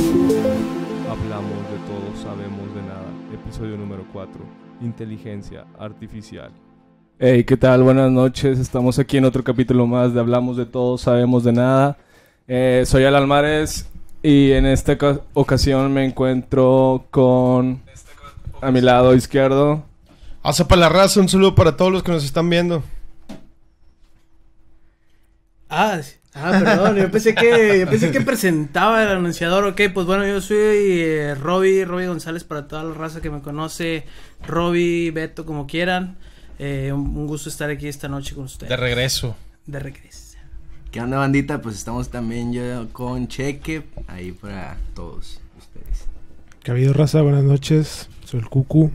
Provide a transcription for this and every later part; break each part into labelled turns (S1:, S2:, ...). S1: Hablamos de todo, sabemos de nada. Episodio número 4. Inteligencia artificial.
S2: Hey, ¿qué tal? Buenas noches. Estamos aquí en otro capítulo más de Hablamos de todo, sabemos de nada. Eh, soy Al Almares y en esta oca- ocasión me encuentro con a mi lado izquierdo.
S3: Hace para la raza, un saludo para todos los que nos están viendo.
S4: Ah, sí. ah, perdón, yo pensé que yo pensé que presentaba el anunciador. Ok, pues bueno, yo soy eh, Robbie, Robbie González para toda la raza que me conoce, Robbie, Beto, como quieran. Eh, un, un gusto estar aquí esta noche con ustedes.
S3: De regreso.
S4: De regreso.
S5: ¿Qué onda, bandita? Pues estamos también yo con Cheque, ahí para todos ustedes.
S6: ¿Qué ha habido, raza? Buenas noches. Soy el Cucu.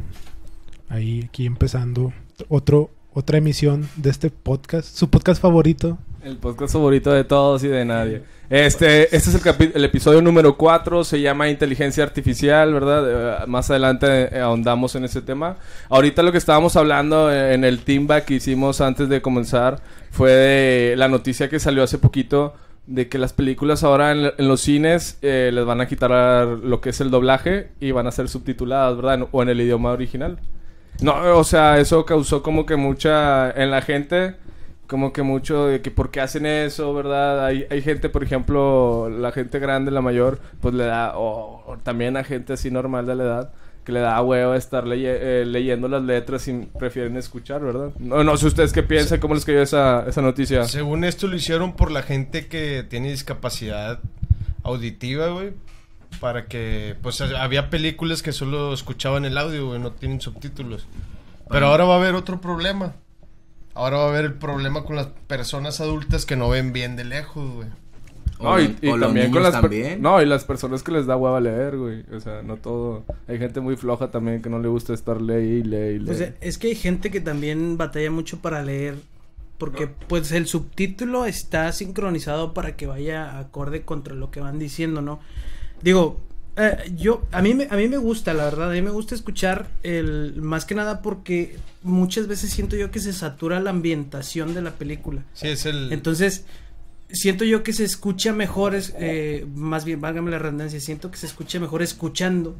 S6: Ahí, aquí empezando otro, otra emisión de este podcast. Su podcast favorito.
S2: El podcast favorito de todos y de nadie. Este, este es el, capi- el episodio número 4, se llama Inteligencia Artificial, ¿verdad? Eh, más adelante eh, ahondamos en ese tema. Ahorita lo que estábamos hablando eh, en el team back que hicimos antes de comenzar fue de la noticia que salió hace poquito de que las películas ahora en, en los cines eh, les van a quitar lo que es el doblaje y van a ser subtituladas, ¿verdad? En- o en el idioma original. No, o sea, eso causó como que mucha en la gente, como que mucho de que por qué hacen eso, ¿verdad? Hay, hay gente, por ejemplo, la gente grande, la mayor, pues le da, o, o también a gente así normal de la edad, que le da hueva estar leye- eh, leyendo las letras y prefieren escuchar, ¿verdad? No, no sé ustedes qué piensan, cómo les cayó esa, esa noticia.
S3: Según esto lo hicieron por la gente que tiene discapacidad auditiva, güey. Para que, pues a- había películas que solo escuchaban el audio, güey, no tienen subtítulos. Pero ahora va a haber otro problema. Ahora va a haber el problema con las personas adultas que no ven bien de lejos, güey.
S2: No, y, y
S5: o los
S2: también con
S5: niños
S2: las per-
S5: también.
S2: no, y las personas que les da hueva leer, güey. O sea, no todo. Hay gente muy floja también que no le gusta estar ley y ley y ley.
S4: Pues eh, es que hay gente que también batalla mucho para leer porque pues el subtítulo está sincronizado para que vaya acorde contra lo que van diciendo, ¿no? Digo, eh, yo a mí me a mí me gusta, la verdad, a mí me gusta escuchar el más que nada porque muchas veces siento yo que se satura la ambientación de la película.
S3: Sí, es el...
S4: Entonces, siento yo que se escucha mejor, es- eh, más bien, válgame la redundancia, siento que se escucha mejor escuchando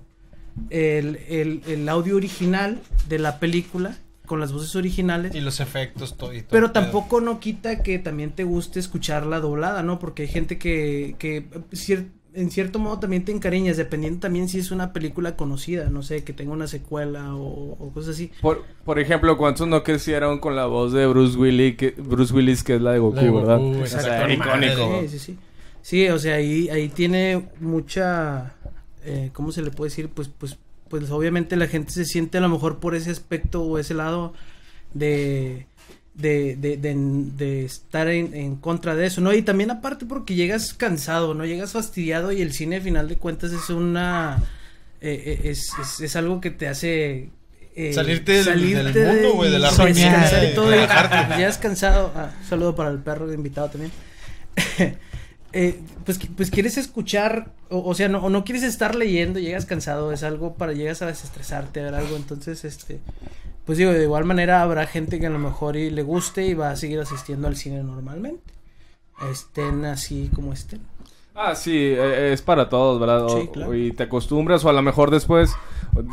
S4: el, el- el audio original de la película con las voces originales.
S3: y los efectos, todo y todo
S4: Pero
S3: el pedo.
S4: tampoco no quita que también te guste escucharla doblada, ¿no? Porque hay gente que, que cier- en cierto modo también te encariñas, dependiendo también si es una película conocida, no sé, que tenga una secuela o, o cosas así.
S2: Por, por ejemplo, ¿cuántos no crecieron con la voz de Bruce Willis, que, Bruce Willis, que es la de Goku,
S3: La de Goku,
S2: ¿verdad?
S3: güey,
S2: O sea,
S3: está con
S2: icónico.
S3: madre.
S4: Sí, sí, sí. Sí, o sea, ahí, ahí tiene mucha, eh, ¿cómo se le puede decir? Pues, pues, pues obviamente la gente se siente a lo mejor por ese aspecto o ese lado de, de, de, de- de estar en, en contra de eso, ¿no? Y también aparte porque llegas cansado, ¿no? Llegas fastidiado y el cine, al final de cuentas, es una... eh, eh, es, es, es algo que te hace... eh,
S3: Salirte del- del
S4: de-
S3: mundo, güey, de la
S4: y
S3: rutina,
S4: descansar y
S3: de
S4: todo.
S3: relajarte.
S4: Llegas cansado. Ah, un saludo para el perro invitado también. Eh, pues, qui- pues quieres escuchar, o, o sea, no, o no quieres estar leyendo, llegas cansado, es algo para, llegas a desestresarte, a ver algo, entonces, este, pues digo, de igual manera habrá gente que a lo mejor y le guste y va a seguir asistiendo al cine normalmente, estén así como estén.
S2: Ah, sí, eh, eh, es para todos, ¿verdad? O-
S4: Sí, claro.
S2: Y te acostumbras, o a lo mejor después,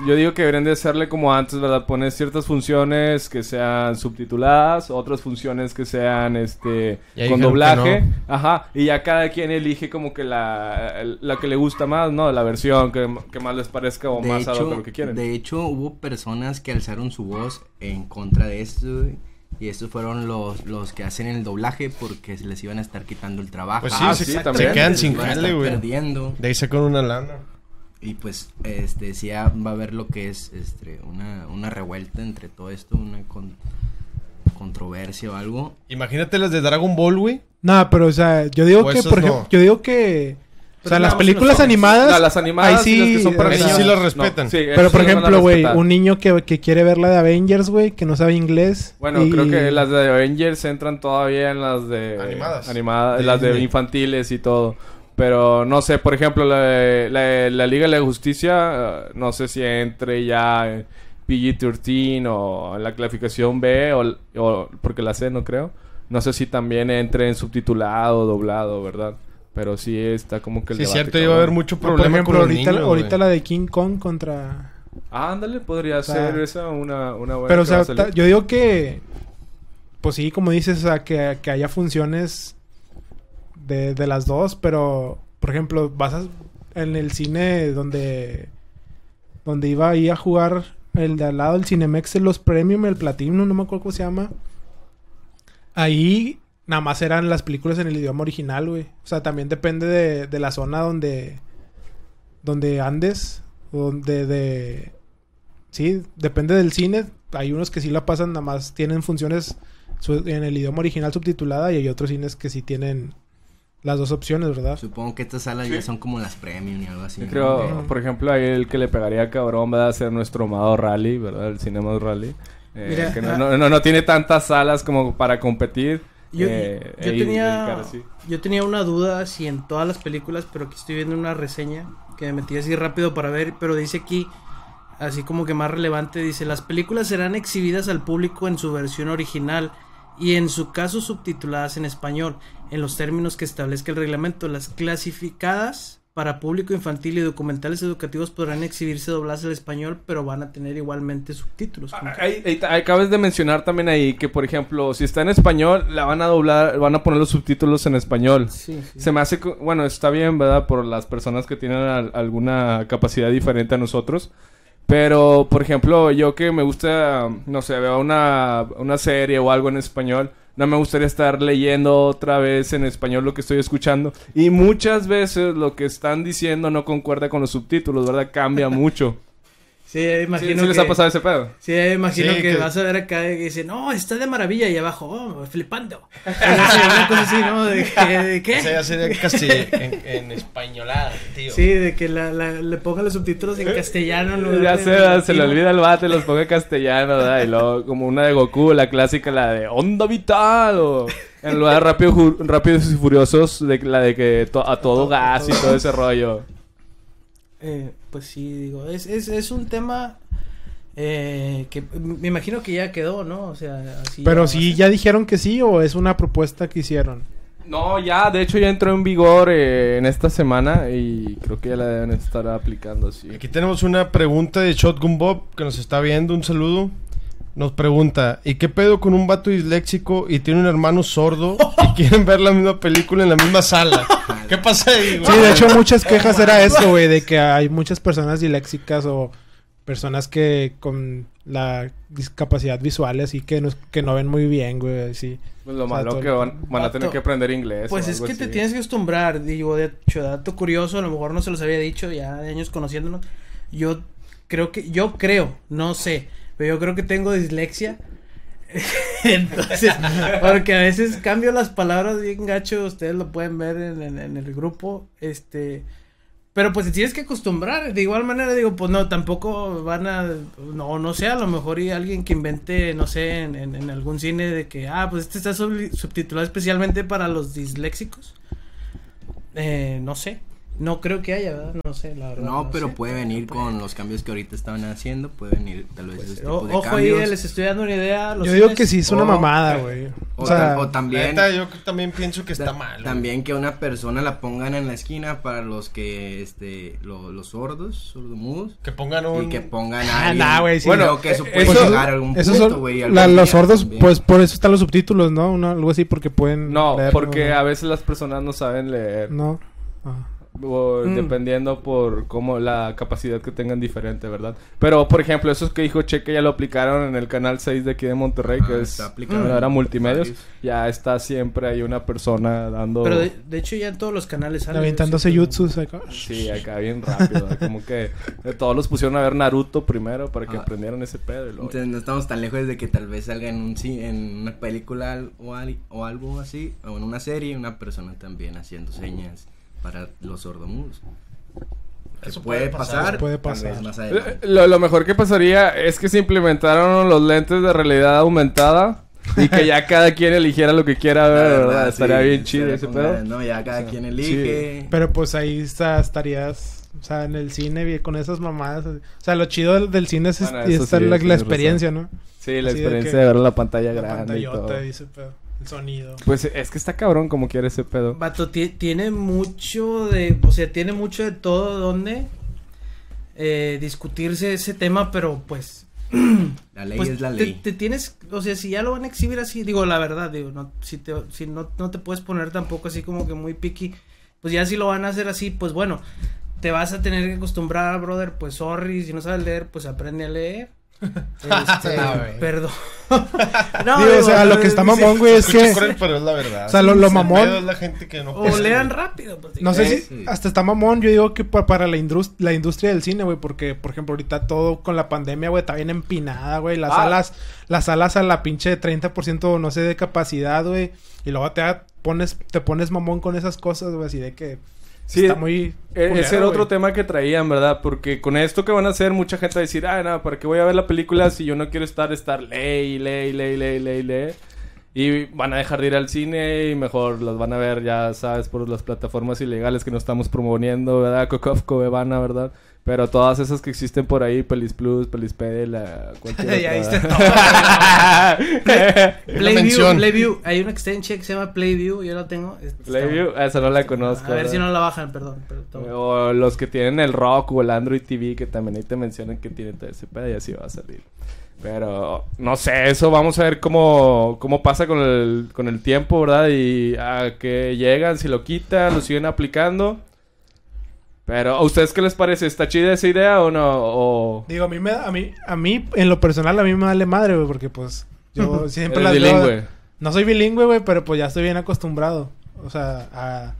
S2: yo digo que deberían de hacerle como antes, ¿verdad? Poner ciertas funciones que sean subtituladas, otras funciones que sean, este,
S3: Y ahí
S2: con
S3: dijeron que
S2: doblaje. Ajá, y ya cada quien elige como que la, el- la que le gusta más, ¿no? La versión que, que más les parezca o
S5: De
S2: más a lo
S5: hecho,
S2: que quieren.
S5: de hecho, hubo personas que alzaron su voz en contra de esto güey, Y estos fueron los, los que hacen el doblaje porque se les iban a estar quitando el trabajo.
S3: Pues sí,
S2: Ah,
S3: se,
S2: sí,
S3: se
S2: también.
S3: quedan
S5: Se
S3: sin
S5: van a estar
S3: jale, güey.
S5: perdiendo.
S3: De ahí sacan una lana.
S5: Y pues, este, sí ah, va a haber lo que es este, una, una revuelta entre todo esto, una con- controversia o algo.
S3: Imagínate las de Dragon Ball, güey.
S6: No, pero o sea, yo digo
S3: O
S6: que,
S3: esas
S6: por ejemplo,
S3: no.
S6: yo digo que. O sea,
S4: Pero
S6: las
S4: no,
S6: películas
S4: los cómics.
S6: animadas.
S2: La- las animadas
S6: ahí
S2: y las que son para
S6: o sea,
S3: Esas Ah, sí las respetan.
S6: Pero por ejemplo, güey, un niño que, que quiere ver la de Avengers, güey, que no sabe inglés.
S2: Bueno,
S6: y-
S2: creo que las de Avengers entran todavía en las de...
S3: Animadas.
S2: animadas,
S3: De
S2: las de
S3: Disney.
S2: infantiles y todo. Pero no sé, por ejemplo, la, de- la, de- la Liga de la Justicia, eh, no sé si entre ya en PG-13 o en la clasificación B, o, o- porque la C no creo. No sé si también entre en subtitulado o doblado, ¿verdad? Pero sí está como que el
S3: Sí, es
S2: debate,
S3: cierto, iba a haber
S2: cabrón.
S3: mucho
S6: Por
S3: problema
S6: ejemplo,
S3: con los
S6: ahorita,
S3: niños,
S6: ahorita
S3: güey.
S6: la de King Kong contra.
S2: Ah, ándale, podría
S6: sea,
S2: ser esa una, una buena...
S6: Pero, o
S2: que va
S6: sea,
S2: a salir.
S6: ta- yo digo que. Pues sí, como dices, o sea, que, que haya funciones de, de las dos, pero, por ejemplo, vas a- en el cine donde. Donde iba ahí a jugar el de al lado, el Cinemex, los Premium, el Platinum, no me acuerdo cómo se llama. Ahí nada más eran las películas en el idioma original, güey. O sea, también depende de, de la zona donde. Donde andes, donde de. Sí, depende del cine. Hay unos que sí la pasan, nada más tienen funciones su- en el idioma original subtitulada y hay otros cines que sí tienen las dos opciones, ¿verdad?
S5: Supongo que estas salas ya son como las premium y algo así.
S2: Yo
S5: ¿no?
S2: creo,
S6: Ok.
S2: por ejemplo, ahí el que le pegaría cabrón va a ser nuestro amado Rally, ¿verdad? El Cinema Rally. Eh,
S4: Mira,
S2: que no,
S4: ah.
S2: no, no- no tiene tantas salas como para competir.
S4: Yo,
S2: eh, e
S4: yo
S2: ir- dedicar
S4: tenía,
S2: así.
S4: yo tenía una duda si en todas las películas, pero aquí estoy viendo una reseña que me metí así rápido para ver, pero dice aquí, así como que más relevante, dice, las películas serán exhibidas al público en su versión original y en su caso subtituladas en español, en los términos que establezca el reglamento. Las clasificadas para público infantil y documentales educativos podrán exhibirse dobladas al español, pero van a tener igualmente subtítulos. como que-
S2: Ahí- ahí ta- acabas de mencionar también ahí que, por ejemplo, si está en español, la van a doblar, van a poner los subtítulos en español.
S4: Sí, sí.
S2: Se me hace, co- bueno, está bien, ¿verdad? Por las personas que tienen al- alguna capacidad diferente a nosotros. Pero, por ejemplo, yo que me gusta, no sé, veo una, una serie o algo en español, no me gustaría estar leyendo otra vez en español lo que estoy escuchando. Y muchas veces lo que están diciendo no concuerda con los subtítulos, ¿verdad? Cambia mucho.
S4: Sí, imagino
S2: ¿Sí, sí les
S4: que-
S2: ha pasado ese pedo?
S4: Sí, me imagino
S3: Sí,
S4: que,
S3: que-
S4: vas a ver acá y dice, no, está de maravilla y abajo, oh, flipando. Una cosa así, ¿no? De que, de
S3: O sea,
S4: qué.
S3: ya sería casi en, en españolada, tío.
S4: Sí, de que la, la- le pongan los subtítulos en castellano. en lugar
S2: Ya
S4: de-
S2: se,
S4: de
S2: se le
S4: latino.
S2: olvida el bate, los ponga en castellano, ¿verdad? Y luego, como una de Goku, la clásica, la de Onda Vital, o en lugar de Rápido Ju- Rápidos y Furiosos, de, la de que to- a todo gas y todo ese rollo.
S4: Eh, pues sí, digo, es, es, es un tema eh, que me imagino que ya quedó, ¿no? O sea, así.
S6: Pero
S4: ya
S6: si
S4: va
S6: ya dijeron que sí o es una propuesta que hicieron.
S2: No, ya, de hecho ya entró en vigor eh, en esta semana y creo que ya la deben estar aplicando así.
S3: Aquí tenemos una pregunta de Shotgun Bob que nos está viendo. Un saludo. Nos pregunta: ¿Y qué pedo con un vato disléxico y tiene un hermano sordo y quieren ver la misma película en la misma sala? ¿Qué pasa ahí, güey?
S6: Sí, de hecho muchas quejas era eso, güey, de que hay muchas personas diléxicas o personas que con la discapacidad visual así que no, que no ven muy bien, güey, así.
S2: Pues lo
S6: O sea,
S2: malo
S6: todo-
S2: que van, van a tener
S4: Vato.
S2: que aprender inglés.
S4: Pues
S2: o
S4: es
S2: algo
S4: que te
S2: así.
S4: tienes que acostumbrar, digo, de hecho, dato curioso, a lo mejor no se los había dicho ya de años conociéndonos. Yo creo que, yo creo, no sé, pero yo creo que tengo dislexia. Entonces, porque a veces cambio las palabras bien gacho, ustedes lo pueden ver en, en- en el grupo, este, pero pues te tienes que acostumbrar, de igual manera digo, pues no, tampoco van a, no, no sé, a lo mejor y alguien que invente, no sé, en, en- en algún cine de que, ah, pues este está subli- subtitulado especialmente para los disléxicos, Eh, no sé, no creo que haya, ¿verdad? No sé, la verdad.
S5: No, pero
S4: sé.
S5: puede venir con los cambios que ahorita estaban haciendo, puede venir tal vez esos
S4: pues, O-
S5: tipos de
S4: ojo ahí,
S5: cambios.
S4: les estoy dando una idea. los
S6: Yo digo
S4: cines-
S6: que sí es una
S5: o-
S6: mamada, güey.
S5: O,
S6: O sea,
S5: tam- o
S3: La
S5: también
S3: neta, yo también pienso que está
S5: Ta-
S3: mal. güey.
S5: También que una persona la pongan en la esquina para los que, este, lo- los sordos, sordomudos.
S3: Que pongan un.
S5: Y que pongan
S6: Ah,
S5: a alguien.
S6: nah, güey, sí.
S5: Bueno,
S2: Bueno,
S5: que eso
S2: eh,
S5: puede
S2: eso-
S5: llegar a algún
S6: pues, Esos
S5: punto,
S6: son-
S5: güey,
S6: la-
S5: algún
S6: los
S5: día
S6: sordos,
S5: también.
S6: pues por eso están los subtítulos, ¿no? Una- algo así porque pueden
S2: No,
S6: leer,
S2: porque
S6: ¿no?
S2: a veces las personas no saben leer.
S6: No. Ah.
S2: por-
S6: Mm.
S2: dependiendo por cómo la capacidad que tengan diferente, ¿verdad? Pero, por ejemplo, esos que dijo Cheque ya lo aplicaron en el canal 6 de aquí de Monterrey,
S5: Ah,
S2: que es
S5: está aplicado.
S2: ahora multimedios.
S5: Varios.
S2: Ya está siempre hay una persona dando...
S4: Pero de, de hecho ya en todos los canales sale.
S6: Aventándose
S4: sí, pero-
S6: jutsus acá.
S2: Sí, acá bien rápido. ¿eh? Como que eh, todos los pusieron a ver Naruto primero para que
S5: Ah.
S2: aprendieran ese pedo. y luego-
S5: Entonces no estamos tan lejos de que tal vez salga en un ci- en una película al- o, al- o algo así, o en una serie, una persona también haciendo señas para los sordomudos. Que
S3: Eso
S5: puede
S3: puede pasar.
S5: pasar,
S6: Eso puede
S5: tal vez
S6: pasar.
S5: más
S2: Eh,
S5: adelante.
S2: Lo, lo mejor que pasaría es que se implementaron los lentes de realidad aumentada y que ya cada quien eligiera lo que quiera
S5: La
S2: ver, ¿verdad?
S5: verdad,
S2: Estaría
S5: sí,
S2: bien chido
S5: estaría
S2: ese
S5: con
S2: pedo.
S5: ganas, No, ya cada
S2: O sea,
S5: quien
S2: sí.
S5: elige.
S6: Pero pues ahí está- estarías, o sea, en el cine bien, con esas mamadas. O sea, lo chido del, del cine es,
S2: Bueno,
S6: y
S2: eso
S6: está
S2: sí,
S6: la, la
S2: tienes
S6: experiencia, ¿no?
S2: Sí, la
S6: Así de
S2: experiencia
S6: que-
S2: de, ver la pantalla
S6: La
S2: grande y todo.
S6: pantallota y ese pedo. El sonido.
S2: Pues es que está cabrón como quiere ese pedo.
S4: Vato, ti- tiene mucho de. O sea, tiene mucho de todo donde eh, discutirse ese tema, pero pues.
S5: La ley
S4: pues,
S5: es la
S4: te-
S5: ley.
S4: Te, tienes. O sea, si ya lo van a exhibir así, digo la verdad, digo, no, si, te, si no, no te puedes poner tampoco así como que muy picky, pues ya si lo van a hacer así, pues bueno, te vas a tener que acostumbrar, brother, pues sorry, si no sabes leer, pues aprende a leer. Este,
S3: Ah, güey.
S4: perdón. No,
S6: Digo, o sea,
S4: digo,
S2: eh,
S6: lo que está
S4: dice-
S6: mamón, güey, es
S3: Escucho
S6: que...
S3: cruel, pero es la verdad.
S6: O sea, lo- lo
S3: El
S6: mamón-
S3: pedo es la gente que no
S4: O
S3: puede.
S4: lean rápido. pues,
S6: No sé
S5: Eh,
S6: si
S5: sí.
S6: hasta está mamón, yo digo que pa- para la, indus- la industria del cine, güey, porque por ejemplo ahorita todo con la pandemia, güey, está bien empinada, güey, las
S2: Ah.
S6: salas, las salas a la pinche de 30% no sé de capacidad, güey, y luego te ha- pones te pones mamón con esas cosas, güey, así de que
S2: Sí,
S6: está muy
S2: E-
S6: culero,
S2: ese era otro
S6: güey.
S2: tema que traían, ¿verdad? Porque con esto que van a hacer, mucha gente va a decir, ah, no, ¿para qué voy a ver la película si yo no quiero estar, estar, ley, ley, ley, ley, ley, ley? Y van a dejar de ir al cine y mejor las van a ver, ya sabes, por las plataformas ilegales que nos estamos promoviendo, ¿verdad? Cocofco, Bebana, ¿verdad? Pero todas esas que existen por ahí, Pelis Plus, Pelis Pede, la... cualquier
S4: Ya
S2: otra.
S4: diste Playview,
S3: mención.
S4: Playview. Hay una extensión que se llama Playview, yo la tengo. Está-
S2: Playview, esa no la conozco.
S4: A ver si
S2: ¿verdad?
S4: no la bajan, perdón. pero está bueno.
S2: O los que tienen el rock o el Android TV, que también ahí te mencionan que tiene todo ese pedo y así va a salir. Pero no sé, eso vamos a ver cómo, cómo pasa con el, con el tiempo, ¿verdad? Y a que llegan, si lo quitan, lo siguen aplicando. Pero, ¿a ustedes qué les parece? ¿Está chida esa idea o no? O...
S6: Digo, a mí me da- a mí a mí en lo personal a mí me vale madre, güey, porque pues yo siempre
S2: Eres
S6: las veo-
S2: bilingüe.
S6: No soy bilingüe, güey, pero pues ya estoy bien acostumbrado. O sea, a...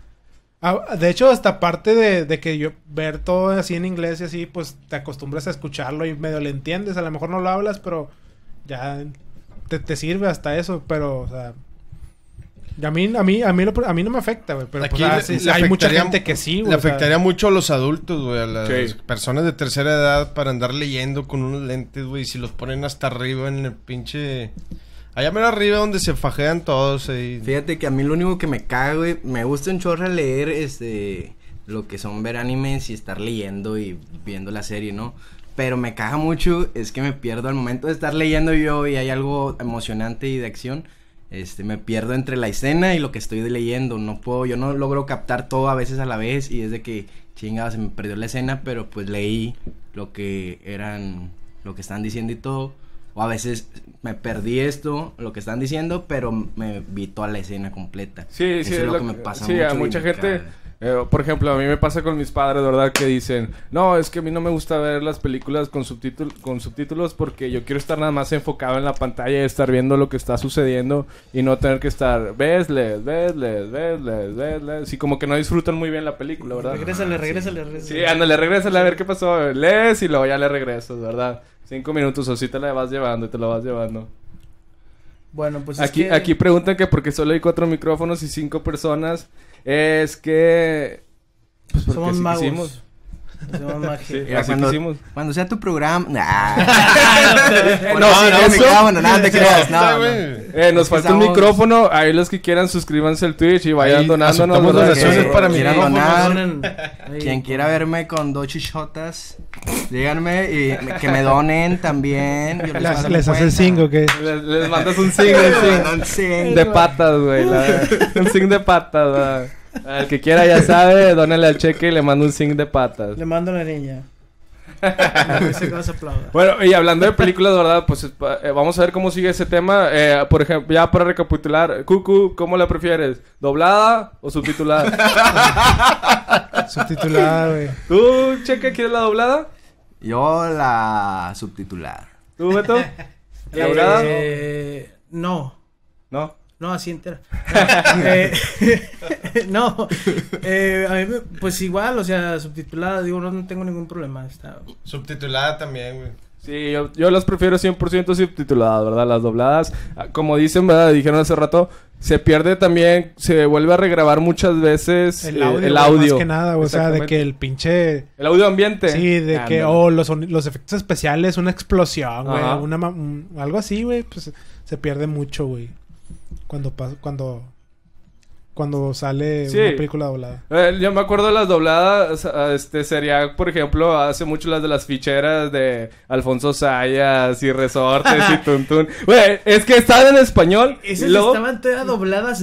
S6: a- de hecho, hasta parte de, de que yo ver todo así en inglés y así, pues te acostumbras a escucharlo y medio le entiendes. A lo mejor no lo hablas, pero ya te, te sirve hasta eso. Pero, o sea... y a mí, a mí, a mí, lo- a mí no me afecta, güey. Pero
S3: Aquí
S6: pues, ah,
S3: le-
S6: sí,
S3: le
S6: sí, hay mucha
S3: afectaría-
S6: gente que sí, güey.
S3: Le
S6: o sea,
S3: afectaría mucho a los adultos, güey, a las
S2: Sí.
S3: personas de tercera edad para andar leyendo con unos lentes, güey, y si los ponen hasta arriba en el pinche... Allá mero arriba donde se fajean todos, eh, ahí.
S5: Fíjate que a mí lo único que me caga, güey, me gusta en chorra leer, este, lo que son ver animes y estar leyendo y viendo la serie, ¿no? Pero me caga mucho, es que me pierdo al momento de estar leyendo yo y hay algo emocionante y de acción, este, me pierdo entre la escena y lo que estoy leyendo, no puedo, yo no logro captar todo a veces a la vez y es de que, chingada, se me perdió la escena, pero pues leí lo que eran, lo que están diciendo y todo. O a veces me perdí esto, lo que están diciendo, pero me vi toda la escena completa.
S2: Sí,
S5: Eso
S2: sí,
S5: es lo que, me
S2: que-
S5: pasa
S2: sí,
S5: mucho
S2: a
S5: y
S2: mucha
S5: me
S2: gente.
S5: caga.
S2: eh, por ejemplo, a mí me pasa con mis padres, ¿verdad? Que dicen, no, es que a mí no me gusta ver las películas con, subtítul- con subtítulos porque yo quiero estar nada más enfocado en la pantalla y estar viendo lo que está sucediendo y no tener que estar, ves, les, ves, les, ves, les, ves, les. Sí, como que no disfrutan muy bien la película, ¿verdad?
S4: Regrésale, regrésale, regrésale.
S2: Sí, ándale, regrésale a ver qué pasó. Lees y luego ya le regresas, ¿verdad? Cinco minutos o sí te la vas llevando y te la vas llevando.
S4: Bueno, pues es
S2: Aquí,
S4: que-
S2: aquí preguntan que porque solo hay cuatro micrófonos y cinco personas, es que... Pues porque
S4: somos
S2: así
S4: magos.
S2: quisimos.
S4: Somos magos.
S2: Sí,
S5: Mira,
S2: así
S5: cuando,
S2: quisimos.
S5: cuando sea tu programa. Nah.
S2: Eh,
S5: Por
S2: no,
S5: favor,
S2: sí,
S5: no, me
S2: eso-
S5: cago, no, nada, te creas, no,
S3: Está,
S5: no.
S3: güey.
S2: eh, nos
S5: Es
S2: falta
S5: que
S2: un
S5: estamos-
S2: micrófono. Ahí los que quieran suscríbanse al Twitch y vayan
S3: Ahí
S2: donándonos.
S3: aceptamos
S2: ¿verdad?
S3: donaciones
S2: Que-
S3: para
S4: Sí,
S5: Quieran
S4: no,
S5: donar,
S4: donen. Ahí.
S5: Quien quiera verme con dos chichotas, díganme y me- que me donen también. yo les
S6: las-
S5: paso
S6: les
S5: mi
S6: hace el
S5: cuenta.
S6: cinco, que...
S2: Les, les mandas un signo, sí.
S5: Donan cinco.
S2: De patas, güey. la- Un signo de patas, ¿verdad? Al que quiera ya sabe, dónale al cheque y le mando un signo de patas.
S4: Le mando a la niña. A ver si acabas de aplaudir.
S2: Bueno, y hablando de películas, ¿verdad? Pues eh, vamos a ver cómo sigue ese tema. Eh, por ejemplo, ya para recapitular, Cucu, ¿cómo la prefieres? ¿Doblada o subtitulada?
S6: Subtitulada, güey.
S2: ¿Tú, Checa, quieres la doblada?
S5: Yo la subtitular.
S2: ¿Tú, Beto? ¿La doblada?
S4: Eh, no,
S2: No.
S4: no, así entera. No, eh, no, eh, a mí me- pues igual, o sea, subtitulada, digo, no, no tengo ningún problema. Está,
S3: Subtitulada también, güey.
S2: Sí, yo, yo las prefiero 100% subtituladas, ¿verdad? Las dobladas, ah, como dicen, ¿verdad? Dijeron hace rato, se pierde también, se vuelve a regrabar muchas veces eh,
S6: El audio.
S2: el
S6: güey,
S2: audio.
S6: Más que nada, güey, O sea, de
S2: Exactamente.
S6: que el pinche.
S2: El audio ambiente. Ah,
S6: Sí, de que,
S5: Ándale.
S6: oh, los, soni- los efectos especiales, una explosión, güey.
S2: Ajá.
S6: una ma- un- algo así, güey. Pues se pierde mucho, güey. Cuando pasa, cuando. Cuando sale
S2: Sí.
S6: una película doblada.
S2: Eh, yo me acuerdo de las dobladas, ah, este, sería, por ejemplo, hace mucho las de las ficheras de Alfonso Sayas y Resortes y Tuntún. Güey, es que estaban en español y
S4: esas
S2: luego...
S4: estaban todas dobladas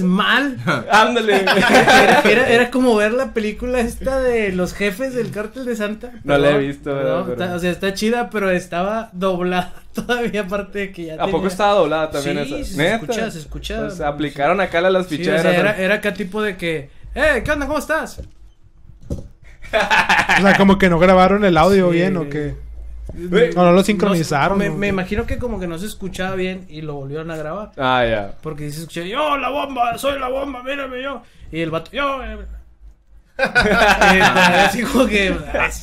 S4: mal.
S2: Ándale.
S4: Era, era- era como ver la película esta de los jefes del cártel de Santa.
S2: No la he
S4: Perdón,
S2: visto,
S4: perdón,
S2: pero-
S4: está- o sea, está chida, pero estaba doblada todavía, aparte de que ya
S2: ¿A poco
S4: tenía-
S2: estaba doblada también
S4: Sí,
S2: esa?
S4: se
S2: ¿Neta?
S4: escucha, se escucha.
S2: Pues, aplicaron acá la las
S4: Sí, o
S2: ficheras.
S4: sea, era, era acá tipo de que, eh, ¿qué onda? ¿Cómo estás?
S6: O sea, como que no grabaron el audio
S4: Sí,
S6: bien o
S4: güey.
S6: que.
S2: Güey,
S6: No, no lo
S4: No
S6: sincronizaron.
S4: sé, me,
S6: güey.
S4: me imagino que como que no se escuchaba bien y lo volvieron a grabar.
S2: Ah, ya.
S4: Porque dice, escuché, yo, la bomba, soy la bomba, mírame yo. Y el vato, yo. eh". Eh, así como que.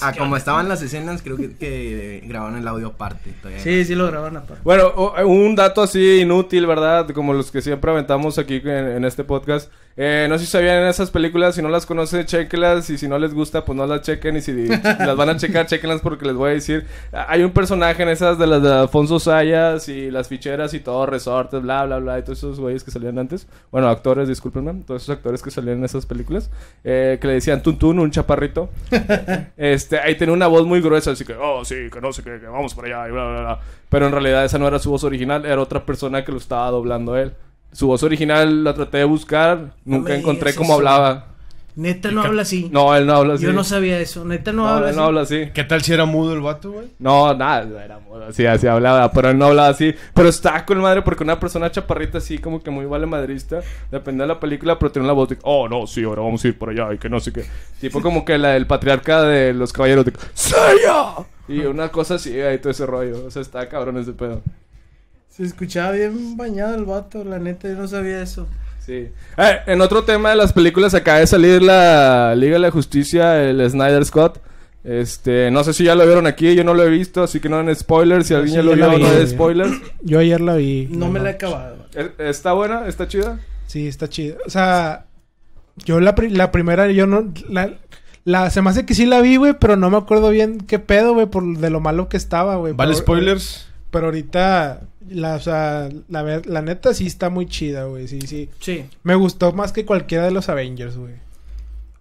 S5: Ah, como estaban las escenas, creo que, que grabaron el audio aparte. todavía.
S4: Sí, sí lo grabaron aparte.
S2: Bueno, o- un dato así inútil, ¿verdad? Como los que siempre aventamos aquí en, en este podcast. Eh, no sé si sabían esas películas, si no las conocen, chequenlas. Y si no les gusta, pues no las chequen. Y si las van a checar, chequenlas porque les voy a decir. a- Hay un personaje en esas de las de Alfonso Sayas y las ficheras y todo, resortes, bla, bla, bla. Y todos esos güeyes que salían antes. Bueno, actores, discúlpenme. Todos esos actores que salían en esas películas. eh, que le decían Tuntún, un chaparrito. Este, ahí tenía una voz muy gruesa, así que, oh, sí, que no sé qué, que vamos para allá, y bla, bla, bla. Pero en realidad esa no era su voz original, era otra persona que lo estaba doblando él. Su voz original la traté de buscar,
S4: No
S2: nunca
S4: me
S2: encontré
S4: digas
S2: cómo
S4: eso.
S2: hablaba.
S4: Neta no habla así.
S2: No, él no habla así.
S4: Yo no sabía eso. Neta no,
S2: No,
S4: habla
S2: él
S4: así.
S2: no habla así.
S3: ¿Qué tal si era mudo el vato, güey?
S2: No, nada, era moda, así, así hablaba, pero él no hablaba así. Pero está con madre porque una persona chaparrita así, como que muy vale madrista, depende de la película, pero tiene la voz de, oh, no, sí, ahora vamos a ir por allá y que no sé qué. Tipo como que la del patriarca de los caballeros de, ¡Saya! Y una cosa así, ahí todo ese rollo. O sea, está cabrón ese pedo.
S4: Se escuchaba bien bañado el vato, la neta, yo no sabía eso.
S2: Sí. Eh, en otro tema de las películas acaba de salir la Liga de la Justicia, el Snyder Scott. Este, no sé si ya lo vieron aquí, yo no lo he visto, así que no den spoilers. Si alguien
S6: sí,
S2: ya lo
S6: yo la
S2: vio,
S6: vi,
S2: no den
S6: sí.
S2: spoilers.
S6: Yo ayer la vi.
S4: No me la he
S6: manches.
S4: acabado.
S2: ¿E- ¿Está buena? ¿Está chida?
S6: Sí, está chido. O sea, yo la, pri- la primera, yo no. La, la, se me hace que sí la vi, güey, pero no me acuerdo bien qué pedo, güey, por de lo malo que estaba, güey.
S3: ¿Vale
S6: Pero-
S3: spoilers?
S6: Pero ahorita, la, o sea, la, ver- la neta sí está muy chida, güey. Sí, sí.
S4: Sí,
S6: Me gustó más que cualquiera de los Avengers, güey.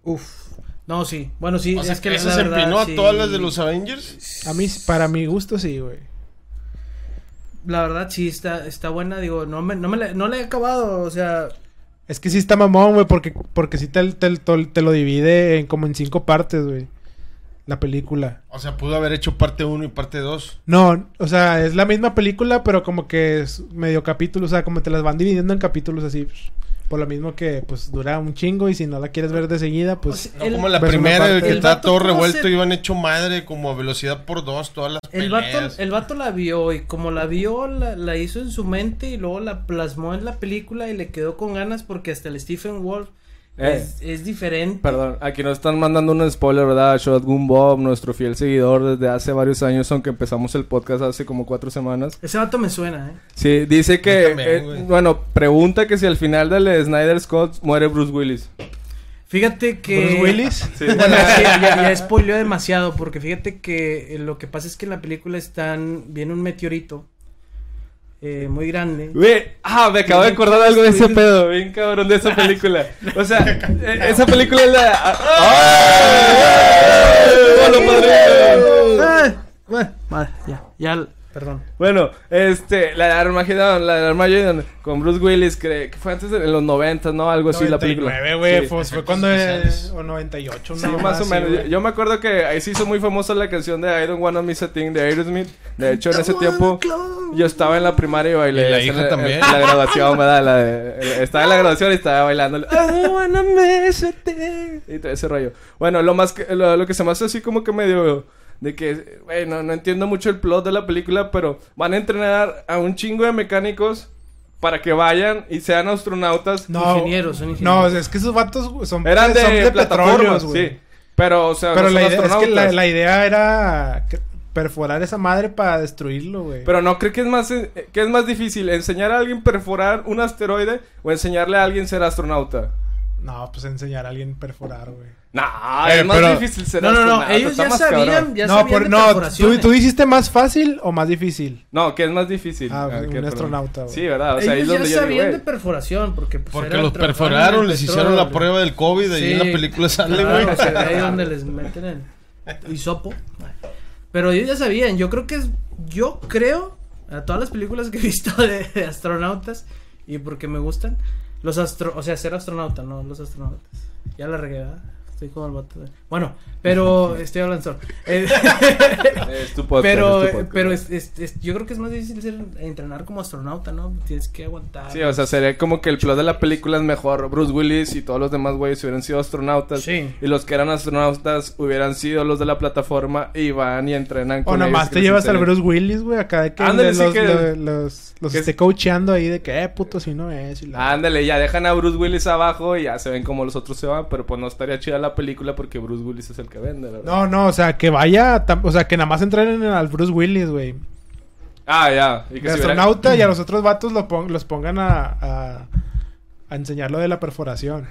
S4: uff. No, sí. Bueno, sí,
S3: O sea,
S4: es que la-
S3: ¿esa
S4: la
S3: se
S4: verdad,
S3: empinó
S4: sí.
S3: a todas las de los Avengers?
S6: A mí, para mi gusto, sí, güey.
S4: La verdad, sí, está, está buena. Digo, no me, no me la, no la he acabado. O sea,
S6: Es que sí está mamón, güey, porque, porque sí te, te, te- te lo divide en como en cinco partes, güey. La película.
S3: O sea, pudo haber hecho parte 1 y parte 2.
S6: No, o sea, es la misma película, pero como que es medio capítulo, o sea, como te las van dividiendo en capítulos así. Por lo mismo que, pues, dura un chingo y si no la quieres ver de seguida,
S4: O
S6: pues...
S4: sea,
S3: No
S4: El-
S3: como la
S6: Ves una
S3: primera,
S6: parte.
S3: que
S4: El
S3: estaba
S4: vato,
S3: todo
S4: ¿cómo
S3: revuelto
S4: se-
S3: y iban hecho madre, como a velocidad por dos, todas las
S4: el
S3: peleas.
S4: vato, el vato la vio y como la vio, la, la hizo en su mente y luego la plasmó en la película y le quedó con ganas porque hasta el Stephen Wolf
S2: Eh.
S4: es, es diferente.
S2: Perdón, aquí nos están mandando un spoiler, ¿verdad? Shotgun Bob, nuestro fiel seguidor desde hace varios años, aunque empezamos el podcast hace como cuatro semanas.
S4: Ese vato me suena, ¿eh?
S2: Sí, dice que,
S3: Yo también,
S2: eh,
S3: güey.
S2: bueno, pregunta que si al final del Snyder Scott muere Bruce Willis.
S4: Fíjate que...
S6: Bruce Willis.
S4: Bueno, sí, ya, ya spoileó demasiado porque fíjate que eh, lo que pasa es que en la película están viene un meteorito eh, muy grande.
S2: Güey, ah, me acabo de acordar algo de ese pedo, bien cabrón de esa película. O sea, eh, esa película es la... ah, ¡Ah! ¡Hola, padrino!
S4: Ah, bueno, madre, ya, ya, perdón.
S2: Bueno, este, la de Armageddon, la de Armageddon con Bruce Willis, que, que fue antes de en los 90, ¿no? Algo así Pues la película.
S6: 99, güey,
S2: Sí.
S6: fue, fue cuando
S3: especiales.
S6: es, o 98,
S2: Sí, más o menos. Yo, yo me acuerdo que ahí se hizo muy famosa la canción de I Don't Wanna Miss a Thing de Aerosmith. De hecho, en ese tiempo yo estaba en la primaria y bailé.
S3: Y la
S2: esa
S3: hija
S2: en
S3: también.
S2: en La graduación, ¿verdad? La de- estaba en la graduación y estaba bailando. I don't wanna miss a thing. Y todo ese rollo. Bueno, lo más que, lo, lo que se me hace así como que medio... De que, bueno, no entiendo mucho el plot de la película, pero van a entrenar a un chingo de mecánicos para que vayan y sean astronautas.
S4: Ingenieros, son
S6: No,
S4: ingenieros.
S6: es que esos vatos güey, son,
S2: Eran de,
S6: son
S2: plataformas,
S6: petróleos, güey.
S2: sí. Pero, o sea,
S6: Pero
S2: no
S6: la
S2: son
S6: idea, es que la,
S2: astronautas.
S6: la idea era que- perforar esa madre para destruirlo, güey.
S2: Pero no creo que es más eh, que es más difícil enseñar a alguien perforar un asteroide o enseñarle a alguien ser astronauta.
S6: No, pues enseñar a alguien perforar, güey.
S2: No,
S3: Eh,
S2: es más
S3: pero-
S2: difícil ser
S4: No, no, no,
S2: astronauta.
S4: ellos
S2: está
S4: ya
S2: más
S4: sabían,
S2: cabrón.
S4: ya
S6: no,
S4: sabían
S6: por-
S4: de
S6: no, ¿tú,
S4: perforaciones.
S6: ¿tú dijiste más fácil o más difícil?
S2: No, que es más difícil.
S6: Ah, pues,
S2: que
S6: un
S2: perdón.
S6: astronauta, güey.
S2: Sí, verdad, o sea, ahí es
S4: Ellos ya
S2: donde yo digo,
S4: sabían de
S2: güey.
S4: perforación, porque pues,
S3: Porque
S4: eran
S3: los
S4: trabajaban en
S3: perforaron,
S4: el
S3: les hicieron la
S4: petróleo.
S3: prueba del COVID, ahí en la
S4: Sí.
S3: película sale,
S4: Claro,
S3: güey.
S4: se ve ahí donde les meten el hisopo. Pero ellos ya sabían, yo creo que es, yo creo, a todas las películas que he visto de, de astronautas, y porque me gustan, los astro, o sea, ser astronauta, no los astronautas. Ya la regué, ¿verdad? Estoy como el vato de- Bueno, pero estoy hablando solo. Eh,
S2: Es tu podcast,
S4: pero,
S6: eh,
S2: es tu podcast.
S4: pero es- es- es- yo creo que es más difícil ser, entrenar como astronauta, ¿no? Tienes que aguantar.
S2: Sí, o sea, sería como que el plot de la película es mejor. Bruce Willis y todos los demás güeyes hubieran sido astronautas.
S4: Sí.
S2: Y los que eran astronautas hubieran sido los de la plataforma y van y entrenan
S6: O
S2: con ellos
S6: nomás
S2: que
S6: te
S2: les
S6: llevas al
S2: enseñen.
S6: Bruce Willis, güey, acá de que
S2: Ándale,
S6: de
S2: sí
S6: los,
S2: que-
S6: lo- los, los
S2: que- Ah,
S6: esté coacheando ahí de que, eh, puto, si no es. y la-
S2: Ándale, ya dejan a Bruce Willis abajo y ya se ven como los otros se van, pero pues no estaría chida la película porque Bruce Willis es el que vende, ¿verdad?
S6: No, no, o sea, que vaya, tam- o sea, que nada más entrenen al Bruce Willis, güey.
S2: Ah, ya. Y se
S6: De
S2: hubiera-
S6: astronauta y a los otros vatos lo pon- los pongan a, a, a enseñar lo de la perforación.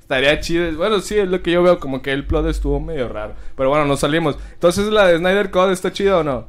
S2: Estaría chido. Bueno, sí, es lo que yo veo, como que el plot estuvo medio raro. Pero bueno, nos salimos. Entonces, ¿la de Snyder Code está chida o no?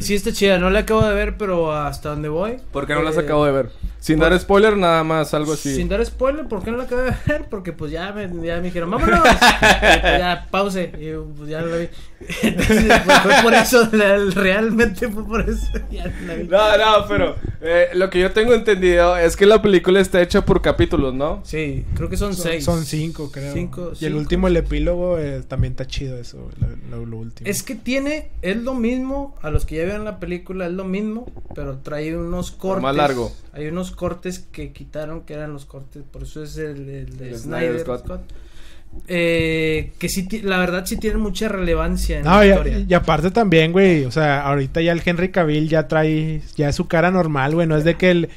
S4: Sí, está chida, no la acabo de ver, pero hasta donde voy.
S2: Porque no las
S4: eh,
S2: acabo de ver. Sin dar spoiler, nada más, algo así.
S4: Sin dar spoiler, ¿por qué no la acabé de ver? Porque pues ya me, ya me dijeron, vámonos. Y, pues, ya, pause. Y yo, pues ya la vi. Entonces, pues, fue por eso, la- realmente fue por eso. Ya la vi.
S2: No, no, pero eh, lo que yo tengo entendido es que la película está hecha por capítulos, ¿no?
S4: Sí, creo que son,
S6: Son-
S4: seis.
S6: Son cinco, creo.
S4: Cinco,
S6: y el
S4: cinco.
S6: último, el epílogo, eh, también está chido eso, güey, lo, lo- lo último.
S4: Es que tiene, es lo mismo, a los que ya vieron la película, es lo mismo, pero trae unos cortes.
S2: largo.
S4: Hay unos cortes que quitaron, que eran los cortes, por eso es el, el de
S2: El
S4: Snyder,
S2: Snyder Scott.
S4: Scott. Eh, que sí, ti- la verdad sí tiene mucha relevancia en
S6: No,
S4: la
S6: y,
S4: historia.
S6: y aparte también, güey, o sea, ahorita ya el Henry Cavill ya trae, ya es su cara normal, güey, no es de que el...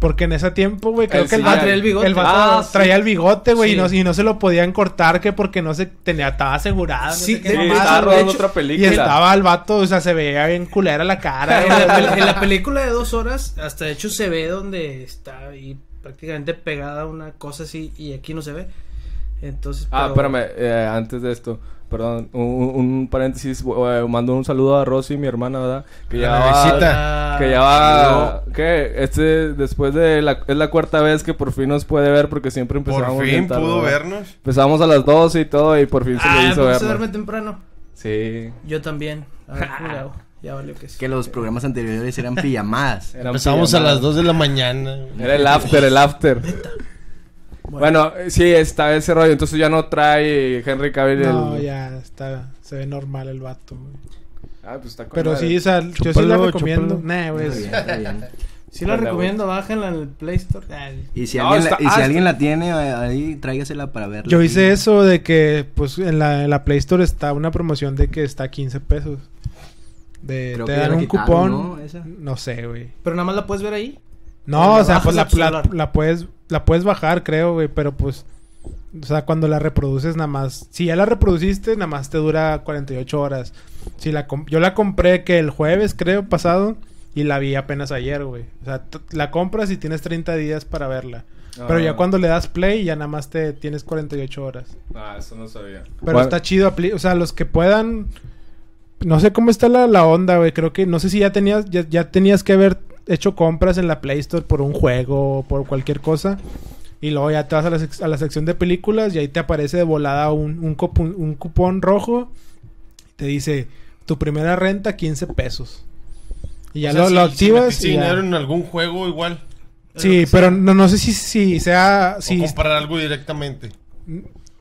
S6: Porque en ese tiempo, güey, creo
S2: El
S6: que el
S2: sí,
S6: vato,
S2: ah, traía
S4: el bigote.
S6: vato
S2: Ah, sí.
S6: traía el bigote, güey,
S4: Sí.
S6: y, no, y no se lo podían cortar que porque no se tenía, estaba asegurado. no
S4: Sí,
S6: sé qué
S4: de-
S2: Sí,
S6: mamada,
S2: estaba
S4: de
S2: rodando
S4: hecho-
S2: otra
S6: Y
S2: película.
S6: estaba el vato, o sea, se veía bien culera la cara.
S4: en,
S6: güey.
S4: la, pel- en la película de dos horas, hasta de hecho se ve donde está ahí prácticamente pegada a una cosa así y aquí no se ve. Entonces,
S2: Ah,
S4: pero-
S2: espérame, eh, antes de esto, perdón, un, un- un paréntesis, eh, mando un saludo a Rosy, mi hermana, ¿verdad? Que ya
S3: la
S2: va,
S3: visita.
S4: Ah,
S2: que ya va, ¿qué? Este, después de la, es la cuarta vez que por fin nos puede ver porque siempre empezamos
S3: Por fin pudo vernos.
S2: Empezamos a las 12 y todo y por fin se
S4: ah,
S2: le hizo
S4: ¿por qué se
S2: vernos.
S4: duerme temprano.
S2: Sí.
S4: Yo también. A ver, ¿cómo le hago? Ya pues. valió que sí.
S5: Que los programas anteriores eran
S6: Eh,
S5: pijamadas.
S2: eran
S3: Empezamos a
S2: pijamadas.
S3: las 2 de la mañana. güey.
S2: Era el after, el after. Bueno, eh, sí, está ese rollo, entonces ya no trae Henry Cavill
S6: No,
S2: el-
S6: ya está, se ve normal el vato, güey.
S2: Ah, pues está con
S6: Pero
S2: madre.
S6: sí, o sea, yo sí la
S3: Chúpalo,
S6: recomiendo.
S3: chúpalo.
S6: Nah, güey,
S5: Muy
S6: es-
S5: bien, muy bien.
S4: Sí la
S2: Anda,
S4: recomiendo, bájenla en el Play Store. Ay,
S5: Y si,
S2: No,
S5: alguien,
S2: está-
S5: la, y si
S2: ah,
S5: alguien la tiene, eh, ahí tráigasela para verla.
S6: Yo hice eso de que, pues, en la, en la Play Store está una promoción de que está a 15 pesos. De,
S5: Creo
S6: te
S5: que ya
S6: dan
S5: la
S6: un
S5: quitaron,
S6: cupón.
S5: ¿no?
S6: ¿no?
S5: Esa.
S6: sé, güey.
S4: Pero nada más la puedes ver ahí.
S6: No,
S4: la
S6: o sea, pues la,
S4: bajas a tu
S6: la,
S4: celular.
S6: la puedes, la puedes bajar, creo, güey, pero pues. O sea, cuando la reproduces, nada más. Si ya la reproduciste, nada más te dura 48 horas. Si la com- yo la compré que el jueves, creo, pasado. Y la vi apenas ayer, güey. O sea, t- la compras y tienes 30 días para verla. Pero ya
S2: Ah.
S6: cuando le das play, ya nada más te tienes 48 horas.
S2: Ah, eso no sabía.
S6: Pero
S2: Bueno,
S6: está chido, apli- o sea, los que puedan... No sé cómo está la, la onda, güey. Creo que... No sé si ya tenías, ya, ya tenías que haber hecho compras en la Play Store por un juego o por cualquier cosa. Y luego ya te vas a la, sec- a la sección de películas y ahí te aparece de volada un, un, copu- un cupón rojo. Te dice, tu primera renta 15 pesos. Y ya
S3: O sea,
S6: lo,
S3: si-
S6: lo
S3: si
S6: activas.
S3: metiste
S6: y ya.
S3: dinero en algún juego igual.
S6: Sí, pero no, no sé si, si sea.
S3: O
S6: Si,
S3: comprar algo directamente.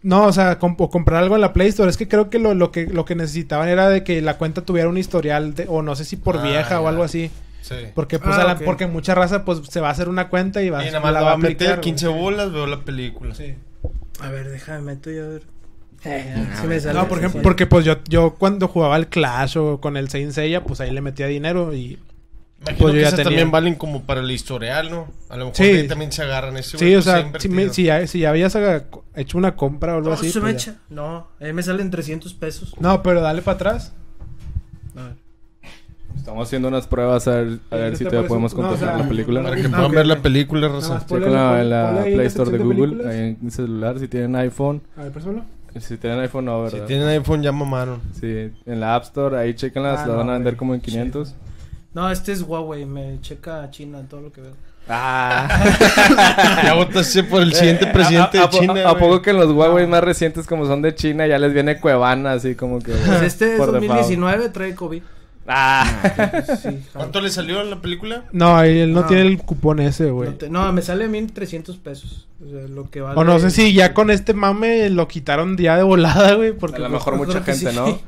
S6: no, o sea, com- o comprar algo en la Play Store. Es que creo que lo, lo que lo que necesitaban era de que la cuenta tuviera un historial, de- o no sé si por
S3: Ah,
S6: vieja o
S3: ya.
S6: algo así.
S3: Sí.
S6: Porque, pues,
S4: Ah,
S6: a la-
S4: ok.
S6: porque mucha raza pues se va a hacer una cuenta y va,
S3: y nada más la
S6: la va
S3: va a
S6: aplicar,
S3: meter
S6: güey.
S3: 15 bolas, veo la película.
S6: Sí.
S4: A ver, déjame meto yo a ver. Eh, sí me sale,
S6: No, por
S4: sí
S6: ejemplo,
S4: sale.
S6: porque pues yo, yo cuando jugaba al Clash o con el Saint Seiya, pues ahí le metía dinero y...
S3: Imagino
S6: Pues yo
S3: que
S6: ya
S3: esas
S6: tenía.
S3: también valen como para el historial, ¿no? A lo mejor
S6: Sí.
S3: de ahí también se agarran ese
S6: Sí,
S3: güey,
S6: o
S3: pues,
S6: sea,
S3: ha
S6: si, me-
S3: invertido.
S6: si ya, si ya habías haga- hecho una compra o algo
S4: No,
S6: así...
S4: se me
S6: pues, ya.
S4: echa. No, ahí me salen 300 pesos.
S6: No, pero dale para atrás.
S4: A ver.
S2: Estamos haciendo unas pruebas a ver, a
S6: Sí,
S2: ver
S6: no
S2: si
S6: te
S2: todavía
S6: puedes-
S2: podemos
S6: no, o
S2: contar
S6: sea,
S2: la película.
S3: Para
S2: Sí,
S3: que
S6: Ah,
S3: puedan
S6: ok,
S3: ver
S6: ok.
S3: la película,
S6: Nada más
S3: Rosa.
S6: ponle-
S2: con la, en
S6: ponle
S2: la
S6: ahí
S2: Play
S6: la
S2: Store de
S6: sección de
S2: Google,
S6: películas.
S2: ahí en celular, si tienen iPhone.
S6: A ver, préstamelo.
S2: Si tienen iPhone, no,
S3: Si
S2: ¿verdad?
S3: tienen iPhone ya mamaron.
S2: Sí, en la App Store, ahí chequenlas,
S6: Ah,
S2: las van
S6: no,
S2: a vender
S6: güey.
S2: como en 500.
S4: No, este es Huawei, me checa a China en todo lo que veo.
S2: Ah.
S3: ya votaste por el siguiente presidente
S2: Eh, a, a-
S3: de China.
S2: a- a
S3: güey.
S2: poco que en los Huawei más recientes, como son de China, ya les viene Cuevana, así como que.
S4: Pues este es
S2: por default.
S4: 2019, trae COVID.
S2: Ah.
S4: Pues Sí, ja.
S3: ¿Cuánto le salió a la película?
S6: No, él no,
S4: No.
S6: tiene el cupón ese, güey.
S4: Ah. No, te- no, me sale a mí en 300 pesos. O sea, lo que vale.
S6: O no sé si ya con este mame lo quitaron ya de volada, güey. Porque
S2: A lo
S6: pues,
S2: mejor
S4: yo
S2: mucha
S4: creo que
S2: gente,
S4: sí.
S2: ¿no?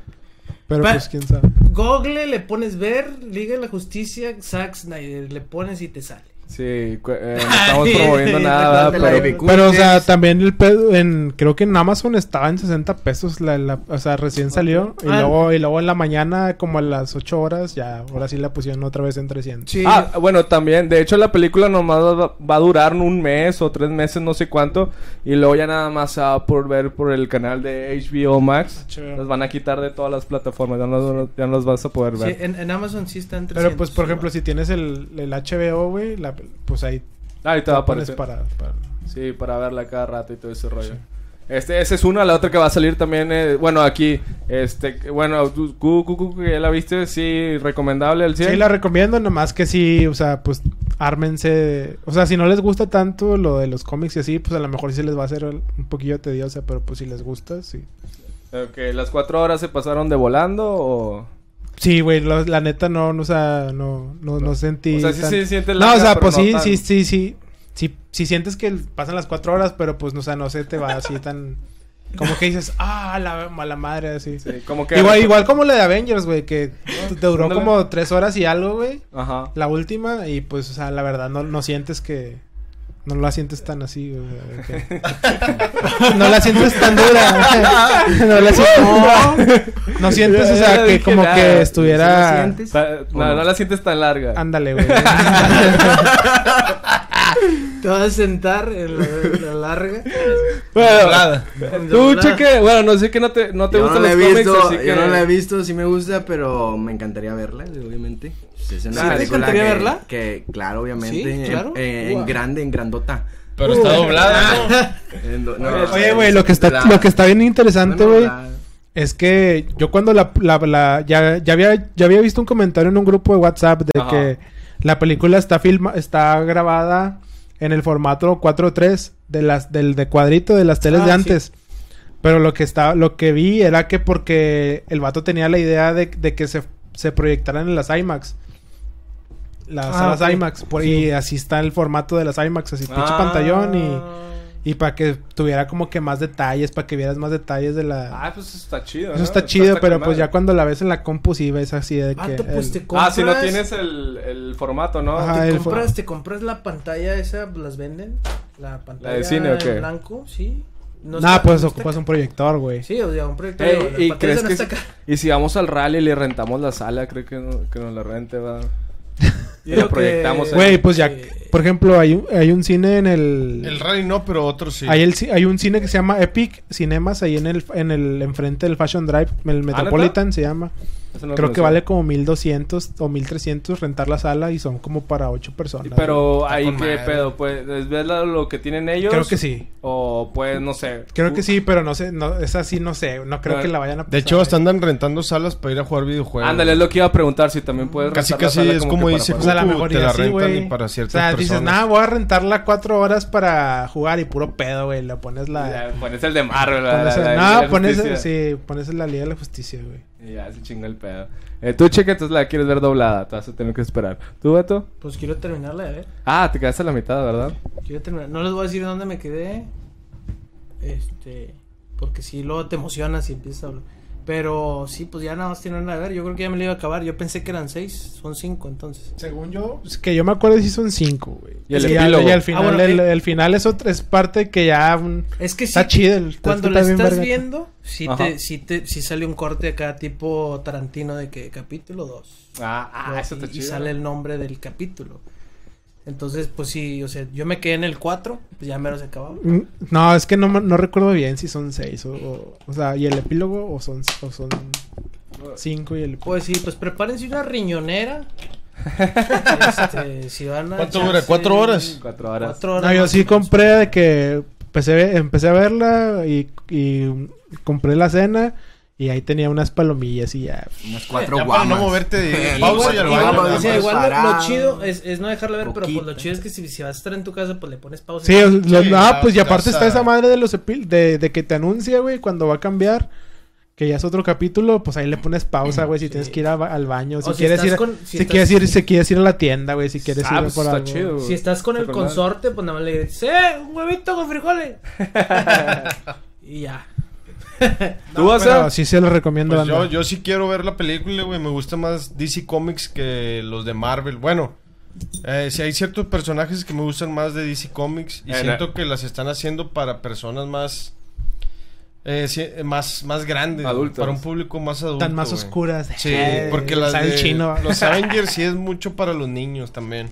S6: Pero
S4: Pa-
S6: pues quién sabe.
S4: Google, le pones ver, Liga de la Justicia, Zack Snyder, le pones y te sale.
S2: Sí, cu- eh, no estamos promoviendo nada,
S5: Recuerda la
S2: pero.
S5: Epic.
S6: Pero, o sea,
S5: Cuides.
S6: también el pedo en... Creo que en Amazon estaba en 60 pesos la... la- o sea, recién salió. Y
S4: Ah.
S6: luego y luego en la mañana, como a las 8 horas, ya... Ahora sí la pusieron otra vez en 300.
S4: Sí.
S2: Ah, bueno, también. De hecho, la película nomás va, va a durar un mes o tres meses, no sé cuánto. Y luego ya nada más se va por ver por el canal de HBO Max.
S6: HBO.
S2: Las van a quitar de todas las plataformas. Ya no, ya no las vas a poder
S4: Sí, eh,
S2: ver.
S4: en, en Amazon sí están 300.
S6: Pero, pues, por ejemplo, si tienes el, el HBO, güey, la- pues ahí
S2: Ahí te va a
S6: pones
S2: aparecer.
S6: para, para-
S2: Sí, para verla cada rato y todo ese rollo. Este, esa es una, la otra que va a salir también, eh, bueno, aquí, este, bueno, tú, cu- cu- cu- que ya la viste, sí, recomendable al 100.
S6: Sí, la recomiendo, nomás que sí, o sea, pues ármense. O sea, si no les gusta tanto lo de los cómics y así, pues a lo mejor sí les va a hacer el- un poquillo tediosa, pero pues si les gusta, sí.
S2: Ok, las cuatro horas se pasaron de volando o...
S6: Sí, güey, lo- la neta no, no, o sea, no, no, no sentí.
S2: O sea, sí
S6: tan-
S2: se siente
S6: No,
S2: larga,
S6: o sea,
S2: pero
S6: pues
S2: no
S6: sí,
S2: tan-
S6: sí, sí, sí, sí. Si sientes que pasan las cuatro horas, pero pues, no, o sea, no se te va así tan. Como que dices, ah, la mala madre, así.
S2: Sí, como que...
S6: Igual, igual como la de Avengers, güey, que te duró
S2: Ándale.
S6: como tres horas y algo, güey.
S2: Ajá.
S6: La última, y pues, o sea, la verdad, no, no sientes que. No la sientes tan así, güey, o sea, de que- No la sientes tan dura. No la sientes. No, sientes,
S2: Ya
S6: o sea, que
S2: dije
S6: como
S2: nada.
S6: que
S5: ¿Sí lo
S6: estuviera.
S5: sientes?
S2: Ta- no, no la sientes tan larga.
S6: Ándale, güey.
S4: Te vas a sentar en la, la larga.
S2: Bueno,
S3: Nada.
S2: tú cheque, bueno, no sé que no te, no te
S5: Yo
S2: gustan
S5: no la
S2: los
S5: he
S2: cómics,
S5: visto,
S2: así que...
S5: yo no la he visto, sí me gusta, pero me encantaría verla, obviamente. Pues es una
S4: ¿Sí te
S5: película
S4: encantaría
S5: que-
S4: verla?
S5: Que, claro, obviamente.
S4: Sí, claro.
S5: En, eh, en
S4: Guau.
S5: grande, en grandota.
S3: Pero está doblada, ¿no?
S5: En do- no,
S6: Oye,
S5: es-
S6: güey, lo que
S5: la-
S6: está, lo que está bien interesante,
S5: bueno,
S6: güey.
S5: la-
S6: Es que yo cuando la, la- la- ya, ya había ya había visto un comentario en un grupo de WhatsApp de
S2: Ajá.
S6: que la película está filma está grabada en el formato 4:3 de las del de cuadrito de las teles
S4: Ah,
S6: de
S4: sí.
S6: antes. Pero lo que está lo que vi era que porque el vato tenía la idea de, de que se, se proyectaran en las IMAX. Las
S4: Ah,
S6: salas
S4: ok.
S6: IMAX por, y así está el formato de las IMAX, así pinche
S2: Ah.
S6: pantallón y y para que tuviera como que más detalles, para que vieras más detalles de la
S2: Ah, pues eso está chido,
S6: eso
S2: ¿no?
S6: está chido,
S2: hasta
S6: pero
S2: con
S6: pues ya
S2: madre.
S6: cuando la ves en la compu sí ves así de que...
S4: Vato, pues
S6: el-
S4: te compras.
S2: Ah, si no tienes el, el formato, ¿no?
S6: Ajá. Ah,
S4: Te
S6: el
S4: compras,
S6: fo-
S4: te compras la pantalla esa, las venden. La pantalla
S2: cine o qué?
S4: en blanco, sí. No
S6: No,
S4: está-
S6: pues
S4: no está
S6: ocupas
S4: ca-
S6: un proyector, güey.
S4: Sí, o sea, un proyector.
S2: Ey,
S4: digo, la
S2: ¿y,
S4: pantalla
S2: crees
S4: no
S2: que
S4: está
S2: si-
S4: acá.
S2: y si vamos al rally y le rentamos la sala, creo que, no- que nos la rente, va.
S4: Yo
S2: Y la
S4: creo que-
S2: proyectamos ahí.
S6: Güey, pues ya...
S4: Sí.
S6: Por ejemplo, hay un, hay un cine en el...
S3: El rally no, pero otro sí.
S6: hay, el ci- hay un cine que se llama Epic Cinemas ahí en el... En el enfrente del Fashion Drive.
S4: ¿Ah,
S6: El Metropolitan se llama.
S2: Eso no
S6: Creo que
S2: funciona.
S6: vale como 1200 o 1300 rentar la sala y son como para 8 personas.
S2: Y Pero
S3: Está
S2: ahí
S3: con
S2: qué
S3: madre.
S2: pedo, pues, ¿ves la- lo que tienen ellos?
S6: Creo que sí.
S2: O pues, no sé.
S6: Creo que
S2: u-
S6: sí, pero no sé... No, es así, no sé. No creo
S2: No,
S6: que la vayan a...
S3: De
S6: pasar,
S3: hecho,
S6: güey.
S3: hasta andan rentando salas para ir a jugar videojuegos.
S2: Uh, Ándale, es lo que iba a preguntar, si también puedes
S3: Casi,
S2: rentar la
S3: casi
S2: sala
S3: es como
S2: que para
S3: dice
S6: O
S2: jugar.
S6: sea, a lo
S3: Goku,
S6: mejor
S3: te
S6: y
S3: la
S6: así,
S3: rentan
S6: güey.
S3: y para ciertas
S6: O sea, dices,
S3: personas.
S6: nada, voy a rentarla cuatro horas para jugar y puro pedo, güey. Le pones la.
S2: Ya, Pones el de Marvel, la-
S6: pones
S2: la-
S6: el-
S2: la-
S6: no,
S2: la
S6: pones,
S2: justicia.
S6: sí, pones la Liga de la Justicia, güey.
S2: Y ya se chingó el pedo. Eh, tú, checa, entonces la quieres ver doblada. Te vas a tener que esperar. ¿Tú, vato?
S4: Pues quiero terminarla, a ver.
S2: Ah, te quedaste a la mitad, ¿verdad?
S4: Quiero terminar. No les voy a decir dónde me quedé. Este. Porque si luego te emocionas y empiezas a hablar. Pero sí, pues ya nada más tienen a ver. Yo creo que ya me lo iba a acabar. Yo pensé que eran seis. Son cinco entonces.
S6: Según yo, es que yo me acuerdo si son cinco, güey.
S2: Y el
S6: Sí,
S2: epílogo.
S6: al- y al final,
S4: Ah, bueno,
S6: el,
S4: eh.
S6: el final es, otra, es parte que ya mm,
S4: Es que sí.
S6: está chido. el-
S4: Cuando
S6: está
S4: la
S6: bien
S4: estás
S6: verga.
S4: viendo, sí
S2: Ajá.
S4: te, sí te, sí sale un corte acá tipo Tarantino de que capítulo 2.
S2: Ah, ah eso está
S4: y,
S2: chido.
S4: sale el nombre del capítulo. Entonces, pues sí, o sea, yo me quedé en el 4, pues ya mero se acababa.
S6: Mm, No, es que no, me- no recuerdo bien si son seis o, o, o sea, y el epílogo o son, o son cinco y el epílogo.
S4: Pues sí, pues prepárense una riñonera. Este, si van a
S3: ¿Cuánto
S4: echarse
S3: dura? ¿Cuatro horas?
S2: Cuatro horas.
S4: Cuatro horas.
S6: No, yo
S4: más
S6: sí
S4: o menos.
S6: compré de que empecé, empecé a verla y, y compré la cena y ahí tenía unas palomillas y ya.
S5: Unas
S3: Ya
S5: cuatro
S3: para
S5: guamas.
S3: no moverte de
S5: Sí,
S3: pausa y
S5: igual-
S3: al
S5: igual
S3: baño.
S5: lo
S3: nada
S4: O sea,
S5: más.
S3: más.
S4: igual lo- lo
S5: Parado.
S4: chido es, es no dejarlo ver, pero pues lo
S5: Poquito.
S4: chido es que si, si vas a estar en tu casa, pues le pones pausa.
S6: Sí, lo-
S3: Sí,
S6: ah,
S3: ya,
S6: pues y
S3: ya
S6: aparte está
S3: sabe.
S6: esa madre de los epil de, de que te anuncia, güey, cuando va a cambiar, que ya es otro capítulo, pues ahí le pones pausa, güey, si tienes que ir a ba- al baño, si,
S4: O si
S6: quieres
S4: estás
S6: ir, a-
S4: con-
S6: si,
S4: si estás-
S6: quieres ir, si quieres ir a la tienda, güey, si quieres
S2: Ah,
S6: ir
S2: pues
S6: por
S2: está
S6: algo.
S2: chido. güey.
S4: Si estás con el
S2: Está con madre.
S4: consorte, pues nada más le dices, ¡eh! ¡Un huevito con frijoles! y ya.
S2: ¿Tú vas
S6: Pero
S2: a...?
S6: sí se lo recomiendo,
S3: Pues yo,
S6: banda.
S3: yo sí quiero ver la película, güey. Me gusta más DC Comics que los de Marvel. Bueno, eh, si hay ciertos personajes que me gustan más de DC Comics y
S2: Eh,
S3: siento que las están haciendo para personas más. eh, sí, eh, más, más grandes.
S2: Adultas.
S3: Para un público más adulto.
S6: Están más
S3: güey.
S6: oscuras.
S3: Sí,
S6: Eh,
S3: porque las
S6: sabe el
S3: de
S6: chino.
S3: los Avengers sí es mucho para los niños también.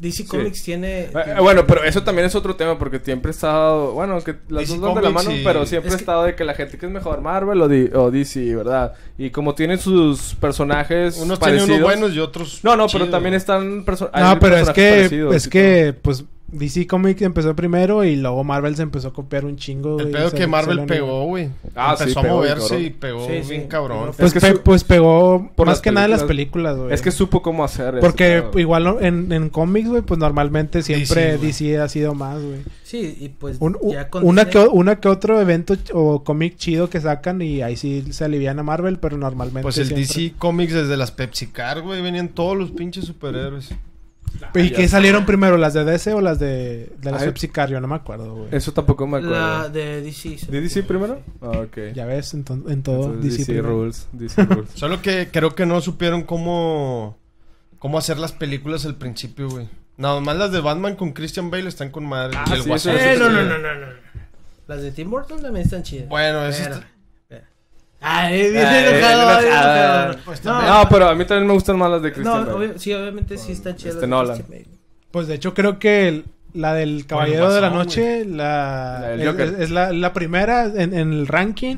S4: DC Comics tiene...
S2: Eh, bueno, pero eso también es otro tema porque siempre he estado, bueno, que las
S3: DC
S2: dos van de la
S3: Comics
S2: mano,
S3: y-
S2: pero siempre
S4: Es
S2: he
S4: que-
S2: estado de que la gente que es mejor Marvel o, Di- o DC, ¿verdad? Y como tienen sus personajes
S3: Unos
S2: parecidos,
S3: tienen unos buenos y otros.
S2: No, no, pero
S3: chidos.
S2: también están perso- hay
S6: No, pero es
S2: personajes
S6: que,
S2: parecidos
S6: es
S2: y
S6: que, pues, DC Comics empezó primero y luego Marvel se empezó a copiar un chingo.
S3: El
S6: güey,
S3: pedo
S6: se-
S3: que
S6: se
S3: Marvel
S6: lo-
S3: pegó, güey.
S2: Ah, sí,
S3: Empezó a
S2: pegó,
S3: moverse
S2: cabrón.
S3: y pegó
S4: Sí, sí.
S3: bien cabrón.
S2: Es
S6: Pues,
S2: que
S6: pe-
S2: su-
S6: pues pegó
S2: por
S6: más
S2: las
S6: que nada en las
S2: películas.
S6: películas,
S2: todo.
S6: güey.
S2: Es que supo cómo hacer eso,
S6: Porque
S2: pero-
S6: igual no- en, en cómics, güey, pues normalmente siempre
S3: DC, güey.
S6: DC ha sido más, güey.
S4: Sí, y pues
S6: Un- u-
S4: ya con
S6: una, que,
S4: Disney-
S6: o- una que otro evento ch- o cómic chido que sacan y ahí sí se alivian a Marvel, pero normalmente
S3: Pues el
S6: siempre-
S3: DC Comics desde las PepsiCar, güey, venían todos los pinches superhéroes.
S6: ¿Y qué salieron primero? ¿Las de DC o las de, de las
S2: Ay.
S6: Pepsicario? No me acuerdo, güey.
S2: Eso tampoco me acuerdo.
S4: La de DC. se
S2: ¿De DC
S4: me
S2: primero?
S4: ocurre,
S2: Ah, ok.
S6: Ya ves, en, to- en todo
S2: Entonces,
S6: DC,
S2: DC,
S6: primero.
S2: Rules, DC Rules.
S3: Solo que creo que no supieron cómo cómo hacer las películas al principio, güey. Nada más las de Batman con Christian Bale están con madre.
S2: Ah,
S3: y el
S2: sí,
S3: Guasón.
S2: eso
S4: sí. Eh, no,
S2: sí.
S4: no, no, no, no. Las de Tim Burton también están chidas.
S3: Bueno, eso
S4: Pero-
S3: está-
S4: Ah, eh, bien
S2: Ah, eh,
S4: enojado,
S2: bien
S4: bien
S2: enojado. Ah,
S4: enojado.
S3: Pues
S4: No, pues,
S2: No, pero a mí también me gustan más las de Christian
S4: no,
S2: Bale.
S4: obvio- sí, obviamente sí están chidas.
S2: este
S4: las de
S2: Nolan.
S4: Christian Bale.
S6: Pues de hecho creo que el- la del Caballero de la
S3: Guasón,
S6: Noche, la,
S2: La del
S6: es-
S2: Joker.
S6: es, es la, la primera en, en el ranking,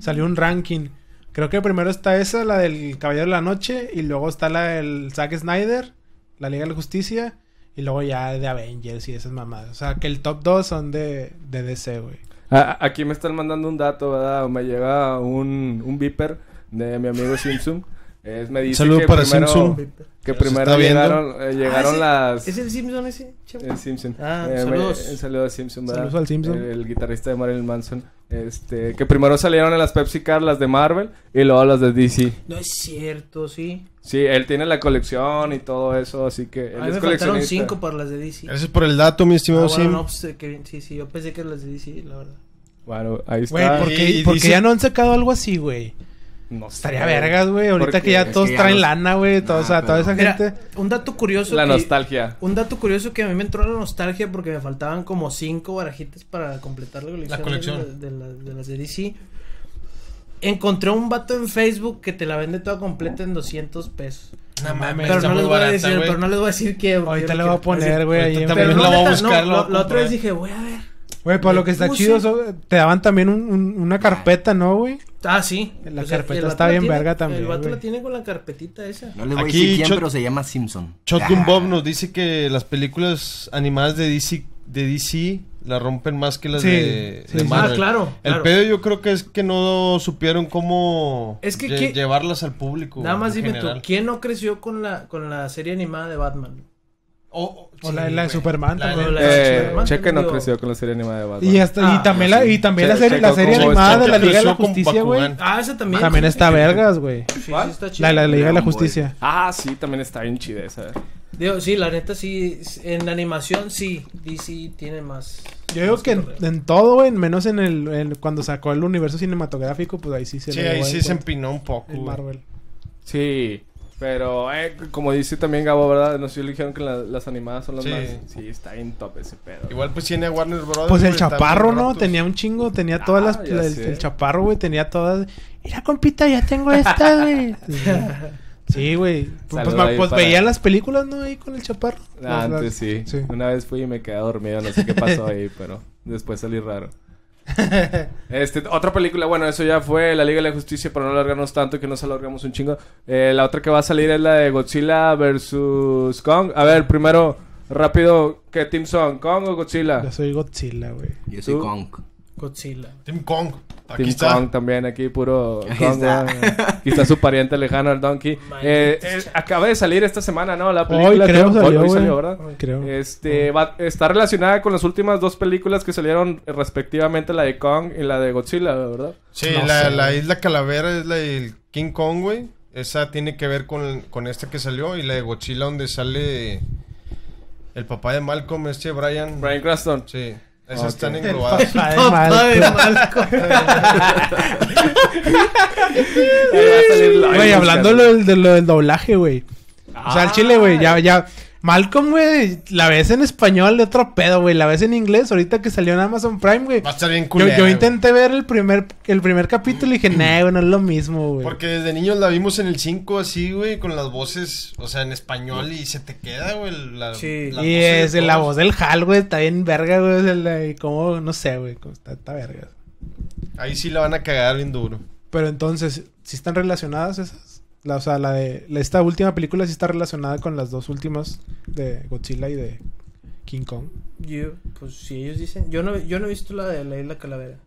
S6: salió un ranking. Creo que primero está esa, la del Caballero de la Noche, y luego está la del Zack Snyder, la Liga de la Justicia, y luego ya de Avengers y esas mamadas. O sea, que el top 2 son de, de DC, güey.
S2: Ah, Aquí me están mandando un dato, ¿verdad? Me llega un, un beeper de mi amigo Simpson. Es, me dice
S3: Saludo
S2: que
S3: para
S2: primero,
S3: Simpson.
S2: Que
S3: Nos
S2: primero
S3: está viendo.
S2: llegaron, eh, llegaron
S4: Ah,
S2: las...
S4: ¿ese- ¿Es el Simpson ese? chavo?
S2: El Simpson. Eh,
S4: Ah,
S2: me-
S4: saludos.
S2: un saludo a Simpson, ¿verdad?
S6: Saludos al Simpson.
S2: El, el guitarrista de Marilyn Manson. Este, que primero salieron en las Pepsi Car, las de Marvel, y luego las de DC.
S4: No es cierto, sí.
S2: Sí, él tiene la colección y todo eso, así que él
S4: A mí
S2: es
S4: Ah, me faltaron
S2: coleccionista.
S4: cinco para las de DC.
S3: Gracias por el dato, mi estimado
S4: Ah, bueno,
S3: Sim.
S4: no, pues, eh, qué bien, sí, sí, yo pensé que las de DC, la verdad.
S2: Bueno, ahí está.
S6: Güey, ¿por qué,
S3: y
S6: por qué
S3: dice-
S6: ya no han sacado algo así, güey?
S2: No sé.
S6: Estaría vergas, güey. Ahorita
S2: Porque
S6: que ya
S5: es
S6: todos
S5: que ya
S6: traen
S5: los-
S6: lana, güey. todo-
S5: Nah,
S6: o sea, toda
S5: pero-
S6: esa
S4: Mira,
S6: gente...
S4: un dato curioso.
S2: La
S4: que-
S2: nostalgia.
S4: Un dato curioso que a mí me entró la nostalgia porque me faltaban como cinco barajitas para completar la colección,
S3: La colección.
S4: De, la- de la- de las de DC. Encontré un vato en Facebook que te la vende toda completa en 200 pesos.
S3: No mames,
S4: Pero
S3: está
S4: no,
S3: muy
S4: les voy a
S3: barata,
S4: decir,
S3: güey.
S4: pero no les voy a decir que.
S6: Ahorita la voy a poner, güey. ahí
S3: ahorita
S6: en-
S3: también
S4: Pero
S3: Pero
S4: no,
S3: la voy a
S4: neta,
S3: buscar, la
S4: no,
S3: voy a
S4: la- la otra
S3: comprar.
S4: vez dije, voy a ver.
S6: Güey, pero lo que está
S4: Puse.
S6: chido, so- te daban también un- un-
S3: Ah.
S6: una carpeta, ¿no, güey?
S4: Ah, sí.
S6: La
S4: el
S6: carpeta
S4: vato
S6: está
S4: la
S6: bien
S4: tiene-
S6: verga también,
S4: El vato
S6: güey.
S4: la tiene con la carpetita esa.
S5: No les voy
S3: Aquí
S5: a decir quién,
S3: Shot-
S5: pero se llama Simpson.
S3: Shotgun
S5: Ah,
S3: Bob nos dice que las películas animadas de DC de DC la rompen más que las
S6: Sí,
S3: de,
S6: sí,
S3: de
S6: sí.
S3: Marvel.
S4: Ah, claro,
S3: El
S4: claro.
S3: pedo yo creo que es que no supieron cómo
S4: Es que
S3: lle-
S4: qué-
S3: llevarlas al público.
S4: Nada
S3: en
S4: más dime
S3: general.
S4: tú, ¿quién no creció con la, con la serie animada de Batman?
S3: O,
S6: O la- la de Superman
S3: La de-
S6: también.
S3: la de
S2: Eh,
S3: Superman.
S2: Cheque no
S4: Digo-
S2: creció con la serie animada de Batman.
S6: Y, hasta,
S4: Ah,
S6: y también, la, y también
S2: Se-
S6: la serie,
S2: se
S6: la serie
S2: tocó
S6: animada
S2: esto.
S6: de la Liga de la
S3: Creció con
S6: Justicia, güey.
S3: Bakugan.
S4: Ah, esa también.
S6: También está vergas, güey.
S4: Sí, sí
S2: ¿Cuál?
S4: está chida.
S6: La, la, la Liga de la
S5: Dragon Ball.
S6: Justicia.
S2: Ah, sí, también está bien chida esa.
S4: Digo, sí, la neta sí. En animación sí. DC tiene más.
S6: Yo digo que en, en todo, güey, menos en el en- cuando sacó el universo cinematográfico, pues ahí sí se
S3: Sí,
S6: le
S3: ahí
S6: llevó
S3: sí
S6: el
S3: se
S6: cuento,
S3: empinó un poco.
S6: el
S3: güey.
S6: Marvel.
S2: Sí, pero eh, como dice también Gabo, ¿verdad? No sé si le dijeron que la- las animadas son las
S3: Sí.
S2: más. Sí, está bien top ese pedo.
S3: Igual pues tiene a Warner Brothers.
S6: Pues el
S3: güey, están
S6: chaparro,
S3: bien
S6: ¿no?
S3: rotos.
S6: Tenía un chingo, tenía todas las...
S2: Ah, ya
S6: la- el,
S2: sé.
S6: el chaparro, güey, tenía todas... Mira, compita, ya tengo esta, güey. Sí, güey. Pues,
S2: Saludo
S6: ma-
S2: ahí
S6: pues
S2: para-
S6: veía las películas, ¿no? Ahí con el chaparro.
S2: Ah,
S6: Las- las-
S2: antes sí.
S6: sí.
S2: Una vez fui y me quedé dormido, no sé qué pasó ahí, pero después salí raro. Este, otra película, bueno, eso ya fue La Liga de la Justicia, para no alargarnos tanto y que nos alargamos un chingo. Eh, la otra que va a salir es la de Godzilla versus Kong. A ver, primero, rápido, ¿qué team son? ¿Kong o
S6: Yo
S2: Godzilla?
S6: soy Godzilla, güey.
S5: Yo soy
S2: ¿Tú?
S5: Kong.
S4: Godzilla.
S3: Tim Kong. Aquí
S2: team
S3: está.
S2: Kong también, aquí puro
S5: Ahí
S2: Kong.
S5: está.
S2: ¿verdad? Aquí está su pariente lejano, el Donkey. Eh, eh, acaba de salir esta semana, ¿no? La
S6: Hoy
S2: película
S6: creo salió,
S2: hoy
S6: güey.
S2: salió, ¿verdad?
S6: Hoy Creo.
S2: Este va- está relacionada con las últimas dos películas que salieron eh, respectivamente la de Kong y la de Godzilla, ¿verdad?
S3: Sí,
S6: No
S3: la,
S6: sé,
S3: la
S6: güey.
S3: isla Calavera es la del King Kong, güey. Esa tiene que ver con, con esta que salió. Y la de Godzilla, donde sale el papá de Malcolm, este Brian.
S2: Brian Cranston.
S3: Sí, esas
S2: Ok.
S3: están englobadas.
S6: Ay,
S4: Papá
S6: mal.
S4: de Malcolm.
S2: Ahí Eh, va a salir la-
S6: Güey, hablando de lo del, de lo del doblaje, güey. O
S2: Ah,
S6: sea, el chile, güey, ya, ya. Malcolm, güey, la ves en español de otro pedo, güey. La ves en inglés ahorita que salió en Amazon Prime, güey.
S3: Va a estar bien
S6: Yo,
S3: culera,
S6: yo
S3: güey.
S6: intenté ver el primer, el primer capítulo y dije, nah, güey, no es lo mismo, güey.
S3: Porque desde niños la vimos en el 5 así, güey, con las voces, o sea, en español y se te queda, güey, la,
S4: Sí.
S3: las
S6: Y
S3: voces de
S6: es la
S3: todos.
S6: voz del Hal, güey, está bien verga, güey. es el- eh, como, no sé, güey, como está, está verga.
S3: Ahí sí la van a cagar bien duro.
S6: Pero entonces, ¿sí están relacionadas esas? La, o sea, la de la- esta última película sí está relacionada con las dos últimas de Godzilla y de King Kong.
S4: Yo, pues si ellos dicen. Yo no, yo no he visto la de la Isla Calavera.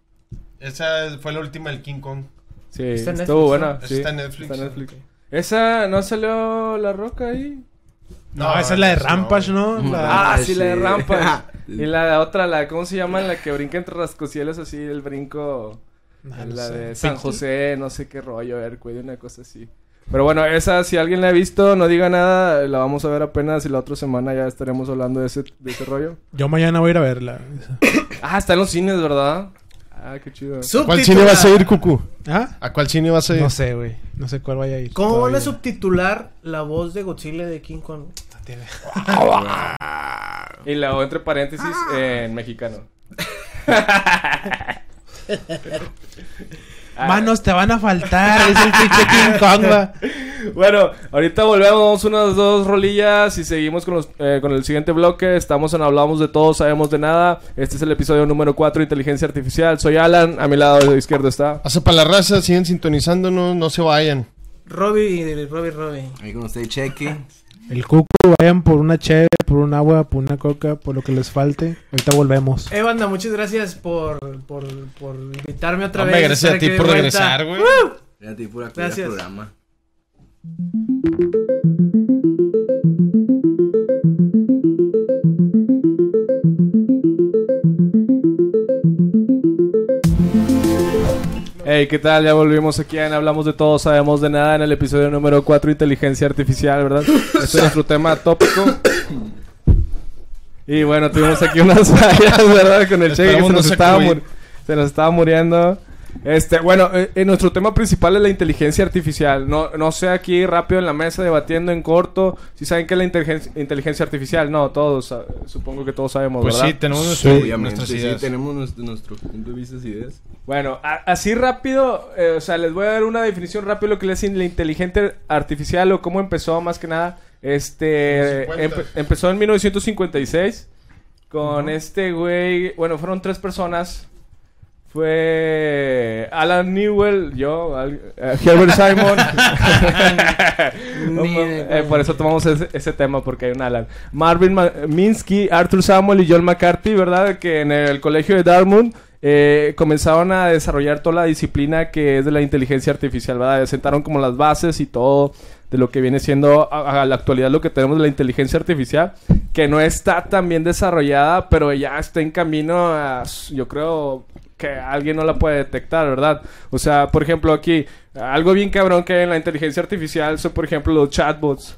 S3: Esa fue la última del King Kong.
S2: Sí,
S4: Está en
S2: estuvo
S4: Netflix,
S2: buena.
S3: ¿no?
S2: sí,
S3: Está en Netflix.
S4: Ok.
S2: Esa no salió la roca ahí.
S6: No, Ah, esa es la de Rampage, ¿no? La-
S2: Ah,
S5: Ah,
S2: sí, la de
S5: sí.
S2: Rampa. y la otra, la ¿cómo se llama? La que brinca entre rascacielos así, el brinco.
S6: Nah, no
S2: Ah, la
S6: sé.
S2: de San José, no sé qué rollo, Hercules, una cosa así. Pero bueno, esa, si alguien la ha visto, no diga nada, la vamos a ver apenas y la otra semana ya estaremos hablando de ese, de ese rollo.
S6: Yo mañana voy a ir a verla.
S2: Ah, está en los cines, ¿verdad? Ah, qué chido.
S3: ¿Cuál cine vas a ir, Cucu?
S6: ¿Ah?
S3: ¿A cuál cine vas a ir?
S6: No sé, güey. No sé cuál vaya a ir.
S4: ¿Cómo van a
S6: todavía.
S4: subtitular la voz de Godzilla de King Kong?
S2: Y la O entre paréntesis eh, en mexicano. Ah,
S6: Manos te van a faltar. Es el pinche King Kong, va.
S2: Bueno, ahorita volvemos unas dos rolillas y seguimos con, los- eh, con el siguiente bloque. Estamos en Hablamos de Todo, Sabemos de Nada. Este es el episodio número 4, Inteligencia Artificial. Soy Alan, a mi lado izquierdo está...
S3: Hace para la raza, siguen sintonizándonos, no se vayan.
S4: Robbie, Robbie, Robbie.
S5: Ahí con usted cheque.
S6: El cuco, vayan por una cheve, por un agua, por una coca, por lo que les falte. Ahorita volvemos.
S4: Eh, banda, muchas gracias por, por, por invitarme otra
S3: Hombre,
S4: vez.
S3: gracias
S4: estar
S3: a ti
S4: aquí de
S3: por
S4: vuelta.
S3: regresar, güey.
S5: Era tipo la
S4: Gracias.
S5: programa.
S2: Hey, ¿qué tal? Ya volvimos aquí en Hablamos de Todo, Sabemos de Nada en el episodio número 4, Inteligencia Artificial, ¿verdad? este es nuestro tema tópico. Y bueno, tuvimos aquí unas fallas, ¿verdad? Con el cheque que
S3: Esperamos
S2: se
S3: no
S2: nos,
S3: se
S2: estaba
S3: acudir.
S2: mur- se nos estaba muriendo. Este, bueno, eh, eh, nuestro tema principal es la inteligencia artificial. No, no sé aquí rápido en la mesa debatiendo en corto. Si saben qué es la inteligencia, inteligencia artificial, no, todos, eh, supongo que todos sabemos,
S3: Pues
S2: ¿verdad?
S3: sí, tenemos nuestro-
S5: Obviamente,
S3: nuestras
S5: sí,
S3: ideas.
S5: tenemos nuestro, nuestro punto de vista, y ideas.
S2: Bueno, a- así rápido, eh, o sea, les voy a dar una definición rápido de lo que le dicen la inteligencia artificial o cómo empezó más que nada. Este
S3: En los 50.
S2: empe- empezó en 1956 con este güey, bueno, fueron tres personas. Fue Alan Newell, yo, al- eh, Herbert Simon. No
S4: Ni
S2: mames,
S4: de
S2: eh,
S4: coña.
S2: por eso tomamos ese, ese tema, porque hay un Alan. Marvin Ma- Minsky, Arthur Samuel y John McCarthy, ¿verdad? Que en el colegio de Dartmouth eh, comenzaron a desarrollar toda la disciplina que es de la inteligencia artificial, ¿verdad? Sentaron como las bases y todo de lo que viene siendo a, a la actualidad lo que tenemos de la inteligencia artificial, que no está tan bien desarrollada, pero ya está en camino a, yo creo que alguien no la puede detectar, ¿verdad? O sea, por ejemplo, aquí, algo bien cabrón que hay en la inteligencia artificial son, por ejemplo, los chatbots.